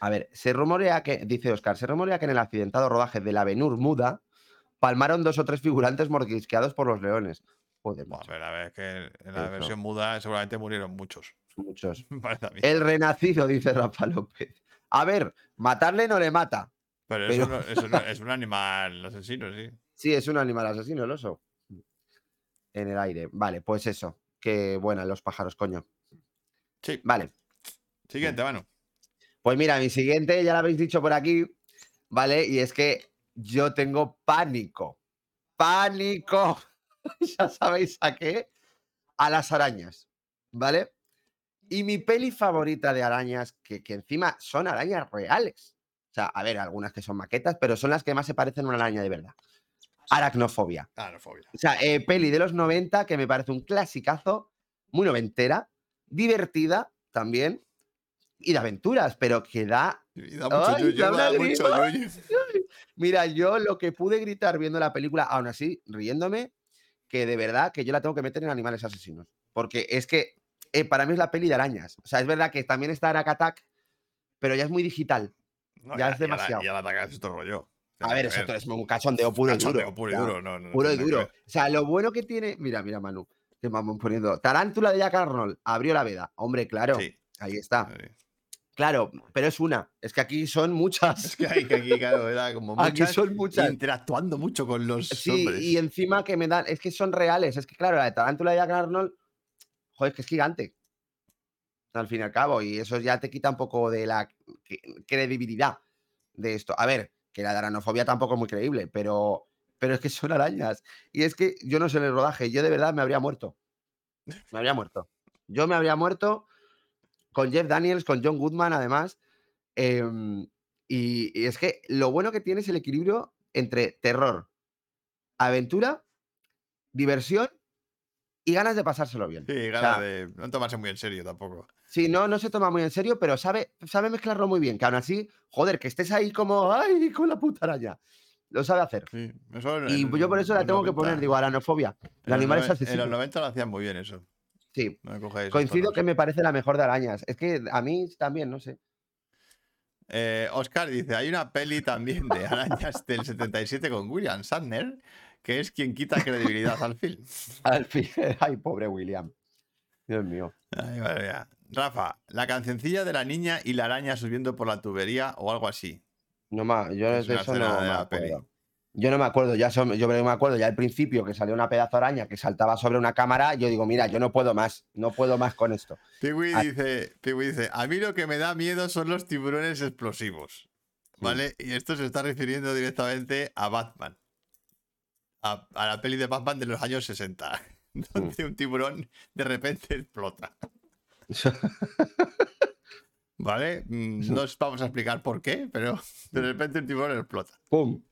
S2: A ver, se rumorea que, dice Oscar, se rumorea que en el accidentado rodaje de la Benur Muda palmaron dos o tres figurantes mordisqueados por los leones. Joder,
S1: Bueno,
S2: macho,
S1: a ver, a ver, que en la
S2: Eso.
S1: versión muda seguramente murieron muchos.
S2: muchos.
S1: Para mí.
S2: El renacido, dice Rafa López. A ver, matarle no le mata.
S1: Pero, es,
S2: pero-
S1: un, es un- es un animal asesino, sí.
S2: Sí, es un animal asesino el oso. En el aire. Vale, pues eso. Que bueno, los pájaros, coño.
S1: Sí.
S2: Vale.
S1: Siguiente, mano.
S2: Pues mira, mi siguiente, ya lo habéis dicho por aquí, ¿vale? Y es que yo tengo pánico. ¡Pánico! ya sabéis a qué. A las arañas, ¿vale? Y mi peli favorita de arañas, que, que encima son arañas reales. O sea, a ver, algunas que son maquetas, pero son las que más se parecen a una araña de verdad. Aracnofobia.
S1: Ah, no, fobia.
S2: O sea, eh, peli de los 90 que me parece un clasicazo, muy noventera, divertida también y de aventuras, pero que da.
S1: Y da mucho
S2: Ay,
S1: yuyu,
S2: da una
S1: da mucho
S2: grima.
S1: yuyu.
S2: Mira, yo lo que pude gritar viendo la película, aún así riéndome, que de verdad que yo la tengo que meter en Animales Asesinos. Porque es que eh, para mí es la peli de arañas. O sea, es verdad que también está Arak Attack, pero ya es muy digital.
S1: No,
S2: Ya es
S1: y a la-
S2: demasiado.
S1: Y al atacar es otro rollo.
S2: A ver, eso es un cachondeo puro y
S1: Cachondeo
S2: duro.
S1: puro y
S2: ya.
S1: duro. No, no, no
S2: Puro y
S1: tiene nada
S2: duro.
S1: que
S2: O sea, lo bueno que tiene. Mira, mira, Manu. Que vamos poniendo. Tarántula de Jack Arnold. Abrió la veda. Hombre, claro.
S1: ver. Sí, Eh.
S2: Ahí está.
S1: sí.
S2: Claro, pero es una. Es que aquí son muchas.
S1: Es que hay que aquí, claro, era como
S2: Aquí
S1: muchas,
S2: son muchas.
S1: interactuando mucho con los
S2: Sí,
S1: hombres.
S2: y encima que me dan. Es que son reales. Es que, claro, la de Tarántula de Jack Arnold. Joder, es que es gigante. Al fin y al cabo. Y eso ya te quita un poco de la cre- credibilidad de esto. A ver, que la de aranofobia tampoco es muy creíble, pero. Pero es que son arañas. Y es que yo no sé en el rodaje. Yo de verdad me habría muerto. Me habría muerto. Yo me habría muerto con Jeff Daniels, con John Goodman, además. Em, y, y es que lo bueno que tiene es el equilibrio entre terror, aventura, diversión y ganas de pasárselo bien.
S1: Sí, gana
S2: sea-
S1: de no tomarse muy en serio tampoco.
S2: Sí, no, no se toma muy en serio, pero sabe, sabe mezclarlo muy bien. Que aún así, joder, que estés ahí como, ay, con la puta araña. Lo sabe hacer.
S1: Sí, eso en-
S2: Y
S1: en
S2: yo por eso la
S1: los
S2: tengo que
S1: 90,
S2: poner, digo, aranofobia.
S1: en
S2: De
S1: los noven- En
S2: animales
S1: los
S2: asesinos.
S1: 90 lo hacían muy bien eso.
S2: Sí.
S1: No me cojáis esos
S2: Coincido
S1: tonos.
S2: que me parece la mejor de arañas. Es que a mí también, no sé.
S1: Eh, Oscar dice, hay una peli también de arañas del 77 con William Sandner, que es quien quita credibilidad al film.
S2: Al fin, ay, pobre William. Dios mío.
S1: Ay, madre mía. Rafa, la cancioncilla de la niña y la araña subiendo por la tubería o algo así.
S2: No ma- yo
S1: Es
S2: de
S1: una
S2: eso
S1: escena
S2: no
S1: de
S2: me
S1: la peli.
S2: acuerdo. Yo no me acuerdo, ya son- yo me acuerdo ya al principio que salió una pedazo de araña que saltaba sobre una cámara, yo digo, mira, yo no puedo más, no puedo más con esto.
S1: Piwi
S2: Ah.
S1: dice, Piwi dice, a mí lo que me da miedo son los tiburones explosivos.
S2: Mm.
S1: ¿Vale? Y esto se está refiriendo directamente a Batman. A, a la peli de Batman de los años 60.
S2: Mm.
S1: Donde un tiburón de repente explota. ¿Vale? Mm, No os vamos a explicar por qué, pero de
S2: Mm.
S1: repente un tiburón explota.
S2: ¡Pum!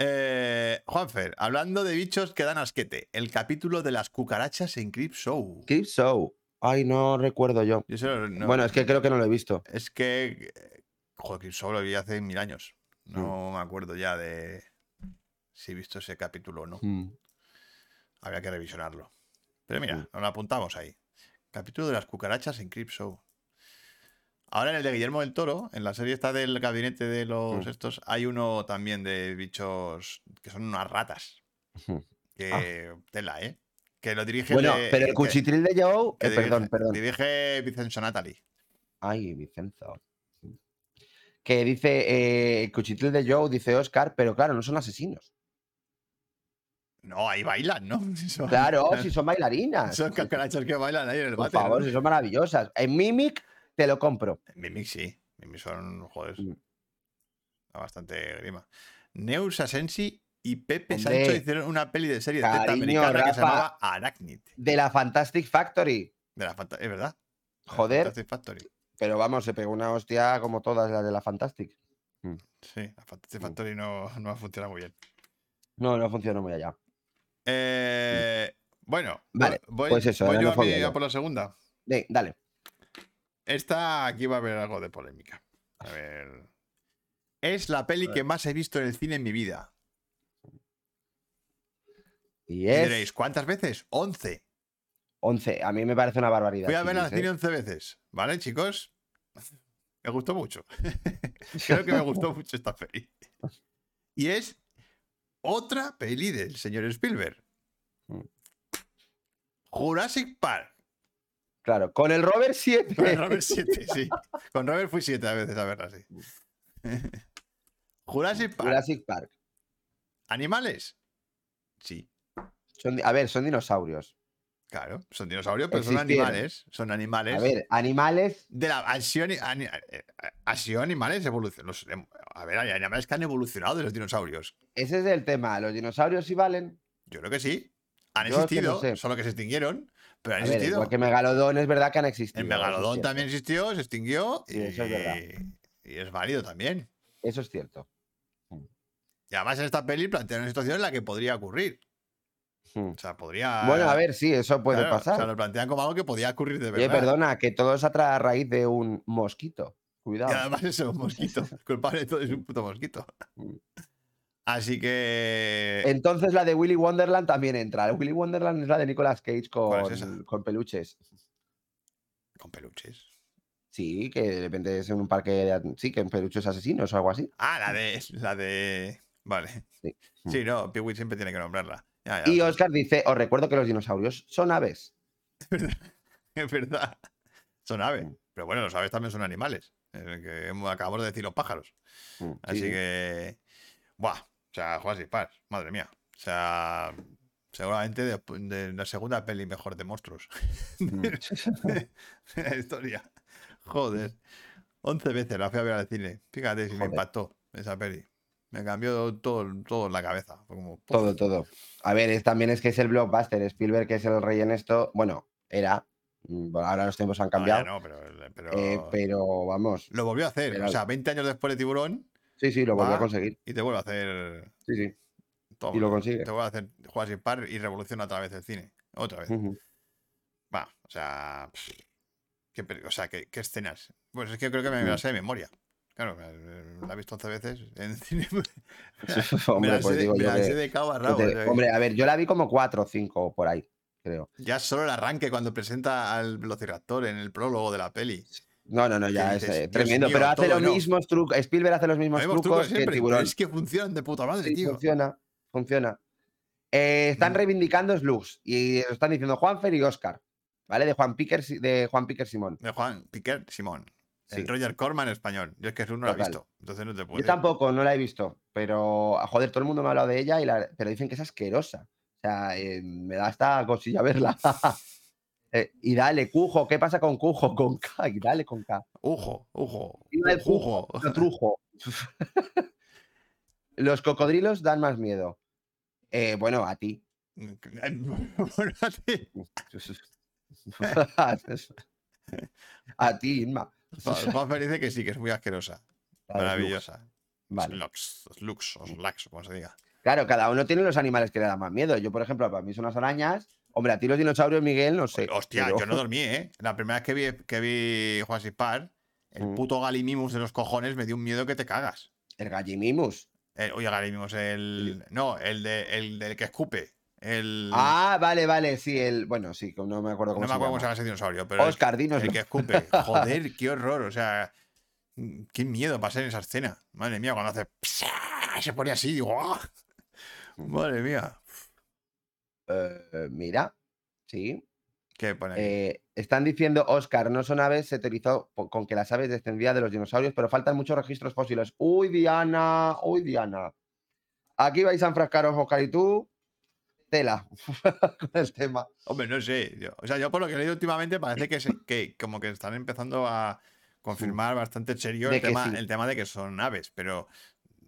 S1: Eh, Juanfer, hablando de bichos que dan asquete, el capítulo de las cucarachas en Crip Show.
S2: Keep Show. Ay, no recuerdo yo.
S1: Yo eso no-
S2: Bueno, es que creo que no lo he visto.
S1: es que. eh, Joder, Crip Show lo vi hace mil años.
S2: Mm.
S1: No me acuerdo ya de si he visto ese capítulo o no.
S2: Mm.
S1: Había que revisionarlo. Pero mira,
S2: Mm.
S1: nos lo apuntamos ahí. Capítulo de las cucarachas en Crip Show. Ahora en el de Guillermo del Toro, en la serie esta del gabinete de los
S2: Mm.
S1: estos, hay uno también de bichos que son unas ratas.
S2: Ujú. Ah.
S1: Que tela, ¿eh? Que lo dirige.
S2: Bueno,
S1: de-
S2: pero el
S1: que-
S2: cuchitril de Joe.
S1: que
S2: eh,
S1: dirige-
S2: perdón, perdón.
S1: Dirige Vicenzo Natali.
S2: Ay, Vicenzo. Que dice, eh, el cuchitril de Joe, dice Oscar, pero claro, no son asesinos.
S1: No, ahí bailan, ¿no? Si son-
S2: Claro, si son bailarinas.
S1: Son cucarachas que bailan ahí en el
S2: Por
S1: bate.
S2: favor,
S1: ¿no?
S2: si son maravillosas. En Mimic te lo compro.
S1: Mimic sí. Mimic son, joder,
S2: Mm.
S1: da bastante grima. Neusa Sensi y Pepe
S2: Hombre.
S1: Sancho hicieron una peli de serie Z
S2: Cariño,
S1: americana que se
S2: Rafa.
S1: llamaba Arachnid.
S2: De la Fantastic Factory.
S1: De la fanta- es verdad. de la
S2: Joder,
S1: Fantastic Factory.
S2: pero vamos, se pegó una hostia como todas las de la Fantastic.
S1: Sí, la Fantastic
S2: Mm.
S1: Factory no, no ha funcionado muy bien.
S2: No, no funcionó muy allá.
S1: Eh, bueno,
S2: Vale,
S1: voy,
S2: pues eso,
S1: voy
S2: la
S1: yo a
S2: enofobia
S1: mí
S2: ya.
S1: a por la segunda.
S2: Ven, dale.
S1: Esta aquí va a haber algo de polémica. A ver. Es la peli que más he visto en el cine en mi vida.
S2: Y
S1: Y
S2: es
S1: diréis, ¿cuántas veces? 11.
S2: 11. A mí me parece una barbaridad.
S1: Voy a verla al
S2: Chiquis,
S1: cine
S2: ¿eh?
S1: 11 veces, ¿vale, chicos? Me gustó mucho. Creo que me gustó mucho esta peli. Y es otra peli del señor Spielberg.
S2: Mm.
S1: Jurassic Park.
S2: Claro, con el Robert 7.
S1: Con Robert 7, sí. Con Robert fui 7 a veces a verla, sí. Jurassic Park.
S2: Jurassic Park.
S1: ¿Animales? Sí,
S2: Son di- a ver, son dinosaurios.
S1: claro. Son dinosaurios, pero son
S2: Existieron.
S1: animales. Son animales.
S2: A ver, animales.
S1: de la han sido, ani- ani- eh, han sido animales evolucionados. em, A ver, hay animales que han evolucionado de los dinosaurios.
S2: Ese es el tema. Los dinosaurios sí valen.
S1: Yo creo que sí. Han
S2: Yo es que
S1: existido,
S2: no sé.
S1: solo que se extinguieron, pero han
S2: A ver,
S1: existido.
S2: igual que Megalodón es verdad que han existido.
S1: El
S2: eso es
S1: megalodón
S2: cierto,
S1: también existió, se extinguió y,
S2: Sí, eso es verdad.
S1: y es válido también.
S2: Eso es cierto.
S1: Y además en esta peli plantean una situación en la que podría ocurrir.
S2: Hmm.
S1: O sea, podría...
S2: Bueno, a ver, sí, eso puede
S1: claro,
S2: pasar.
S1: O sea, lo plantean como algo que podía ocurrir de verdad.
S2: Oye, perdona, que todo es a tra- a raíz de un mosquito.
S1: Y
S2: Cuidado.
S1: además es un mosquito. El culpable de todo es un puto mosquito.
S2: Mm.
S1: Así que...
S2: Entonces la de Willy Wonderland también entra. La Willy Wonderland es la de Nicolas Cage
S1: ¿Cuál es
S2: con,
S1: esa?
S2: con peluches.
S1: Con peluches.
S2: Sí, que de repente es en un parque de... Sí, que en peluches asesinos o algo así.
S1: Ah, la de. La de. Vale.
S2: Sí. Mm.
S1: Sí, no, Peewee siempre tiene que nombrarla. Ya, pues. ya,
S2: Y Oscar dice, os recuerdo que los dinosaurios son aves.
S1: Es verdad. Son aves.
S2: Mm.
S1: Pero bueno, los aves también son animales. eh, Que hemos- acabamos de decir los pájaros.
S2: Mm, sí,
S1: Así
S2: sí.
S1: que. Buah. O sea, Jurassic Park. Madre mía. O sea. Seguramente despu- de, la segunda peli mejor de monstruos.
S2: Hmm.
S1: de la historia. Joder. 11 veces la fui a ver al cine. Fíjate si me
S2: Joder.
S1: impactó esa peli. Me cambió todo, todo en la cabeza. Fue como. "Puf".
S2: Todo, todo. A ver, es, también es que es el blockbuster. Spielberg, que es el rey en esto. Bueno, era. Mm, bueno, ahora los tiempos han
S1: No, ya
S2: cambiado.
S1: No, pero, pero
S2: eh, pero vamos.
S1: lo volvió a hacer.
S2: pero-
S1: O sea, 20 años después de Tiburón
S2: Sí, sí, lo volvió
S1: Va.
S2: a conseguir.
S1: y te vuelve a hacer.
S2: Sí, sí.
S1: toma,
S2: Y lo consigue.
S1: Te vuelve a hacer Jurassic Park y revoluciona otra vez el cine. Otra vez.
S2: Ujú. Mm.
S1: Va, o sea. pff, qué peli- o sea, qué, qué escenas. Pues es que creo que
S2: Mm.
S1: me me la sé de memoria. Claro, me la- la he visto 11 veces en cine. me
S2: hombre,
S1: la sé
S2: pues
S1: de-
S2: digo
S1: me
S2: yo
S1: la
S2: que-
S1: sé de eh, cabo a
S2: que
S1: rabo,
S2: te-
S1: o sea que
S2: Hombre, a ver, yo la vi como cuatro o cinco por ahí, creo.
S1: Ya solo el arranque cuando presenta al Velociraptor en el prólogo de la peli.
S2: No, no, no, ya
S1: Que
S2: es
S1: dices,
S2: eh,
S1: "Dios
S2: tremendo.
S1: mío,
S2: pero hace
S1: todo
S2: los
S1: no".
S2: mismos trucos. Spielberg hace los mismos
S1: Vemos
S2: trucos,
S1: trucos
S2: que
S1: siempre, pero
S2: Tiburón.
S1: es que funcionan de puta madre,
S2: Sí,
S1: tío.
S2: funciona, funciona. Eh, están
S1: Mm.
S2: reivindicando Slugs y lo están diciendo Juanfer y Oscar, ¿vale? De Juan Piquer, Si- de Juan Piquer Simón.
S1: De Juan Piquer Simón.
S2: Sí.
S1: El Roger Corman español. Yo es que Slug no lo he
S2: Total.
S1: visto. Entonces no te puedo.
S2: Yo tampoco, no la he visto, pero joder, todo el mundo me ha hablado de ella, y la- pero dicen que es asquerosa. O sea, eh, me da hasta cosilla verla. Eh, y dale, Cujo, ¿qué pasa con Cujo? Con K, y dale con K.
S1: Ujo, ujo.
S2: Iba el
S1: Ujujo.
S2: Lo trujo. Los cocodrilos dan más miedo. Eh, bueno, a ti.
S1: Bueno, a ti.
S2: a ti, Inma.
S1: Juan- Juanfer dice que sí, que es muy asquerosa. Maravillosa.
S2: Vale.
S1: Lux, lux, os lax, como se diga.
S2: Claro, cada uno tiene los animales que le dan más miedo. Yo, por ejemplo, para mí son las arañas. Hombre, a ti los dinosaurios, Miguel, no sé.
S1: Hostia,
S2: pero-
S1: yo no dormí, ¿eh? La primera vez que vi, que vi Jurassic Park, el
S2: Mm.
S1: puto Galimimus de los cojones me dio un miedo que te cagas.
S2: El gallimimus.
S1: El- oye, Galimimus, el. No, el, de, el del que escupe. El.
S2: Ah, vale, vale, sí, el. Bueno, sí, que no me
S1: Mm. no
S2: acuerdo cómo
S1: me
S2: se
S1: acuerdo cómo se llama
S2: llama. Oh,
S1: ese dinosaurio, pero. el-
S2: Oscar,
S1: el,
S2: dinos.
S1: que escupe. Joder, qué horror. O sea, mm, qué miedo pasar en esa escena. Madre mía, cuando hace. psa, Se pone así, digo. ¡ah! Madre mía.
S2: eh, mira, sí.
S1: ¿Qué pone aquí?
S2: Eh, están diciendo, Oscar, no son aves, se teorizó po- con que las aves descendían de los dinosaurios, pero faltan muchos registros fósiles. Uy, Diana, uy, Diana. Aquí vais a enfrascaros, Oscar, y tú, tela, con el tema.
S1: Hombre, no sé. yo- o sea, yo por lo que he leído últimamente parece que, se- que como que están empezando a confirmar bastante serio
S2: De
S1: el
S2: que
S1: tema,
S2: sí.
S1: el tema de que son aves, pero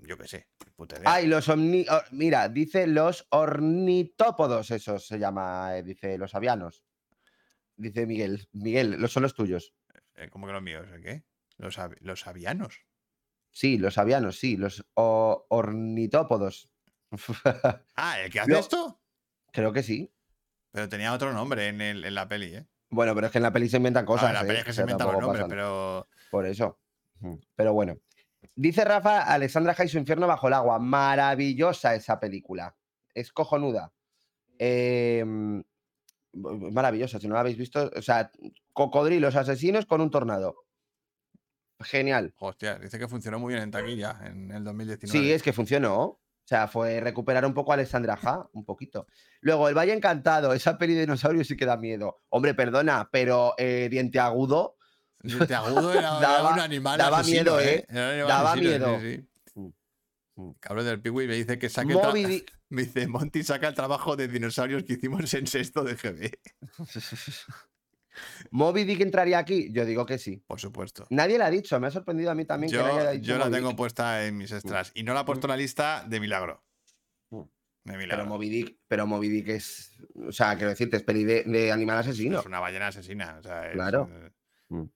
S1: yo qué sé. puta idea.
S2: Ay, los omni... o- Mira, dice los ornitópodos, esos se llama, eh, dice los avianos. Dice Miguel, Miguel, los son los tuyos.
S1: Eh, ¿Cómo que los míos? ¿El ¿Qué? Los, av- los avianos.
S2: Sí, los avianos, sí, los o- ornitópodos.
S1: Ah, ¿el que hace
S2: Lo-
S1: esto?
S2: Creo que sí.
S1: Pero tenía otro nombre en, el- en la peli, ¿eh?
S2: Bueno, pero es que en la peli se inventan
S1: O
S2: cosas.
S1: la
S2: ¿eh?
S1: peli es que
S2: O
S1: se
S2: sea,
S1: inventan los
S2: tampoco
S1: nombres,
S2: pasa nada.
S1: pero.
S2: Por eso. Mm. Pero bueno. Dice Rafa, Alexandra Jai su infierno bajo el agua. Maravillosa esa película. Es cojonuda. Eh, mm, maravillosa, si no la habéis visto. O sea, cocodrilos asesinos con un tornado. Genial.
S1: Hostia, dice que funcionó muy bien en taquilla en el 2019.
S2: Sí, es que funcionó. O sea, fue recuperar un poco a Alexandra Ja, un poquito. Luego, El Valle Encantado, esa peli de dinosaurios sí que da miedo. Hombre, perdona, pero eh, Diente Agudo,
S1: Diente agudo era, era
S2: Daba-
S1: un animal.
S2: daba
S1: asesino,
S2: miedo, ¿eh?
S1: Era un animal
S2: Daba
S1: asesino, sí,
S2: Mm. Mm.
S1: sí. Cabrón del Piwi me dice que saque el tra-
S2: Moby Dick.
S1: Me dice, Monty saca el trabajo de dinosaurios que hicimos en sexto de GB.
S2: ¿Moby Dick entraría aquí? Yo digo que sí.
S1: Por supuesto.
S2: Nadie la ha dicho, me ha sorprendido a mí también que nadie
S1: Yo,
S2: haya dicho
S1: yo la
S2: Moby
S1: tengo
S2: Dick.
S1: puesta en mis extras. Y no la he puesto en la lista de milagro.
S2: Mm.
S1: De
S2: Pero
S1: milagro.
S2: Moby Dick, pero Moby Dick es. O sea, quiero decirte, es peli de, de animal asesino.
S1: Es una ballena asesina. o sea, es,
S2: Claro.
S1: eh,
S2: Mm.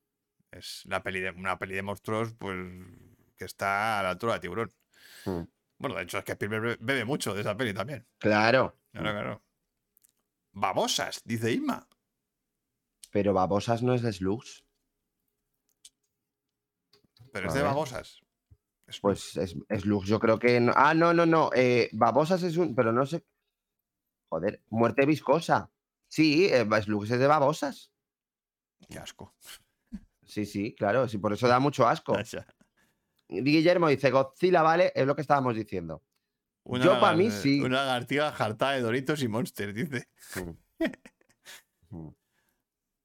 S1: Es la peli de, una peli de monstruos, pues, que está a la altura de tiburón.
S2: Mm.
S1: Bueno, de hecho, es que Spielberg bebe- bebe mucho de esa peli también.
S2: Claro.
S1: Claro, claro. Babosas, dice Isma.
S2: Pero Babosas no es de Slugs.
S1: Pero
S2: A
S1: es de
S2: ver.
S1: babosas. Es-
S2: Pues es, Slugs, yo creo que. no- Ah, no, no, no. eh, Babosas es un. Pero no sé. Joder, muerte viscosa. Sí, eh, Slugs es de Babosas.
S1: Qué asco.
S2: Sí, sí, claro. Sí, por eso da mucho asco.
S1: Tacha.
S2: Guillermo dice: Godzilla, vale, es lo que estábamos diciendo.
S1: Una
S2: Yo pa' mí
S1: lagar-
S2: sí.
S1: Una lagartija jartada de Doritos y Monster, dice.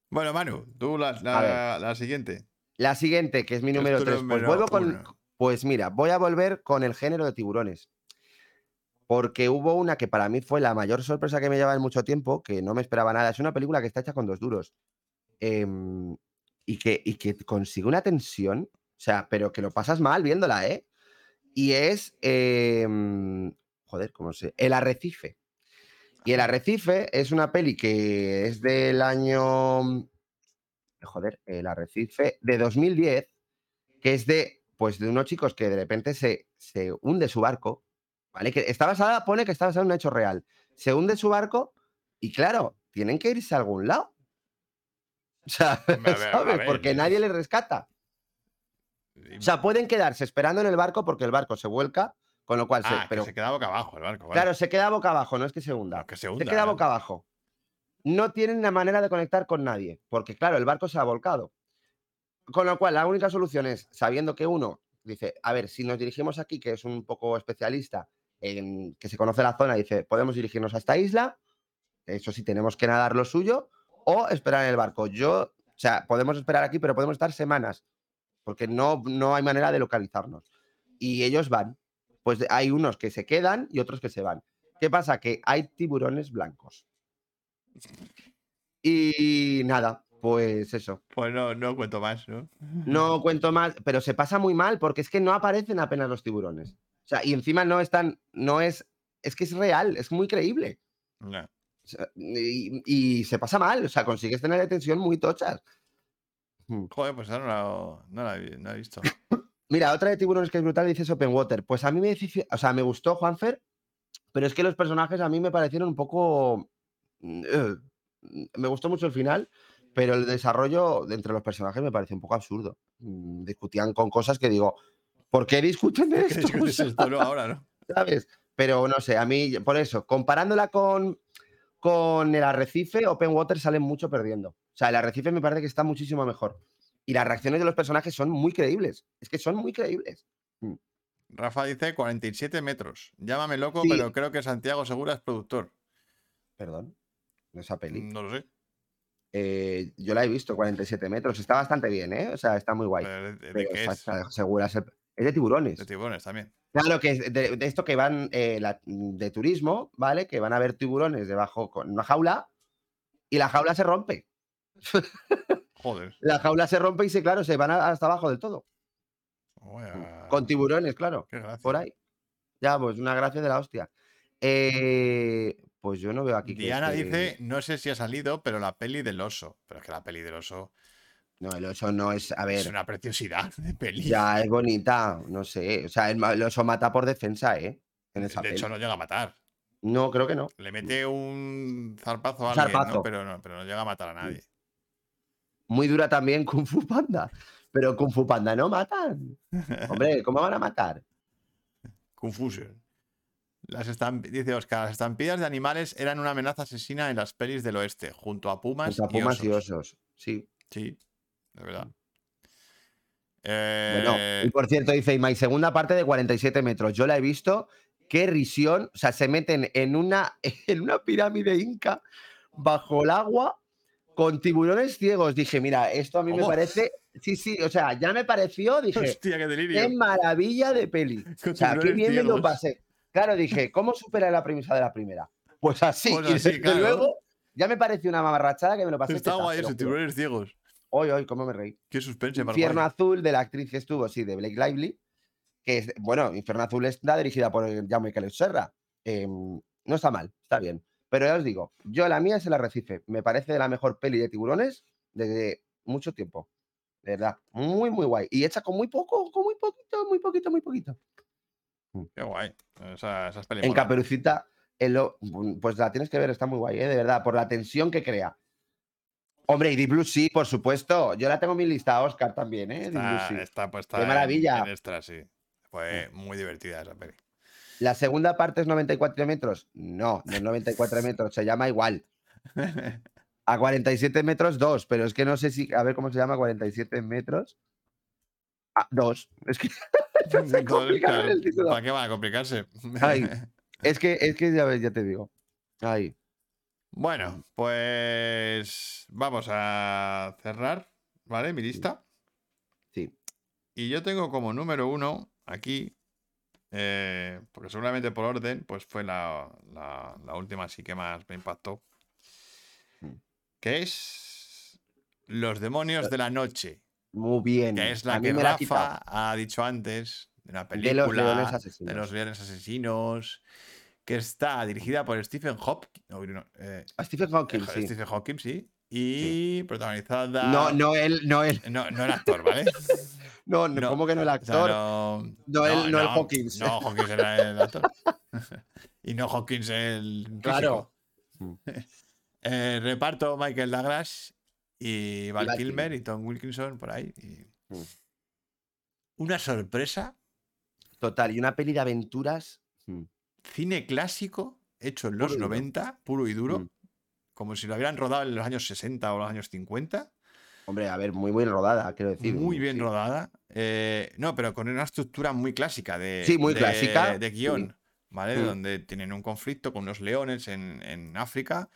S1: Bueno, Manu, tú la,
S2: Mm. A
S1: la, la siguiente.
S2: La siguiente, que es mi número
S1: tu
S2: 3. Pues
S1: número
S2: vuelvo con.
S1: uno.
S2: Pues mira, voy a volver con el género de tiburones. Porque hubo una que para mí fue la mayor sorpresa que me llevaba en mucho tiempo, que no me esperaba nada. Es una película que está hecha con dos duros. em, y, que, y que consigue una tensión, o sea, pero que lo pasas mal viéndola, ¿eh? Y es. em, joder, ¿cómo se.? El Arrecife. Y El Arrecife es una peli que es del año joder, el arrecife de 2010, que es de, pues, de unos chicos que de repente se, se hunde su barco, ¿vale? Que está basada, pone que está basada en un hecho real. Se hunde su barco y, claro, tienen que irse a algún lado. O sea,
S1: Hombre, a ver, a
S2: ¿sabes?
S1: ver.
S2: Porque nadie les rescata. O sea, pueden quedarse esperando en el barco porque el barco se vuelca, con lo cual, se-
S1: ah,
S2: pero
S1: que se queda boca abajo el barco. vale.
S2: claro, se queda boca abajo, no es que se hunda.
S1: No, que se hunda.
S2: Se queda
S1: ¿eh?
S2: boca abajo. No tienen la manera de conectar con nadie, porque claro, el barco se ha volcado. Con lo cual, la única solución es, sabiendo que uno dice, a ver, si nos dirigimos aquí, que es un poco especialista, en- que se conoce la zona, dice, podemos dirigirnos a esta isla, eso sí, tenemos que nadar lo suyo, o esperar en el barco. Yo, o sea, podemos esperar aquí, pero podemos estar semanas, porque no, no hay manera de localizarnos. Y ellos van, pues hay unos que se quedan y otros que se van. ¿Qué pasa? Que hay tiburones blancos. Y nada, pues eso.
S1: Pues no, no cuento más, ¿no?
S2: No cuento más, pero se pasa muy mal porque es que no aparecen apenas los tiburones. O sea, y encima no están, no es, es que es real, es muy creíble.
S1: No.
S2: O sea, y, y se pasa mal, o sea, consigues tener tensión muy tochas.
S1: Joder, pues ahora no, la- no la, he- no la he visto.
S2: Mira, otra de tiburones que es brutal dices Open Water. Pues a mí me, dice- o sea, me gustó Juanfer, pero es que los personajes a mí me parecieron un poco... mm, eh, mm, Me gustó mucho el final, pero el desarrollo de entre los personajes me pareció un poco absurdo. Mm, Discutían con cosas que digo, ¿por qué discuten de
S1: ¿Qué
S2: esto? O
S1: discutes
S2: sea,
S1: esto, no? Ahora, ¿no?
S2: ¿Sabes? Pero no sé, a mí, por eso, comparándola con, con el arrecife, Open Water sale mucho perdiendo. O sea, el arrecife me parece que está muchísimo mejor. Y las reacciones de los personajes son muy creíbles. Es que son muy creíbles.
S1: Rafa dice 47 metros. Llámame loco,
S2: Sí.
S1: pero creo que Santiago Segura es productor.
S2: Perdón. no Esa peli.
S1: No lo sé.
S2: Eh, yo la he visto, 47 metros. Está bastante bien, ¿eh? O sea, está muy guay.
S1: pero ¿De, de
S2: Pero
S1: qué
S2: está-
S1: es?
S2: está segura, es el- es de tiburones.
S1: De tiburones también.
S2: Claro, que es de, de esto que van eh, la- de turismo, ¿vale? Que van a ver tiburones debajo con una jaula y la jaula se rompe.
S1: Joder.
S2: La jaula se rompe y se, claro, se van a- hasta abajo del todo.
S1: Vaya-
S2: Con tiburones, claro,
S1: qué gracia.
S2: Mm. por ahí. Ya, pues una gracia de la hostia. Eh, pues yo no veo aquí. que
S1: Diana
S2: este-
S1: dice, no sé si ha salido, pero la peli del oso. Pero es que la peli del oso
S2: No, el oso no es. A ver,
S1: es una preciosidad de peli.
S2: ya es bonita, no sé. O sea, el, ma- el oso mata por defensa, ¿eh? En esa
S1: de
S2: peli.
S1: hecho, no llega a matar.
S2: No, creo que no.
S1: Le mete un zarpazo a alguien,
S2: zarpazo.
S1: ¿no? Pero, no, pero no llega a matar a nadie.
S2: Muy dura también Kung Fu Panda. Pero Kung Fu Panda no matan. Hombre, ¿cómo van a matar?
S1: Confusion. Las estamp- dice Oscar, las estampidas de animales eran una amenaza asesina en las pelis del oeste, junto a pumas,
S2: Contra pumas
S1: y
S2: y
S1: osos.
S2: osos. Sí.
S1: Sí, de verdad.
S2: Bueno, y
S1: Eh,
S2: por cierto, dice Imai, segunda parte de 47 metros. Yo la he visto. Qué risión. O sea, se meten en una, en una pirámide inca bajo el agua con tiburones ciegos. Dije, mira, esto a mí me
S1: ¿Cómo?
S2: parece. Sí, sí, o sea, ya me pareció. Dije,
S1: hostia, qué delirio.
S2: qué maravilla de peli.
S1: Con
S2: Em, O sea, qué
S1: tiburones
S2: bien me lo
S1: ciegos.
S2: pasé. Claro, dije, ¿cómo supera la premisa de la primera? Pues así.
S1: Pues
S2: y
S1: así,
S2: desde
S1: claro.
S2: luego, ya me pareció una mamarrachada que me lo pasé.
S1: Está
S2: teta,
S1: guay ¿eh?
S2: te
S1: eso,
S2: lo juro.
S1: tiburones ciegos.
S2: Hoy, hoy, cómo me reí.
S1: Qué suspense más
S2: Infierno
S1: guay.
S2: Azul de la actriz que estuvo, sí, de Blake Lively, que es, bueno, Infierno Azul está dirigida por el Jaume Caleb Serra. Em, no está mal, está bien. Pero ya os digo, yo la mía es el arrecife. Me parece la mejor peli de tiburones desde mucho tiempo. De verdad, muy, muy guay. Y hecha con muy poco, con muy poquito, muy poquito, muy poquito.
S1: Qué guay. Esa- esas pelis
S2: En
S1: molan.
S2: Caperucita, el lo- pues la tienes que ver, está muy guay, ¿eh? de verdad, por la tensión que crea. Hombre, y Deep Blue sí, por supuesto. Yo la tengo en mi lista, Oscar, también, ¿eh? Deep Blue
S1: Está,
S2: Sea.
S1: está puesta
S2: ¡Qué
S1: en-
S2: maravilla!
S1: En, extra, sí. Fue muy divertida esa peli.
S2: ¿La segunda parte es 94 metros? No, no es 94 metros, se llama igual. A 47 metros, 2, pero es que no sé si. A ver cómo se llama 47 metros. 2. Es que,
S1: Entonces,
S2: complicaron
S1: claro,
S2: el título.
S1: ¿Para qué van a complicarse?
S2: Ay. es que, es que ya, ves, ya te digo. Ay,
S1: Bueno, pues vamos a cerrar, ¿vale? Mi lista.
S2: sí.
S1: Y yo tengo como número uno aquí, eh, porque seguramente por orden, pues fue la, la- la última así que más me impactó,
S2: Mm.
S1: que es Los demonios de la noche,
S2: Muy bien.
S1: que es la
S2: a mí
S1: que
S2: me la ha quitado.
S1: Rafa ha dicho antes, de una
S2: De los
S1: película
S2: leones
S1: de
S2: asesinos.
S1: los leones asesinos, que está dirigida por Stephen Hopkins. No, no, eh,
S2: A Stephen Hawking,
S1: Joder,
S2: sí.
S1: Stephen Hawking, sí. Y protagonizada.
S2: No, no él, no él.
S1: No, no el actor, ¿vale?
S2: No, no,
S1: No,
S2: ¿cómo que no el
S1: O sea,
S2: actor?
S1: no,
S2: no el- no el Hawkins.
S1: No, Hawkins era el actor. y no Hawkins el. físico.
S2: Claro.
S1: Eh, reparto Michael Douglas y Val
S2: Val
S1: Kilmer y Tom Wilkinson por ahí. y-
S2: Mm.
S1: Una sorpresa.
S2: Total, y una peli de aventuras. hmm.
S1: Cine clásico hecho en los
S2: Puro y duro.
S1: 90, puro y duro.
S2: Mm.
S1: Como si lo hubieran rodado en los años 60 o los años 50.
S2: Hombre, a ver, muy bien rodada, quiero decir. mm,
S1: muy bien
S2: sí.
S1: rodada. Eh, no, pero con una estructura muy clásica de,
S2: Sí, muy
S1: de-
S2: clásica,
S1: de
S2: sí.
S1: guión. ¿vale?
S2: Mm.
S1: Donde tienen un conflicto con unos leones en, en África,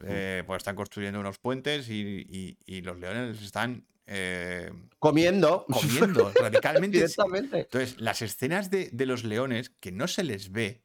S2: Mm.
S1: eh, pues están construyendo unos puentes y, y- y los leones les están eh,
S2: Comiendo.
S1: comiendo radicalmente.
S2: Directamente.
S1: Entonces, las escenas de, de los leones que no se les ve,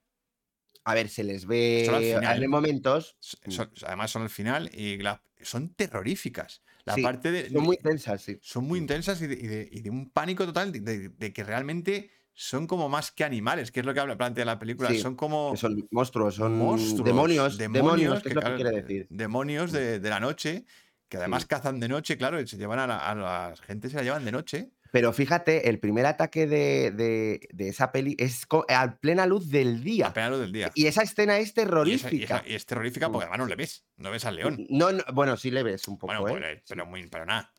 S2: A ver, se les
S1: Solo al
S2: ve.
S1: final.
S2: Hay momentos.
S1: s-
S2: Mm.
S1: son- además son al final, y la- son terroríficas. La
S2: Sí,
S1: parte de,
S2: Son muy tensas, sí.
S1: son muy
S2: Mm.
S1: intensas y de, y de- y de un pánico total de, de- de que realmente son como más que animales, que es lo que habla, plantea la película.
S2: Sí,
S1: son como
S2: Que son monstruos, son
S1: monstruos,
S2: demonios. Demonios, que es lo que
S1: claro,
S2: quiere decir.
S1: Demonios de, de la noche, que además
S2: Sí.
S1: cazan de noche, claro, y se llevan a la, a la gente, se la llevan de noche.
S2: Pero fíjate, el primer ataque de, de- de esa peli es co- a plena luz del
S1: A
S2: día.
S1: plena luz del día.
S2: Y esa escena es
S1: Y esa- y
S2: terrorífica.
S1: esa- y es terrorífica porque
S2: Mm.
S1: además no le ves, no ves al león.
S2: No, no, bueno, sí le ves un poco,
S1: Bueno,
S2: ¿eh?
S1: pues, pero, muy, pero nada.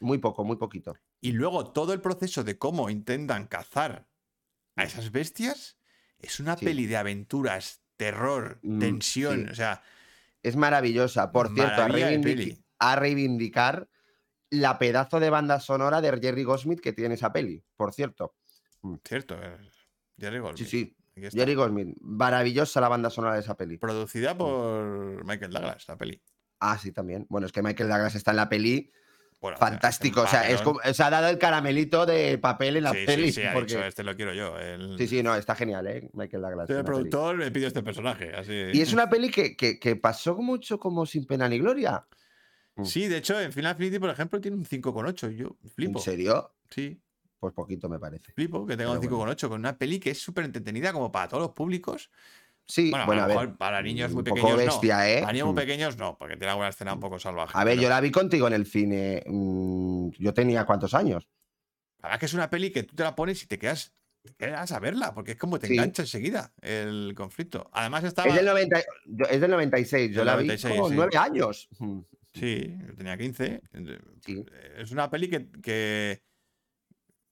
S2: Muy poco, muy poquito.
S1: Y luego todo el proceso de cómo intentan cazar a esas bestias es una
S2: Sí.
S1: peli de aventuras, terror,
S2: Mm,
S1: tensión.
S2: sí.
S1: O sea,
S2: Es maravillosa. Por cierto, a,
S1: Maravilla de
S2: reivindic-
S1: peli.
S2: a reivindicar la pedazo de banda sonora de Jerry Goldsmith que tiene esa peli, por cierto.
S1: cierto. eh, Jerry
S2: Sí,
S1: Goldsmith,
S2: sí,
S1: aquí está.
S2: Jerry Goldsmith. Maravillosa la banda sonora de esa peli.
S1: Producida por Michael Douglas, la peli.
S2: Ah, sí, también. Bueno, es que Michael Douglas está en la peli.
S1: Bueno, o sea,
S2: Fantástico. O
S1: un
S2: sea, es
S1: papelón.
S2: como- se ha dado el caramelito de papel en la
S1: sí,
S2: peli.
S1: Sí, sí, ha
S2: porque-
S1: dicho, este lo quiero yo. El,
S2: sí, sí, no, está genial, ¿eh? Michael Douglas.
S1: soy el
S2: en la peli.
S1: productor, me pido este personaje. Así.
S2: Y es una peli que, que- que pasó mucho como sin pena ni gloria.
S1: Mm. Sí, de hecho, en Final Fantasy, por ejemplo, tiene un 5,8. Yo flipo.
S2: ¿En serio?
S1: Sí,
S2: Pues poquito me parece.
S1: flipo que tenga un
S2: Pero bueno.
S1: 5,8 con una peli que es súper entretenida como para todos los públicos.
S2: Sí,
S1: bueno,
S2: bueno,
S1: a
S2: a
S1: lo
S2: ver.
S1: mejor para niños muy
S2: un poco
S1: pequeños
S2: bestia,
S1: no.
S2: ¿eh?
S1: Para niños muy
S2: Mm.
S1: pequeños no, porque tiene alguna escena un poco salvaje.
S2: A ver,
S1: pero-
S2: yo la vi contigo en el cine. mm, yo tenía cuántos años.
S1: La verdad que es una peli que tú te la pones y te quedas, te quedas a verla, porque es como te
S2: Sí.
S1: engancha enseguida el conflicto. Además estaba...
S2: Es del, 90 yo- es del 96. Yo
S1: Del
S2: la
S1: 96,
S2: vi con
S1: sí.
S2: nueve años. Mm,
S1: Sí, yo tenía 15. eh,
S2: Sí.
S1: Es una peli que... que-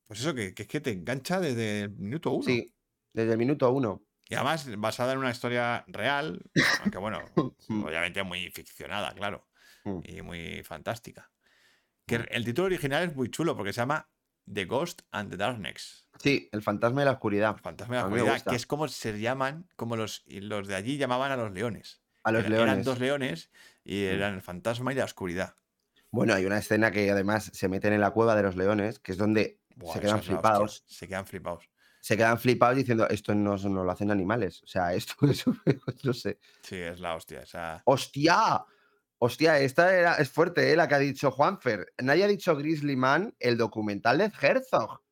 S1: pues eso, que, que es que te engancha desde el minuto uno.
S2: Sí, desde el minuto uno.
S1: Y además basada en una historia real, aunque bueno, obviamente muy ficcionada, claro,
S2: Mm.
S1: y muy fantástica. Que el título original es muy chulo porque se llama The Ghost and the Darkness.
S2: Sí, el fantasma de la oscuridad.
S1: Fantasma de la
S2: A mí me
S1: oscuridad,
S2: gusta.
S1: que es como se llaman, como los, y los de allí llamaban a los leones.
S2: A los
S1: Era- Eran
S2: leones. Hmm.
S1: dos leones y eran el fantasma y la oscuridad.
S2: Bueno, hay una escena que además se meten en la cueva de los leones, que es donde
S1: Buah,
S2: se
S1: esa
S2: quedan
S1: es la hostia,
S2: flipados.
S1: Se quedan flipados.
S2: Se quedan flipados diciendo, esto no, no lo hacen animales. O sea, esto es, no sé.
S1: Sí, es la hostia. esa-
S2: ¡Hostia! Hostia, esta era, es fuerte, ¿eh? la que ha dicho Juanfer. Nadie ha dicho Grizzly Man, el documental de Herzog.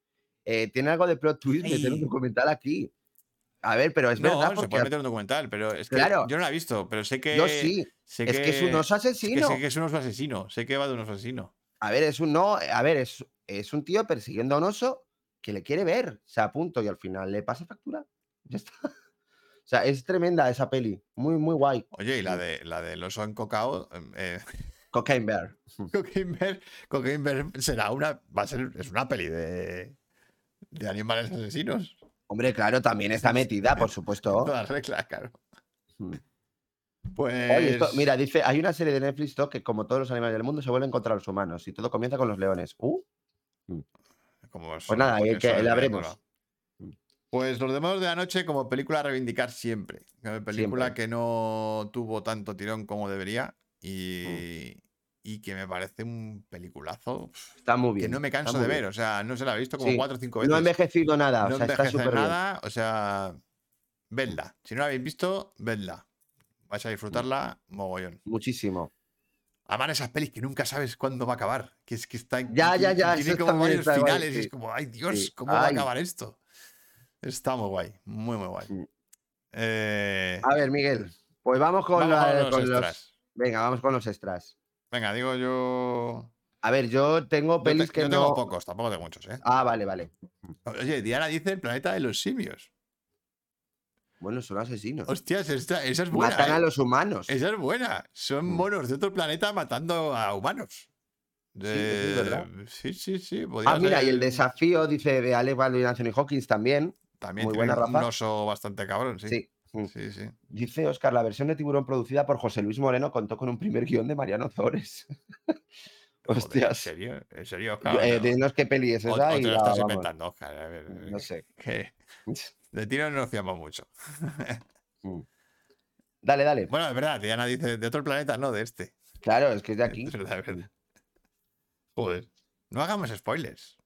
S2: Eh, tiene algo de plot twist meter
S1: Ay.
S2: un documental aquí. A ver, pero es verdad
S1: No, se
S2: porque
S1: puede meter un documental, pero es que
S2: Claro.
S1: yo no la he visto, pero sé que.
S2: yo sí.
S1: sé
S2: es que es un oso
S1: que
S2: asesino.
S1: sé que es un oso asesino. Sé que va de un oso asesino.
S2: A ver, es un no, eh, a ver, es, es un tío persiguiendo a un oso que le quiere ver. Se apunta y al final le pasa factura. Ya está. O sea, es tremenda esa peli. Muy, muy guay.
S1: Oye, y la
S2: Sí.
S1: de la del oso encocao, eh,
S2: Cocaine Bear.
S1: Cocaine Bear- Cocaine Bear será una. Va a ser. Es una peli de. de animales asesinos.
S2: Hombre, claro, también está metida, por supuesto.
S1: Todas reglas, claro.
S2: Mm.
S1: Pues.
S2: Oye, esto- mira, dice, hay una serie de Netflix Doc que como todos los animales del mundo se vuelven contra los humanos y todo comienza con los leones. Uh,
S1: como son-
S2: pues nada,
S1: porque
S2: el que- Hmm.
S1: son
S2: el
S1: de
S2: habremos.
S1: moda. Pues Los Demonios de la Noche como película a reivindicar siempre. Una película
S2: Siempre.
S1: que no tuvo tanto tirón como debería
S2: Hmm.
S1: y, y que me parece un peliculazo pf,
S2: está muy
S1: que
S2: bien.
S1: no me
S2: está
S1: canso
S2: muy
S1: de
S2: bien.
S1: ver. O sea, no se la he visto como
S2: Sí,
S1: cuatro o cinco veces.
S2: No ha envejecido nada,
S1: No
S2: o sea, está
S1: envejece
S2: súper bien.
S1: nada. O sea, vedla. Si no la habéis visto, vedla. Vais a disfrutarla mogollón.
S2: Muchísimo.
S1: Aman esas pelis que nunca sabes cuándo va a acabar. Que es que está
S2: Ya, ya, ya,
S1: Tiene
S2: eso
S1: como
S2: también
S1: varios
S2: está guay,
S1: finales. y es
S2: sí.
S1: como, ay Dios,
S2: Sí,
S1: ¿cómo va a
S2: ay.
S1: acabar esto? Está muy guay, muy, muy guay.
S2: Sí.
S1: Eh,
S2: A ver, Miguel, pues vamos con,
S1: vamos
S2: la-
S1: con los
S2: con los-
S1: extras.
S2: Venga, vamos con los extras.
S1: Venga, digo yo.
S2: A ver, yo tengo
S1: Yo, te-
S2: pelis que
S1: yo
S2: no.
S1: tengo pocos, tampoco tengo muchos, ¿eh?
S2: Ah, vale, vale.
S1: Oye, Diana dice el planeta de los simios.
S2: Bueno, son asesinos.
S1: Hostias, esta- esa Pues es buena.
S2: Matan a
S1: ¿eh?
S2: los humanos.
S1: Esa es buena. Son
S2: Mm.
S1: monos de otro planeta matando a humanos.
S2: eso es verdad.
S1: De- Sí, sí, sí. podía
S2: Ah, mira, y el
S1: ser-
S2: desafío, dice, de Alex Baldwin y Anthony Hawkins también.
S1: También
S2: muy
S1: tiene
S2: buena,
S1: un
S2: Rafa.
S1: oso bastante cabrón, sí.
S2: Sí. Mm.
S1: Sí, sí.
S2: Dice Oscar, la versión de Tiburón producida por José Luis Moreno contó con un primer guión de Mariano Zores.
S1: Joder, ¿En
S2: Hostias.
S1: serio? ¿En serio,
S2: Yo,
S1: Oscar?
S2: eh, dinos qué peli es
S1: O- o
S2: esa y
S1: te lo
S2: ya
S1: estás
S2: vamos.
S1: ¿eh? inventando, Oscar. A ver,
S2: No sé.
S1: que- De tiro no nos fiamos mucho.
S2: Dale, dale.
S1: Bueno, es verdad, Diana dice de otro planeta, no de este.
S2: Claro, es que es de aquí.
S1: Es verdad, es verdad. Joder. No hagamos spoilers.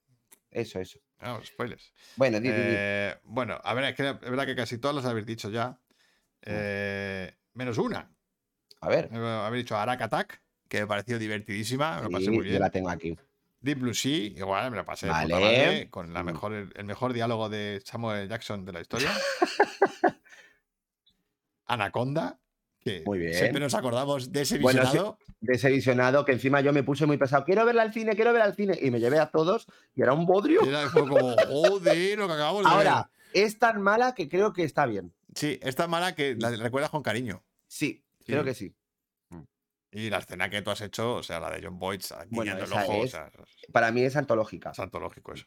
S2: Eso, eso.
S1: No hagamos spoilers.
S2: Bueno, di, di, di.
S1: Eh, bueno, a ver, es, que es verdad que casi todas las habéis dicho
S2: Ah.
S1: ya. Eh, menos una.
S2: a ver.
S1: Eh, Habéis dicho Arak Attack, que me pareció divertidísima. Me lo pasé
S2: Sí,
S1: muy
S2: yo
S1: bien.
S2: la tengo aquí.
S1: Deep Blue Sea, igual me la pasé de
S2: Vale.
S1: puta madre, con la
S2: Mm.
S1: mejor, el, el mejor diálogo de Samuel Jackson de la historia. Anaconda, que
S2: Muy bien.
S1: siempre nos acordamos de ese
S2: Bueno, sí.
S1: visionado.
S2: De ese visionado que encima yo me puse muy pesado. Quiero verla al cine, quiero verla al cine. Y me llevé a todos y era un bodrio.
S1: y era- fue como, joder, lo que acabamos de ver.
S2: Ahora, es tan mala que creo que está bien.
S1: Sí, es tan mala que la recuerdas con cariño.
S2: Sí, creo que sí.
S1: Y la escena que tú has hecho, o sea, la de John Boyd, guiñando
S2: Bueno,
S1: el
S2: esa
S1: ojo, o
S2: es-
S1: sea, es-
S2: Para mí es antológica.
S1: Es antológico eso.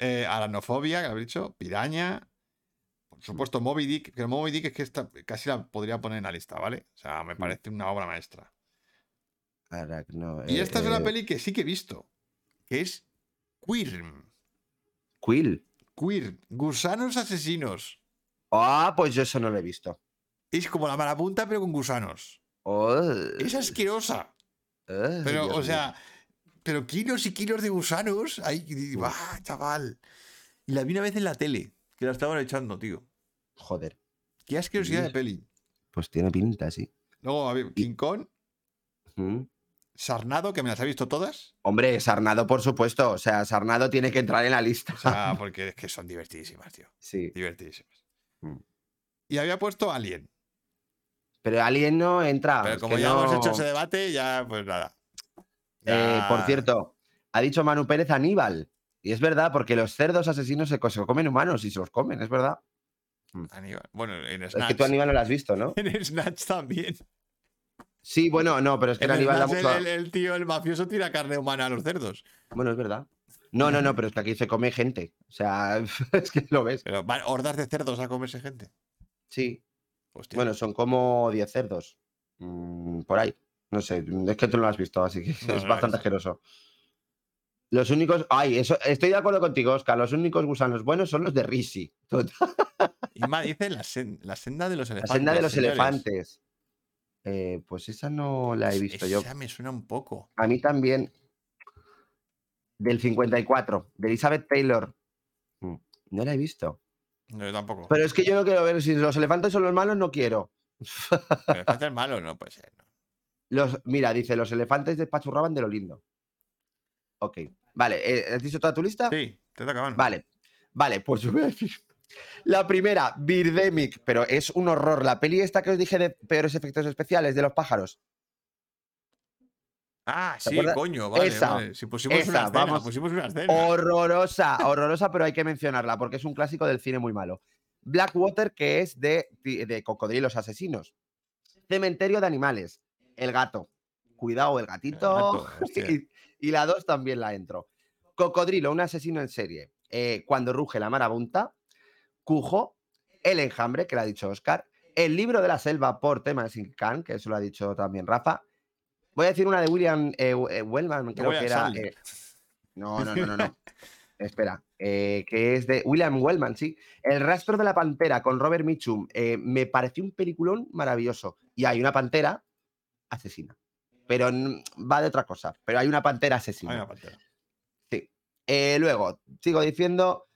S1: Eh, aranofobia, que lo habéis dicho. Piraña.
S2: Mm.
S1: Por supuesto, Moby Dick. Que Moby Dick es que esta, casi la podría poner en la lista, ¿vale? O sea,
S2: Mm.
S1: me parece una obra maestra.
S2: Aracno-
S1: Y
S2: eh,
S1: esta es una
S2: eh,
S1: peli que sí que he visto. Que es Quirm.
S2: Quill.
S1: Quirm. Gusanos asesinos.
S2: Ah, pues yo eso no lo he visto.
S1: Es como la marabunta, pero con gusanos.
S2: Oh,
S1: Es asquerosa.
S2: eh,
S1: Pero,
S2: Dios
S1: o
S2: mío.
S1: sea, pero kilos y kilos de gusanos. Ahí, y-
S2: Uf.
S1: ¡buah, chaval! Y la vi una vez en la tele, que la estaban echando, tío.
S2: Joder,
S1: Qué asquerosidad de
S2: Sí.
S1: peli.
S2: pues tiene pinta, sí.
S1: Luego, a ver, King Kong,
S2: Mm.
S1: Sarnado, que me las ha visto todas.
S2: Hombre, Sarnado, por supuesto. O sea, Sarnado tiene que entrar en la lista.
S1: O sea, porque es que son divertidísimas, tío.
S2: Sí.
S1: Divertidísimas.
S2: Mm.
S1: Y había puesto Alien.
S2: Pero Alien no entra.
S1: pero
S2: Ah, es
S1: como
S2: que
S1: ya hemos
S2: no-
S1: hecho ese debate, ya, pues nada.
S2: Eh,
S1: Ya-
S2: por cierto, ha dicho Manu Pérez Aníbal. Y es verdad, porque los cerdos asesinos se, co- se comen humanos y se los comen, es verdad.
S1: Aníbal. Bueno, en
S2: Es
S1: Snatch.
S2: que tú Aníbal no lo has visto, ¿no?
S1: En Snatch también.
S2: Sí, bueno, no, pero es que
S1: En
S2: el Aníbal da
S1: Snatch
S2: mucho. a-
S1: el, el- el tío, el mafioso, tira carne humana a los cerdos.
S2: Bueno, es verdad. No, no, no, pero es que aquí se come gente. O sea, es que lo ves.
S1: Pero van hordas de cerdos a comerse gente.
S2: Sí.
S1: Hostia.
S2: Bueno, son como 10 cerdos. Mm, por ahí. No sé, es que tú no lo has visto, así que
S1: No,
S2: es
S1: no,
S2: bastante
S1: es-
S2: asqueroso. Los únicos. Ay, eso, estoy de acuerdo contigo, Oscar. Los únicos gusanos buenos son los de Risi. Total,
S1: Y más dice la, sen- la senda de los
S2: La
S1: elefantes.
S2: senda de los
S1: señores.
S2: elefantes. Eh, pues esa no la he visto yo.
S1: Esa me suena un poco.
S2: A mí también. Del 54, de Elizabeth Taylor. Mm, No la he visto.
S1: No, yo tampoco.
S2: Pero es que yo no quiero ver si los elefantes son los malos, no quiero.
S1: Pero el Panther malo no puede ser. ¿no?
S2: Los, mira, dice, los elefantes despachurraban de lo lindo. Ok. Vale, eh, ¿has dicho toda tu lista?
S1: Sí, te toca mano.
S2: Vale. Vale, pues yo voy a decir. La primera, Birdemic, pero es un horror. La peli esta que os dije de peores efectos especiales de los pájaros.
S1: Ah,
S2: ¿Te
S1: sí,
S2: acuerdas?
S1: coño, vale,
S2: Esa,
S1: vale. Si pusimos
S2: esa,
S1: una escena,
S2: vamos.
S1: pusimos una escena.
S2: Horrorosa, horrorosa, pero hay que mencionarla porque es un clásico del cine muy malo. Blackwater, que es de, de cocodrilos asesinos. Cementerio de animales. El gato. Cuidado, el gatito.
S1: gato, hostia.
S2: y, y la dos también la entro. Cocodrilo, un asesino en serie. Eh, cuando ruge la marabunta. Cujo. El enjambre, que lo ha dicho Oscar. El libro de la selva por tema de Khan, que eso lo ha dicho también Rafa. Voy a decir una de William eh, eh, Wellman, creo
S1: William
S2: que era.
S1: Shatner.
S2: eh, no, no, no, no, no. Espera, eh, que es de William Wellman, sí. El rastro de la pantera con Robert Mitchum eh, me pareció un peliculón maravilloso. Y hay una pantera asesina. Pero n- va de otra cosa. Pero hay una pantera asesina.
S1: Hay una pantera.
S2: Eh, luego, sigo diciendo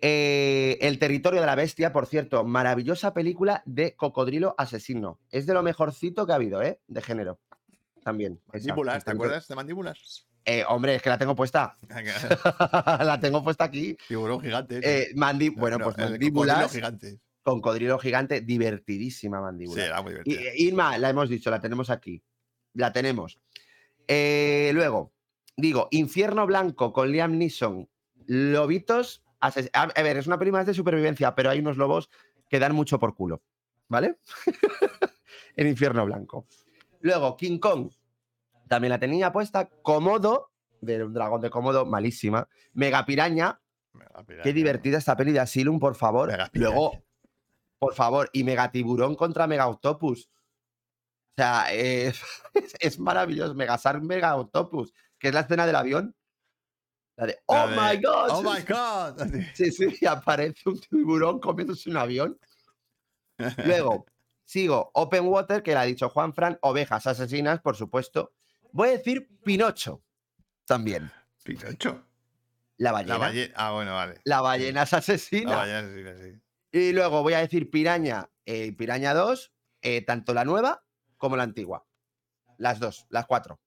S2: eh, El territorio de la bestia, por cierto, maravillosa película de cocodrilo asesino. Es de lo mejorcito que ha habido, ¿eh? De género. También. esa,
S1: Mandíbulas, ¿te
S2: El territorio-
S1: acuerdas de mandíbulas?
S2: Eh, hombre, es que la tengo puesta. la tengo puesta aquí.
S1: Tiburón gigante.
S2: Eh, mandi-
S1: No,
S2: bueno,
S1: no,
S2: pues
S1: el cocodrilo
S2: mandíbulas.
S1: gigante.
S2: Con codrilo gigante, divertidísima
S1: Sí,
S2: mandíbula.
S1: era muy
S2: Y- eh,
S1: divertido.
S2: Irma, la hemos dicho, la tenemos aquí. La tenemos. Eh, luego, digo, Infierno Blanco con Liam Neeson. Lobitos. ases- A a ver, es una película más de supervivencia, pero hay unos lobos que dan mucho por culo. ¿Vale? El Infierno Blanco. Luego, King Kong. También la tenía puesta. Comodo, de un dragón de Comodo, malísima. Mega Piraña,
S1: Mega piraña.
S2: Qué divertida esta peli de Asylum, por favor.
S1: Mega piraña.
S2: Luego, por favor, y Megatiburón contra Mega Octopus. O sea, eh, es, es maravilloso. Megasar Mega Octopus, que es la escena del avión. La de
S1: La
S2: ¡Oh,
S1: de,
S2: my God!
S1: Oh my god.
S2: Sí, sí, y aparece un tiburón comiéndose un avión. Luego, sigo. Open Water, que la ha dicho Juan Fran. Ovejas asesinas, por supuesto. Voy a decir Pinocho también.
S1: Pinocho.
S2: La
S1: La
S2: ballena. La,
S1: ballena. Ah, bueno, vale.
S2: ballena es
S1: La
S2: asesina.
S1: ballena sí, sí.
S2: Y luego voy a decir Piraña, eh, Piraña 2, eh, tanto la nueva como la antigua. Las dos, las cuatro.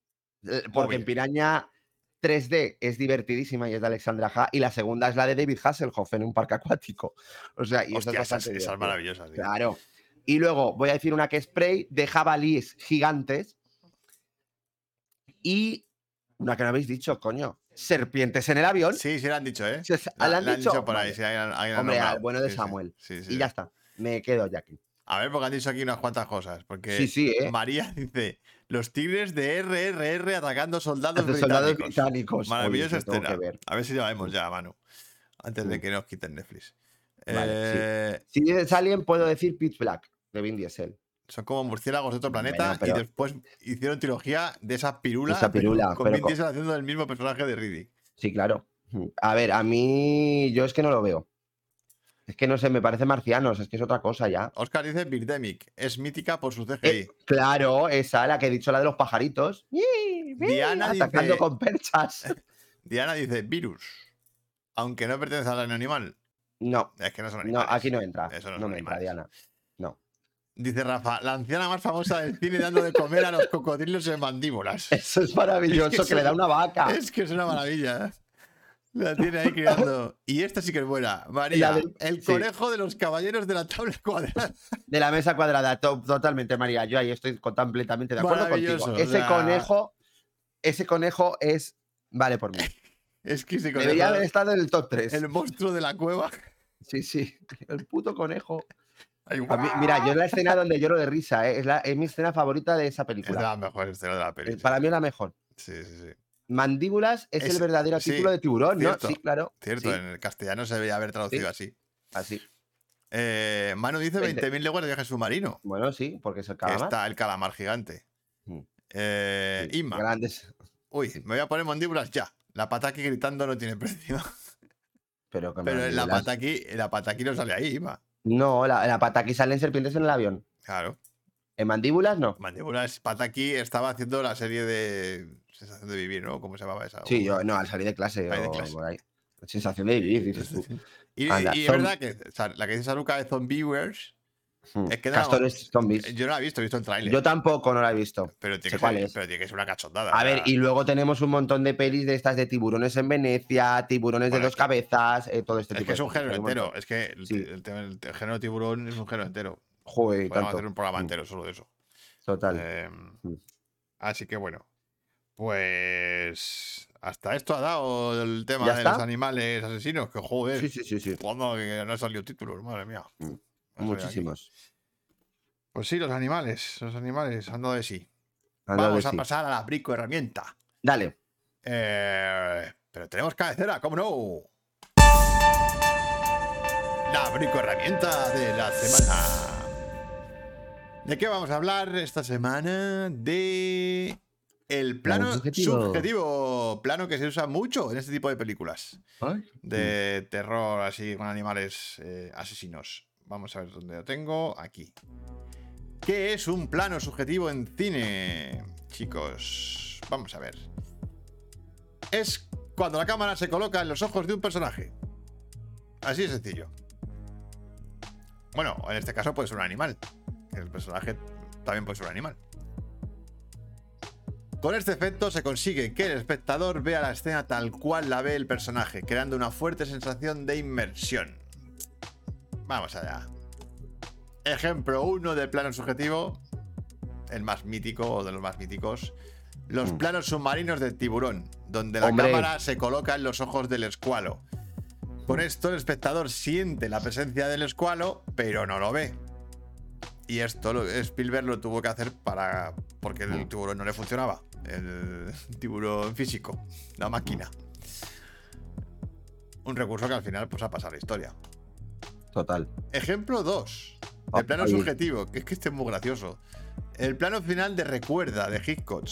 S2: Eh, Porque en
S1: bien.
S2: Piraña 3D es divertidísima y es de Alexandra Ja. Y la segunda es la de David Hasselhoff en un parque acuático. O sea, y esa
S1: Hostia, esas,
S2: es bastante
S1: esas
S2: divertida.
S1: maravillosas. tío.
S2: Claro. Y luego voy a decir una que es Prey de jabalíes gigantes. Y una que no habéis dicho, coño. Serpientes en el avión.
S1: Sí, sí, lo han dicho, ¿eh?
S2: Se-
S1: La-
S2: ¿la
S1: la han dicho, por ahí.
S2: Vale.
S1: sí, alguien la- alguien la ha
S2: Hombre, al
S1: nombrado.
S2: bueno de
S1: Sí, sí.
S2: Samuel.
S1: Sí, sí.
S2: Y ya está. Me quedo ya aquí.
S1: A ver, porque han dicho aquí unas cuantas cosas. Porque
S2: Sí, sí, ¿eh?
S1: María dice: Los tigres de RRR atacando soldados,
S2: Los
S1: británicos.
S2: soldados británicos.
S1: Maravillosa
S2: Oye, eso tengo
S1: escena.
S2: que ver.
S1: A ver si la vemos ya, Manu. Antes de
S2: Mm.
S1: que nos quiten Netflix.
S2: Vale,
S1: Eh,
S2: Si dices Alien, puedo decir Pitch Black de Vin Diesel.
S1: Son como murciélagos de otro
S2: Bueno,
S1: planeta
S2: pero-
S1: y después hicieron trilogía de esa pirula,
S2: Esa pirula,
S1: con
S2: pero
S1: Vin
S2: co-
S1: Diesel haciendo el mismo personaje de Riddick.
S2: Sí, claro. Mm. A ver, a mí yo es que no lo veo. Es que no sé, me parece marcianos, es que es otra cosa ya.
S1: Oscar dice Birdemic, es mítica por su CGI.
S2: Eh, claro, esa, la que he dicho, la de los pajaritos. ¡Yi! ¡Yi!
S1: Diana
S2: Atacando
S1: dice-
S2: con perchas.
S1: Diana dice virus, aunque no pertenece al reino animal.
S2: No,
S1: Es que no son
S2: no,
S1: animales.
S2: aquí no entra.
S1: Eso no
S2: no
S1: son
S2: me entra,
S1: animales.
S2: Diana. No.
S1: Dice Rafa, la anciana más famosa del cine dando de comer a los cocodrilos en mandíbulas.
S2: Eso es maravilloso,
S1: Es que
S2: que, le da
S1: eso-
S2: una vaca.
S1: Es que es una maravilla. ¿eh? La tiene ahí criando. Y esta sí que es buena. María,
S2: La del-
S1: el
S2: sí.
S1: conejo de los caballeros de la tabla cuadrada.
S2: De la mesa cuadrada, to- totalmente, María. Yo ahí estoy co- completamente de acuerdo
S1: Maravilloso,
S2: contigo.
S1: o
S2: Ese
S1: sea-
S2: conejo, ese conejo es. Vale por mí.
S1: Es que ese conejo.
S2: Debería haber estado en el top 3.
S1: El monstruo de la cueva.
S2: Sí, sí. El puto conejo.
S1: Ay,
S2: A mí- mira, yo es la escena donde lloro de risa. ¿eh? Es, la- es mi escena favorita de esa
S1: es de
S2: película.
S1: la mejor escena de la
S2: Eh,
S1: película.
S2: Para mí es la mejor.
S1: Sí, sí, sí.
S2: Mandíbulas es,
S1: Es-
S2: el verdadero
S1: sí,
S2: título de tiburón, ¿no?
S1: cierto,
S2: Sí, claro.
S1: Cierto,
S2: Sí,
S1: en el castellano se debería haber traducido así.
S2: Así.
S1: Eh, Manu dice
S2: Veinte.
S1: 20.000 leguas de viaje submarino.
S2: Bueno, sí, porque es el
S1: que
S2: calamar.
S1: Está el calamar gigante.
S2: Mm.
S1: Eh,
S2: Sí,
S1: Inma.
S2: Grandes.
S1: Uy, me voy a poner mandíbulas ya. La pataki gritando no tiene precio.
S2: Pero, con
S1: Pero la
S2: mandíbulas.
S1: pataki, la pataki no sale ahí, Inma.
S2: No, la, la pataki salen serpientes en el avión.
S1: Claro.
S2: En mandíbulas, no.
S1: Mandíbulas, pataki estaba haciendo la serie de Sensación de Vivir, ¿no? ¿Cómo se llamaba esa?
S2: Sí, yo, no, al salir de clase.
S1: Ah, Salir de
S2: o
S1: clase.
S2: por ahí. Sensación de vivir, dices tú.
S1: Y,
S2: Anda,
S1: y es
S2: son-
S1: verdad que o sea, la que dice Saruka de Zombievers,
S2: Hmm.
S1: Es que da- eh,
S2: Castores zombies.
S1: yo no la he visto, he visto el tráiler.
S2: Yo tampoco no la he visto.
S1: Pero
S2: sé
S1: tiene, que
S2: cuál
S1: ser,
S2: es.
S1: pero tiene que ser una cachondada.
S2: A
S1: o
S2: ver,
S1: sea,
S2: y luego tenemos un montón de pelis de estas de tiburones en Venecia, tiburones
S1: Bueno,
S2: de dos
S1: es que-
S2: cabezas, eh, todo este
S1: es
S2: tipo
S1: que
S2: de
S1: es un
S2: cosas.
S1: género
S2: Hay montón.
S1: entero. Es que el,
S2: Sí.
S1: el tema- el te- género tiburón es un género entero.
S2: Joder,
S1: Podemos
S2: tanto.
S1: hacer un programa
S2: Mm.
S1: entero solo de eso.
S2: Total.
S1: Eh,
S2: Mm.
S1: así que bueno. Pues. Hasta esto ha dado el tema
S2: ¿Ya
S1: de
S2: está?
S1: los animales asesinos. Que joder.
S2: sí, sí, sí, sí.
S1: cuando que no ha salido títulos, madre mía.
S2: Mm.
S1: Ha salido aquí.
S2: Muchísimos.
S1: Pues sí, los animales. Los animales han dado de sí.
S2: Han dado
S1: Vamos
S2: de
S1: a
S2: sí.
S1: pasar a la brico herramienta.
S2: Dale.
S1: Eh, pero tenemos cabecera, ¿cómo no? La brico herramienta de la semana. ¿De qué vamos a hablar esta semana? De el plano subjetivo.
S2: subjetivo.
S1: plano que se usa mucho en este tipo de películas de terror así con animales eh, asesinos. Vamos a ver dónde lo tengo. Aquí. ¿Qué es un plano subjetivo en cine? Chicos, vamos a ver. Es cuando la cámara se coloca en los ojos de un personaje. Así de sencillo. Bueno, en este caso puede ser un animal. El personaje también puede ser un animal. Con este efecto se consigue que el espectador vea la escena tal cual la ve el personaje, creando una fuerte sensación de inmersión. Vamos allá. Ejemplo 1 del plano subjetivo, el más mítico o de los más míticos, los
S2: Mm.
S1: planos submarinos de tiburón, donde la
S2: Hombre.
S1: cámara se coloca en los ojos del escualo. Con esto el espectador siente la presencia del escualo, pero no lo ve. Y esto lo- Spielberg lo tuvo que hacer para porque el
S2: Mm.
S1: tiburón no le funcionaba. El tiburón físico, la máquina. Un recurso que al final pues, ha pasado a la historia.
S2: Total.
S1: Ejemplo 2.
S2: Ah,
S1: El plano
S2: ahí.
S1: subjetivo, que es que este es muy gracioso. El plano final de Recuerda de Hitchcock,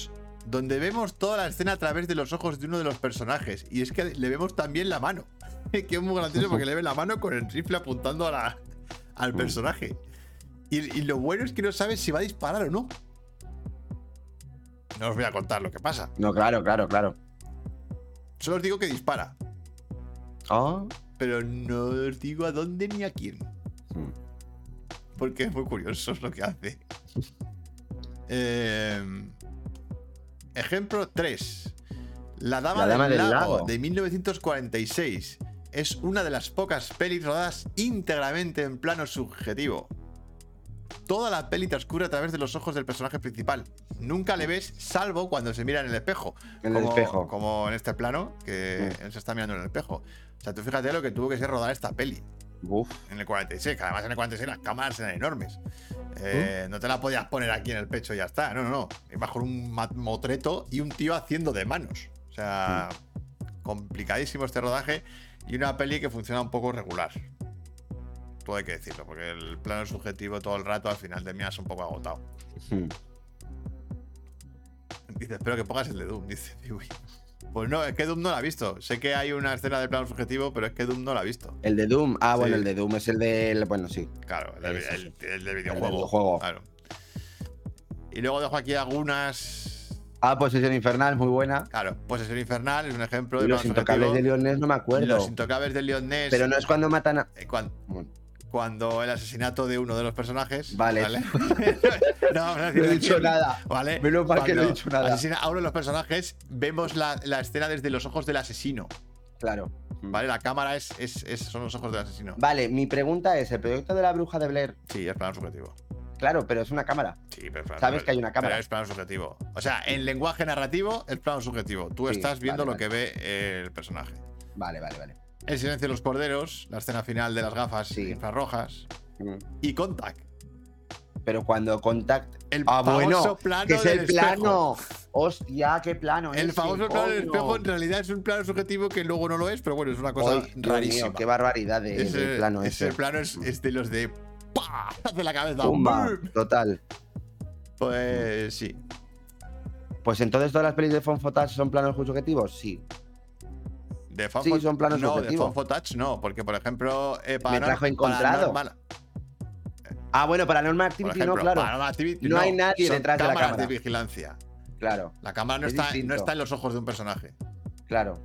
S1: donde vemos toda la escena a través de los ojos de uno de los personajes. Y es que le vemos también la mano. que es muy gracioso porque le ve la mano con el rifle apuntando a la-
S2: Mm.
S1: al personaje. Y, y lo bueno es que no sabes si va a disparar o no. No os voy a contar lo que pasa.
S2: No, claro, claro, claro.
S1: Solo os digo que dispara.
S2: Oh,
S1: Pero no os digo a dónde ni a quién. Porque es muy curioso lo que hace. Eh, ejemplo 3. La Dama,
S2: La Dama
S1: del,
S2: del
S1: lago,
S2: Lago.
S1: de 1946 es una de las pocas pelis rodadas íntegramente en plano subjetivo. Toda la peli transcurre a través de los ojos del personaje principal. Nunca le ves, salvo cuando se mira en el espejo.
S2: en el
S1: como,
S2: espejo. Mm.
S1: como en este plano, que él se está mirando en el espejo. O sea, tú fíjate lo que tuvo que ser rodar esta peli
S2: Uf,
S1: en el 46, que además en el 46 las cámaras eran enormes. Eh, No te la podías poner aquí en el pecho y ya está. No, no, no. Ibas con un ma- motreto y un tío haciendo de manos. O sea, complicadísimo este rodaje y una peli que funciona un poco regular. Todo hay que decirlo, porque el plano subjetivo todo el rato al final de mí es un poco agotado.
S2: hmm,
S1: Dice, espero que pongas el de Doom, dice Piwi. Pues no, es que Doom no la ha visto. Sé que hay una escena de plano subjetivo, pero es que Doom no la ha visto.
S2: El de Doom. Ah,
S1: Sí.
S2: bueno, el de Doom es el del. Bueno, sí.
S1: Claro, el, de-
S2: Eso
S1: el- el de videojuego.
S2: videojuego.
S1: Claro. Y luego dejo aquí algunas.
S2: Ah, Posesión Infernal, muy buena.
S1: Claro, Posesión Infernal es un ejemplo de
S2: Los
S1: plano
S2: intocables de
S1: subjetivo.
S2: Leones no me acuerdo.
S1: Los intocables de Leon Ness.
S2: Pero no es cuando matan a.
S1: eh, cuan-
S2: Bueno,
S1: cuando el asesinato de uno de los personajes.
S2: Vale.
S1: no, no,
S2: No he dicho nada.
S1: Vale.
S2: Menos mal que no he
S1: Cuando
S2: dicho nada.
S1: asesina a uno de los personajes, vemos la, la escena desde los ojos del asesino.
S2: Claro.
S1: ¿Vale? La cámara es, es- es- son los ojos del asesino.
S2: Vale, mi pregunta es: el proyecto de la bruja de Blair.
S1: Sí, es plano subjetivo.
S2: Claro, pero es una cámara.
S1: Sí, pero es plano
S2: Sabes
S1: subjetivo.
S2: que hay una cámara.
S1: Pero es plano subjetivo. O sea, en lenguaje narrativo es plano subjetivo. Tú
S2: Sí,
S1: estás viendo
S2: vale,
S1: lo que ve eh, el personaje.
S2: Vale, vale, vale.
S1: El silencio de los corderos, la escena final de las gafas
S2: Sí.
S1: infrarrojas
S2: Mm.
S1: y Contact.
S2: Pero cuando Contact.
S1: El
S2: Ah,
S1: famoso
S2: bueno,
S1: plano
S2: que es
S1: del
S2: el
S1: espejo.
S2: plano. Hostia, qué plano.
S1: El
S2: ese,
S1: famoso plano del
S2: coño.
S1: espejo en realidad es un plano subjetivo que luego no lo es, pero bueno, es una cosa
S2: Ay, Dios mío,
S1: rarísima.
S2: qué barbaridad de,
S1: ese,
S2: de plano
S1: ese
S2: ese. Mm.
S1: plano es, es de los de ¡pa! de la cabeza.
S2: Pumba,
S1: ¡Bum!
S2: total.
S1: Pues sí.
S2: Pues entonces todas las pelis de Fonfotas son planos subjetivos, sí.
S1: De fan
S2: Sí,
S1: fo-
S2: son planos
S1: No,
S2: subjetivos.
S1: de fan touch no, porque por ejemplo, eh, para
S2: trajo encontrado. Ah, bueno, Paranormal
S1: Por
S2: Activity
S1: ejemplo,
S2: no, claro.
S1: Paranormal Activity,
S2: No hay nadie
S1: son
S2: detrás de la
S1: cámaras
S2: cámara.
S1: de vigilancia.
S2: Claro,
S1: La cámara no
S2: Es
S1: está, no
S2: distinto.
S1: está en los ojos de un personaje.
S2: claro.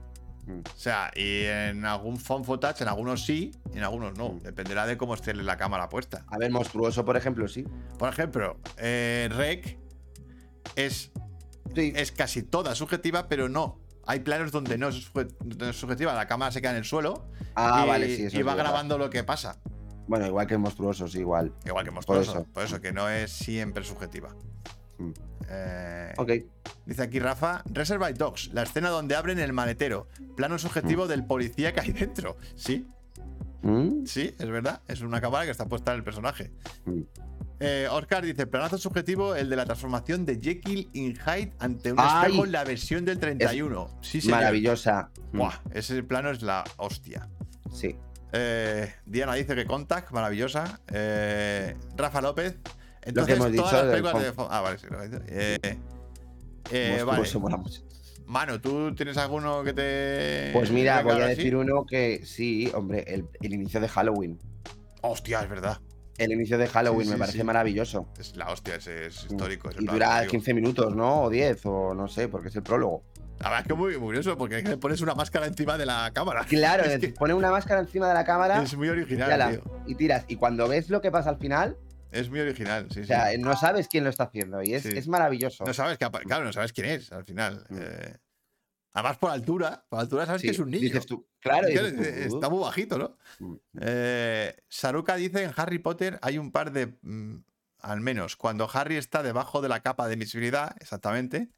S1: O sea, y en algún phone footage, en algunos sí, y en algunos no.
S2: Mm.
S1: Dependerá de cómo esté la cámara puesta.
S2: A ver, monstruoso, por ejemplo, sí.
S1: Por ejemplo, eh, Rec es,
S2: Sí.
S1: es casi toda subjetiva, pero no. Hay planos donde no es, suje- no es subjetiva, la cámara se queda en el suelo
S2: ah,
S1: y,
S2: vale, sí. Eso
S1: y
S2: es
S1: va
S2: verdad.
S1: grabando lo que pasa.
S2: Bueno, igual que monstruosos, igual.
S1: Igual que monstruoso. Por eso, que no es siempre subjetiva.
S2: Mm.
S1: Eh,
S2: Ok.
S1: Dice aquí Rafa, Reservoir Dogs, la escena donde abren el maletero, plano subjetivo del policía que hay dentro. Sí,
S2: Mm,
S1: sí, es verdad, es una cámara que está puesta en el personaje.
S2: mm.
S1: Eh, Oscar dice, planazo subjetivo, el de la transformación de Jekyll in Hyde ante un
S2: ¡Ay!
S1: espejo en la versión del 31. sí, señor.
S2: Maravillosa. Mm,
S1: Buah, ese plano es la hostia.
S2: Sí.
S1: Eh, Diana dice que Contact, maravillosa. Eh, Rafa López. Entonces, todas
S2: hemos dicho
S1: las
S2: del
S1: películas de...
S2: Hulk.
S1: Ah, vale, sí, lo he dicho. Eh, eh, vale.
S2: monstruoso mola mucho.
S1: Mano, ¿tú tienes alguno que te.
S2: Pues mira,
S1: Eh, venga
S2: voy a
S1: ahora sí?
S2: decir uno que sí, hombre, el, el inicio de Halloween.
S1: Hostia, es verdad.
S2: El inicio de Halloween
S1: Sí,
S2: me
S1: sí,
S2: parece
S1: sí.
S2: maravilloso. Mm.
S1: Es la hostia, es, es histórico. es el
S2: Y
S1: plan,
S2: dura
S1: digo.
S2: 15 minutos, ¿no? O 10, o no sé, porque es el prólogo.
S1: La verdad es que es muy muy curioso porque es que le pones una máscara encima de la cámara.
S2: Claro,
S1: es, que
S2: te pone una máscara encima de la cámara
S1: es muy
S2: y,
S1: original,
S2: ala,
S1: tío.
S2: y tiras. Y cuando ves lo que pasa al final,
S1: Es muy original, sí,
S2: o sea, eh,
S1: sí.
S2: no sabes quién lo está haciendo y es,
S1: Sí.
S2: es maravilloso.
S1: No sabes que apa- claro, no sabes quién es al final.
S2: Mm.
S1: Eh, además, por altura, por altura sabes
S2: Sí,
S1: que es un niño.
S2: Dices tú, claro,
S1: Claro,
S2: dices tú,
S1: eh,
S2: "Uh".
S1: Está muy bajito, ¿no?
S2: Mm.
S1: Eh, Saruka dice en Harry Potter hay un par de. mm, al menos, cuando Harry está debajo de la capa de invisibilidad, exactamente.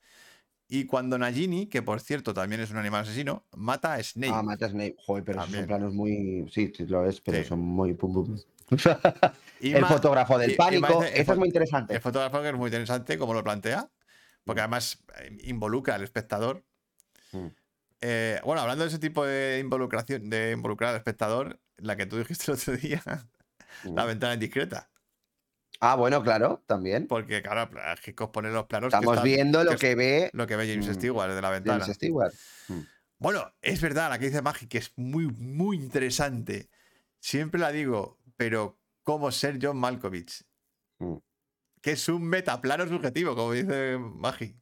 S1: Y cuando Nagini, que por cierto también es un animal asesino, mata a Snape.
S2: Ah, mata a Snape. Joder, pero esos
S1: También.
S2: son planos muy. Sí, sí, lo es, pero
S1: Sí.
S2: son muy. pum, pum.
S1: Y
S2: el
S1: ma-
S2: fotógrafo
S1: y-
S2: del
S1: y
S2: pánico.
S1: parece- el fo-
S2: Eso es muy
S1: El
S2: interesante.
S1: fotógrafo que es muy interesante como lo plantea, porque además eh, involucra al espectador.
S2: Mm.
S1: Eh, bueno, hablando de ese tipo de involucración, de involucrar al espectador, la que tú dijiste el otro día, la ventana indiscreta.
S2: Ah, bueno, claro, también.
S1: Porque, claro, es que poner los planos. que
S2: Estamos
S1: están-
S2: viendo lo
S1: que
S2: que ve
S1: Lo que ve James
S2: Mm,
S1: Stewart desde la ventana.
S2: James Stewart.
S1: Bueno, es verdad, la que dice Magic es muy, muy interesante. Siempre la digo, pero ¿cómo ser John Malkovich?
S2: Mm.
S1: Que es un metaplano subjetivo, como dice Magic.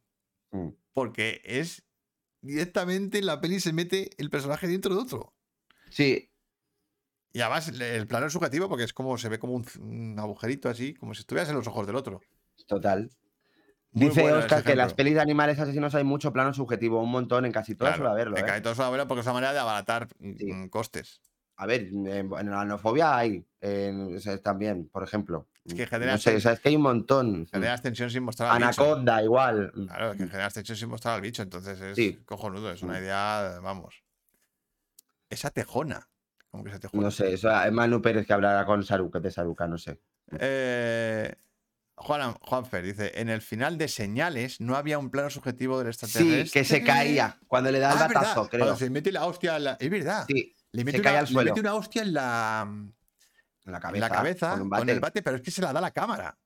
S2: Mm.
S1: Porque es directamente en la peli se mete el personaje dentro de otro.
S2: Sí,
S1: Y además le- el plano es subjetivo porque es como se ve como un, un agujerito así, como si estuvieras en los ojos del otro.
S2: total.
S1: Muy
S2: Dice
S1: bueno ese
S2: Oscar que en las
S1: ejemplo.
S2: pelis de animales asesinos hay mucho plano subjetivo, un montón, en casi todas suele haberlo.
S1: en
S2: ¿eh?
S1: casi todo suele haberlo porque es una manera de abaratar mm,
S2: Sí.
S1: mm, costes.
S2: A ver, en, en la anofobia hay en- o sea, también, por ejemplo.
S1: Es que
S2: No
S1: generas,
S2: sé, o sea, es que hay un montón.
S1: generas tensión sin mostrar al bicho.
S2: Anaconda, igual.
S1: Claro, es que generas tensión sin mostrar al bicho, entonces es
S2: Mm. Sí.
S1: cojonudo, es una
S2: Mm.
S1: idea, vamos. Esa tejona. ¿Cómo que esa tejona?
S2: No sé, o sea, es Manu Pérez que hablará con Saruca, de Saruca, no sé.
S1: Eh, Juan, Juanfer dice: En el final de señales no había un plano subjetivo del extraterrestre.
S2: Sí, que se caía cuando le da el
S1: Ah, verdad,
S2: batazo,
S1: cuando
S2: creo.
S1: se mete la hostia en la- Es verdad.
S2: Sí,
S1: le, mete
S2: se
S1: una,
S2: cae al
S1: le
S2: suelo.
S1: mete una hostia en la,
S2: en la cabeza.
S1: en la cabeza
S2: con un
S1: con el
S2: bate.
S1: bate, pero es que se la da la cámara.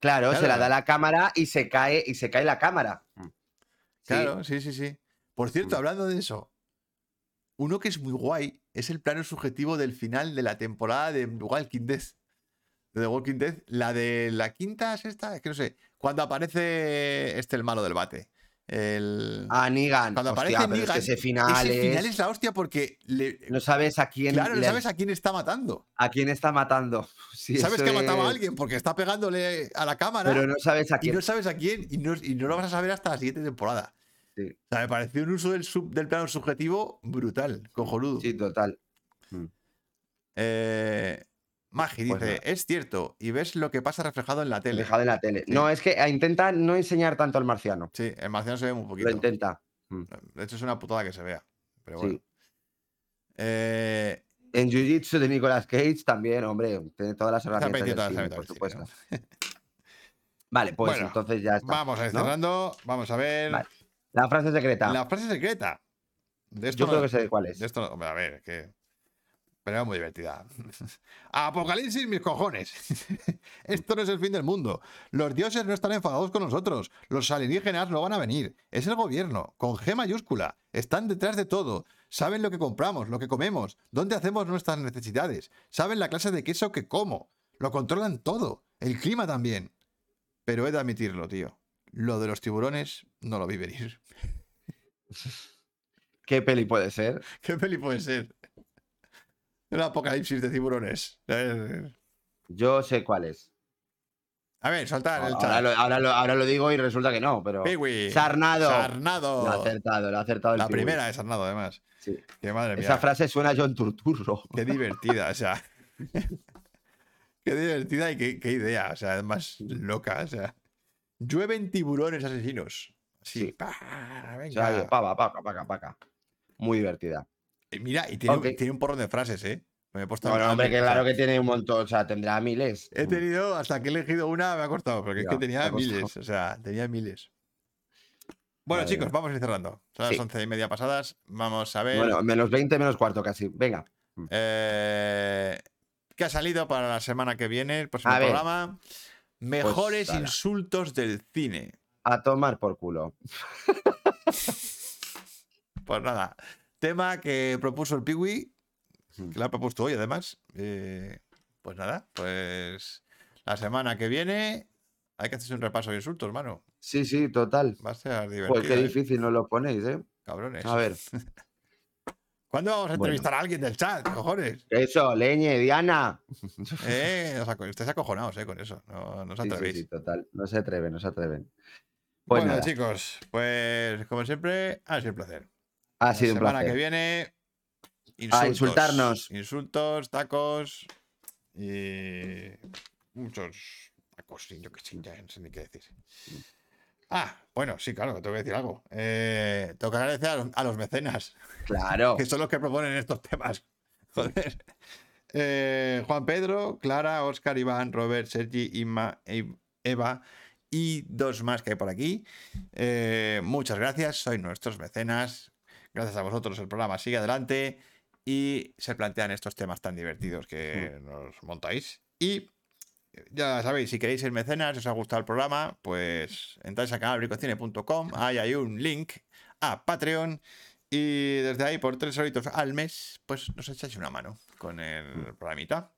S2: Claro, se
S1: Claro. Mm.
S2: la da la cámara y se cae y se cae la cámara. Sí.
S1: Claro, sí, sí, sí. Por cierto,
S2: Mm.
S1: hablando de eso, uno que es muy guay es el plano subjetivo del final de la temporada de Walking Dead. De The Walking Dead, la de la quinta, sexta, es que no sé. Cuando aparece este, el malo del bate. El...
S2: Ah, Negan.
S1: Cuando aparece
S2: Hostia, pero es que
S1: Negan,
S2: ese final,
S1: Ese final
S2: es-
S1: es la hostia porque le-
S2: No sabes a quién,
S1: claro, no
S2: le-
S1: sabes a quién está matando.
S2: a quién está matando. Sí,
S1: sabes
S2: eso
S1: que ha matado a
S2: es-
S1: alguien porque está pegándole a la cámara
S2: Pero no sabes a
S1: y
S2: quién.
S1: no sabes a quién y no, y no lo vas a saber hasta la siguiente temporada.
S2: Sí.
S1: O sea, me pareció un uso del, sub- del plano subjetivo brutal, cojonudo.
S2: Sí, total.
S1: Eh, Magi
S2: Pues
S1: dice,
S2: nada.
S1: es cierto, y ves lo que pasa reflejado en la tele.
S2: Dejado en la tele.
S1: Sí.
S2: No, es que intenta no enseñar tanto al marciano.
S1: Sí, el marciano se ve muy poquito.
S2: Lo intenta.
S1: De hecho, es una putada que se vea. Pero
S2: Sí.
S1: bueno. Eh,
S2: En Jiu-Jitsu de Nicolas Cage también, hombre, tiene todas las herramientas
S1: pendiente
S2: del
S1: de las
S2: cine, por
S1: herramientas
S2: supuesto. Vale, pues
S1: Bueno,
S2: entonces ya está.
S1: vamos a ir
S2: ¿no?
S1: cerrando. Vamos a ver.
S2: Vale. La frase secreta.
S1: La frase secreta. De esto
S2: Yo
S1: no-
S2: creo que sé cuál es.
S1: De esto, no- hombre, a ver, es que. Pero era muy divertida. Apocalipsis, mis cojones. esto no es el fin del mundo. Los dioses no están enfadados con nosotros. Los alienígenas no van a venir. Es el gobierno, con G mayúscula. Están detrás de todo. Saben lo que compramos, lo que comemos, dónde hacemos nuestras necesidades. Saben la clase de queso que como. Lo controlan todo. El clima también. Pero he de admitirlo, tío. Lo de los tiburones no lo vi venir.
S2: ¿Qué peli puede ser?
S1: ¿Qué peli puede ser? Un apocalipsis de tiburones. Eh,
S2: Yo sé cuál es.
S1: A ver, saltar Ah, el
S2: Ahora
S1: chat.
S2: lo, ahora lo- ahora lo digo y resulta que no, pero.
S1: Piwi.
S2: Sarnado.
S1: Sarnado.
S2: Lo ha acertado, lo ha acertado el
S1: La
S2: Piwi.
S1: primera es Sarnado, además.
S2: Sí.
S1: Qué madre mía.
S2: Esa frase suena a John Turturro.
S1: Qué divertida, o sea. qué divertida y qué, qué idea, o sea, más loca, o sea. Llueven tiburones asesinos. Sí,
S2: Sí. O sea,
S1: venga.
S2: yo, paca, paca, paca, paca. Muy divertida.
S1: Eh, Mira, y tiene,
S2: Ok.
S1: tiene un porrón de frases, ¿eh? Me he puesto a
S2: Bueno,
S1: mirar,
S2: hombre,
S1: o
S2: que
S1: sea,
S2: claro que tiene un montón, o sea, tendrá miles.
S1: He tenido, hasta que he elegido una, me ha costado, porque es que
S2: Mm. Ya, te
S1: tenía
S2: ha costado.
S1: miles, o sea, tenía miles. Bueno,
S2: Madre
S1: chicos,
S2: mía.
S1: vamos a ir cerrando. Son las
S2: Sí.
S1: once y media pasadas. Vamos a ver
S2: Bueno, menos 20, menos cuarto casi. Venga.
S1: eh, qué ha salido para la semana que viene, el próximo
S2: A ver. Pues,
S1: programa. Mejores
S2: ala.
S1: insultos del cine.
S2: A tomar por culo.
S1: Pues nada, tema que propuso el Piwi,
S2: Mm.
S1: que lo ha propuesto hoy además. Eh, pues nada, pues la semana que viene hay que hacerse un repaso de insultos, hermano.
S2: Sí, sí, total.
S1: Va a ser divertido.
S2: Pues qué
S1: ¿eh?
S2: difícil no lo ponéis, ¿eh?
S1: Cabrones.
S2: A ver.
S1: ¿Cuándo vamos a
S2: Bueno.
S1: entrevistar a alguien del chat? Cojones.
S2: Eso, leñe, Diana.
S1: Eh, os aco- estáis acojonados eh, con eso. No, no os
S2: Sí, sí,
S1: atrevéis.
S2: sí, total. No se atreven, no se atreven. Pues
S1: bueno,
S2: nada,
S1: chicos, pues como siempre, ha sido un placer.
S2: ha sido un
S1: La semana
S2: placer.
S1: que viene, insultos,
S2: A insultarnos.
S1: Insultos, tacos y muchos tacos. y Yo que sé, ya no sé ni qué decir.
S2: Mm.
S1: Ah, bueno, sí, claro, que tengo que decir algo. Eh, tengo que agradecer a los- a los mecenas.
S2: Claro.
S1: que son los que proponen estos temas. Joder. Eh, Juan Pedro, Clara, Oscar, Iván, Robert, Sergi, Inma, E- Eva y dos más que hay por aquí. Eh, muchas gracias, sois nuestros mecenas. Gracias a vosotros el programa sigue adelante y se plantean estos temas tan divertidos que nos montáis. Y ya sabéis, si queréis ser mecenas, os ha gustado el programa, pues entráis a canalbricocine.com, ahí hay un link a Patreon y desde ahí por tres horitos al mes, pues nos echáis una mano con el programita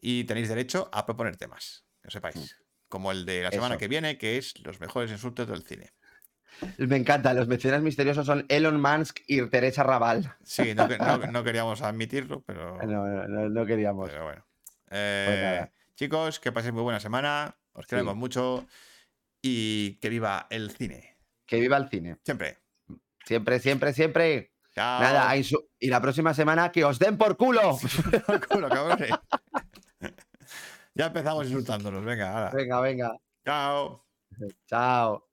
S1: y tenéis derecho a proponer temas, que lo sepáis, como el de la semana
S2: Eso.
S1: que viene, que es los mejores insultos del cine.
S2: Me encanta, los mecenas misteriosos son Elon Musk y Teresa Raval.
S1: Sí, no, que- no- no queríamos admitirlo, pero...
S2: No, no, no, no queríamos.
S1: Pero bueno. Eh,
S2: Pues nada.
S1: chicos, que paséis muy buena semana. Os queremos mucho. Y que viva el cine.
S2: Que viva el cine.
S1: Siempre.
S2: Siempre, siempre, siempre.
S1: Chao.
S2: Nada, a insu- y la próxima semana que os den por culo.
S1: Culo, cabrones. ya empezamos insultándonos. Venga, ahora.
S2: Venga, venga.
S1: Chao.
S2: Chao.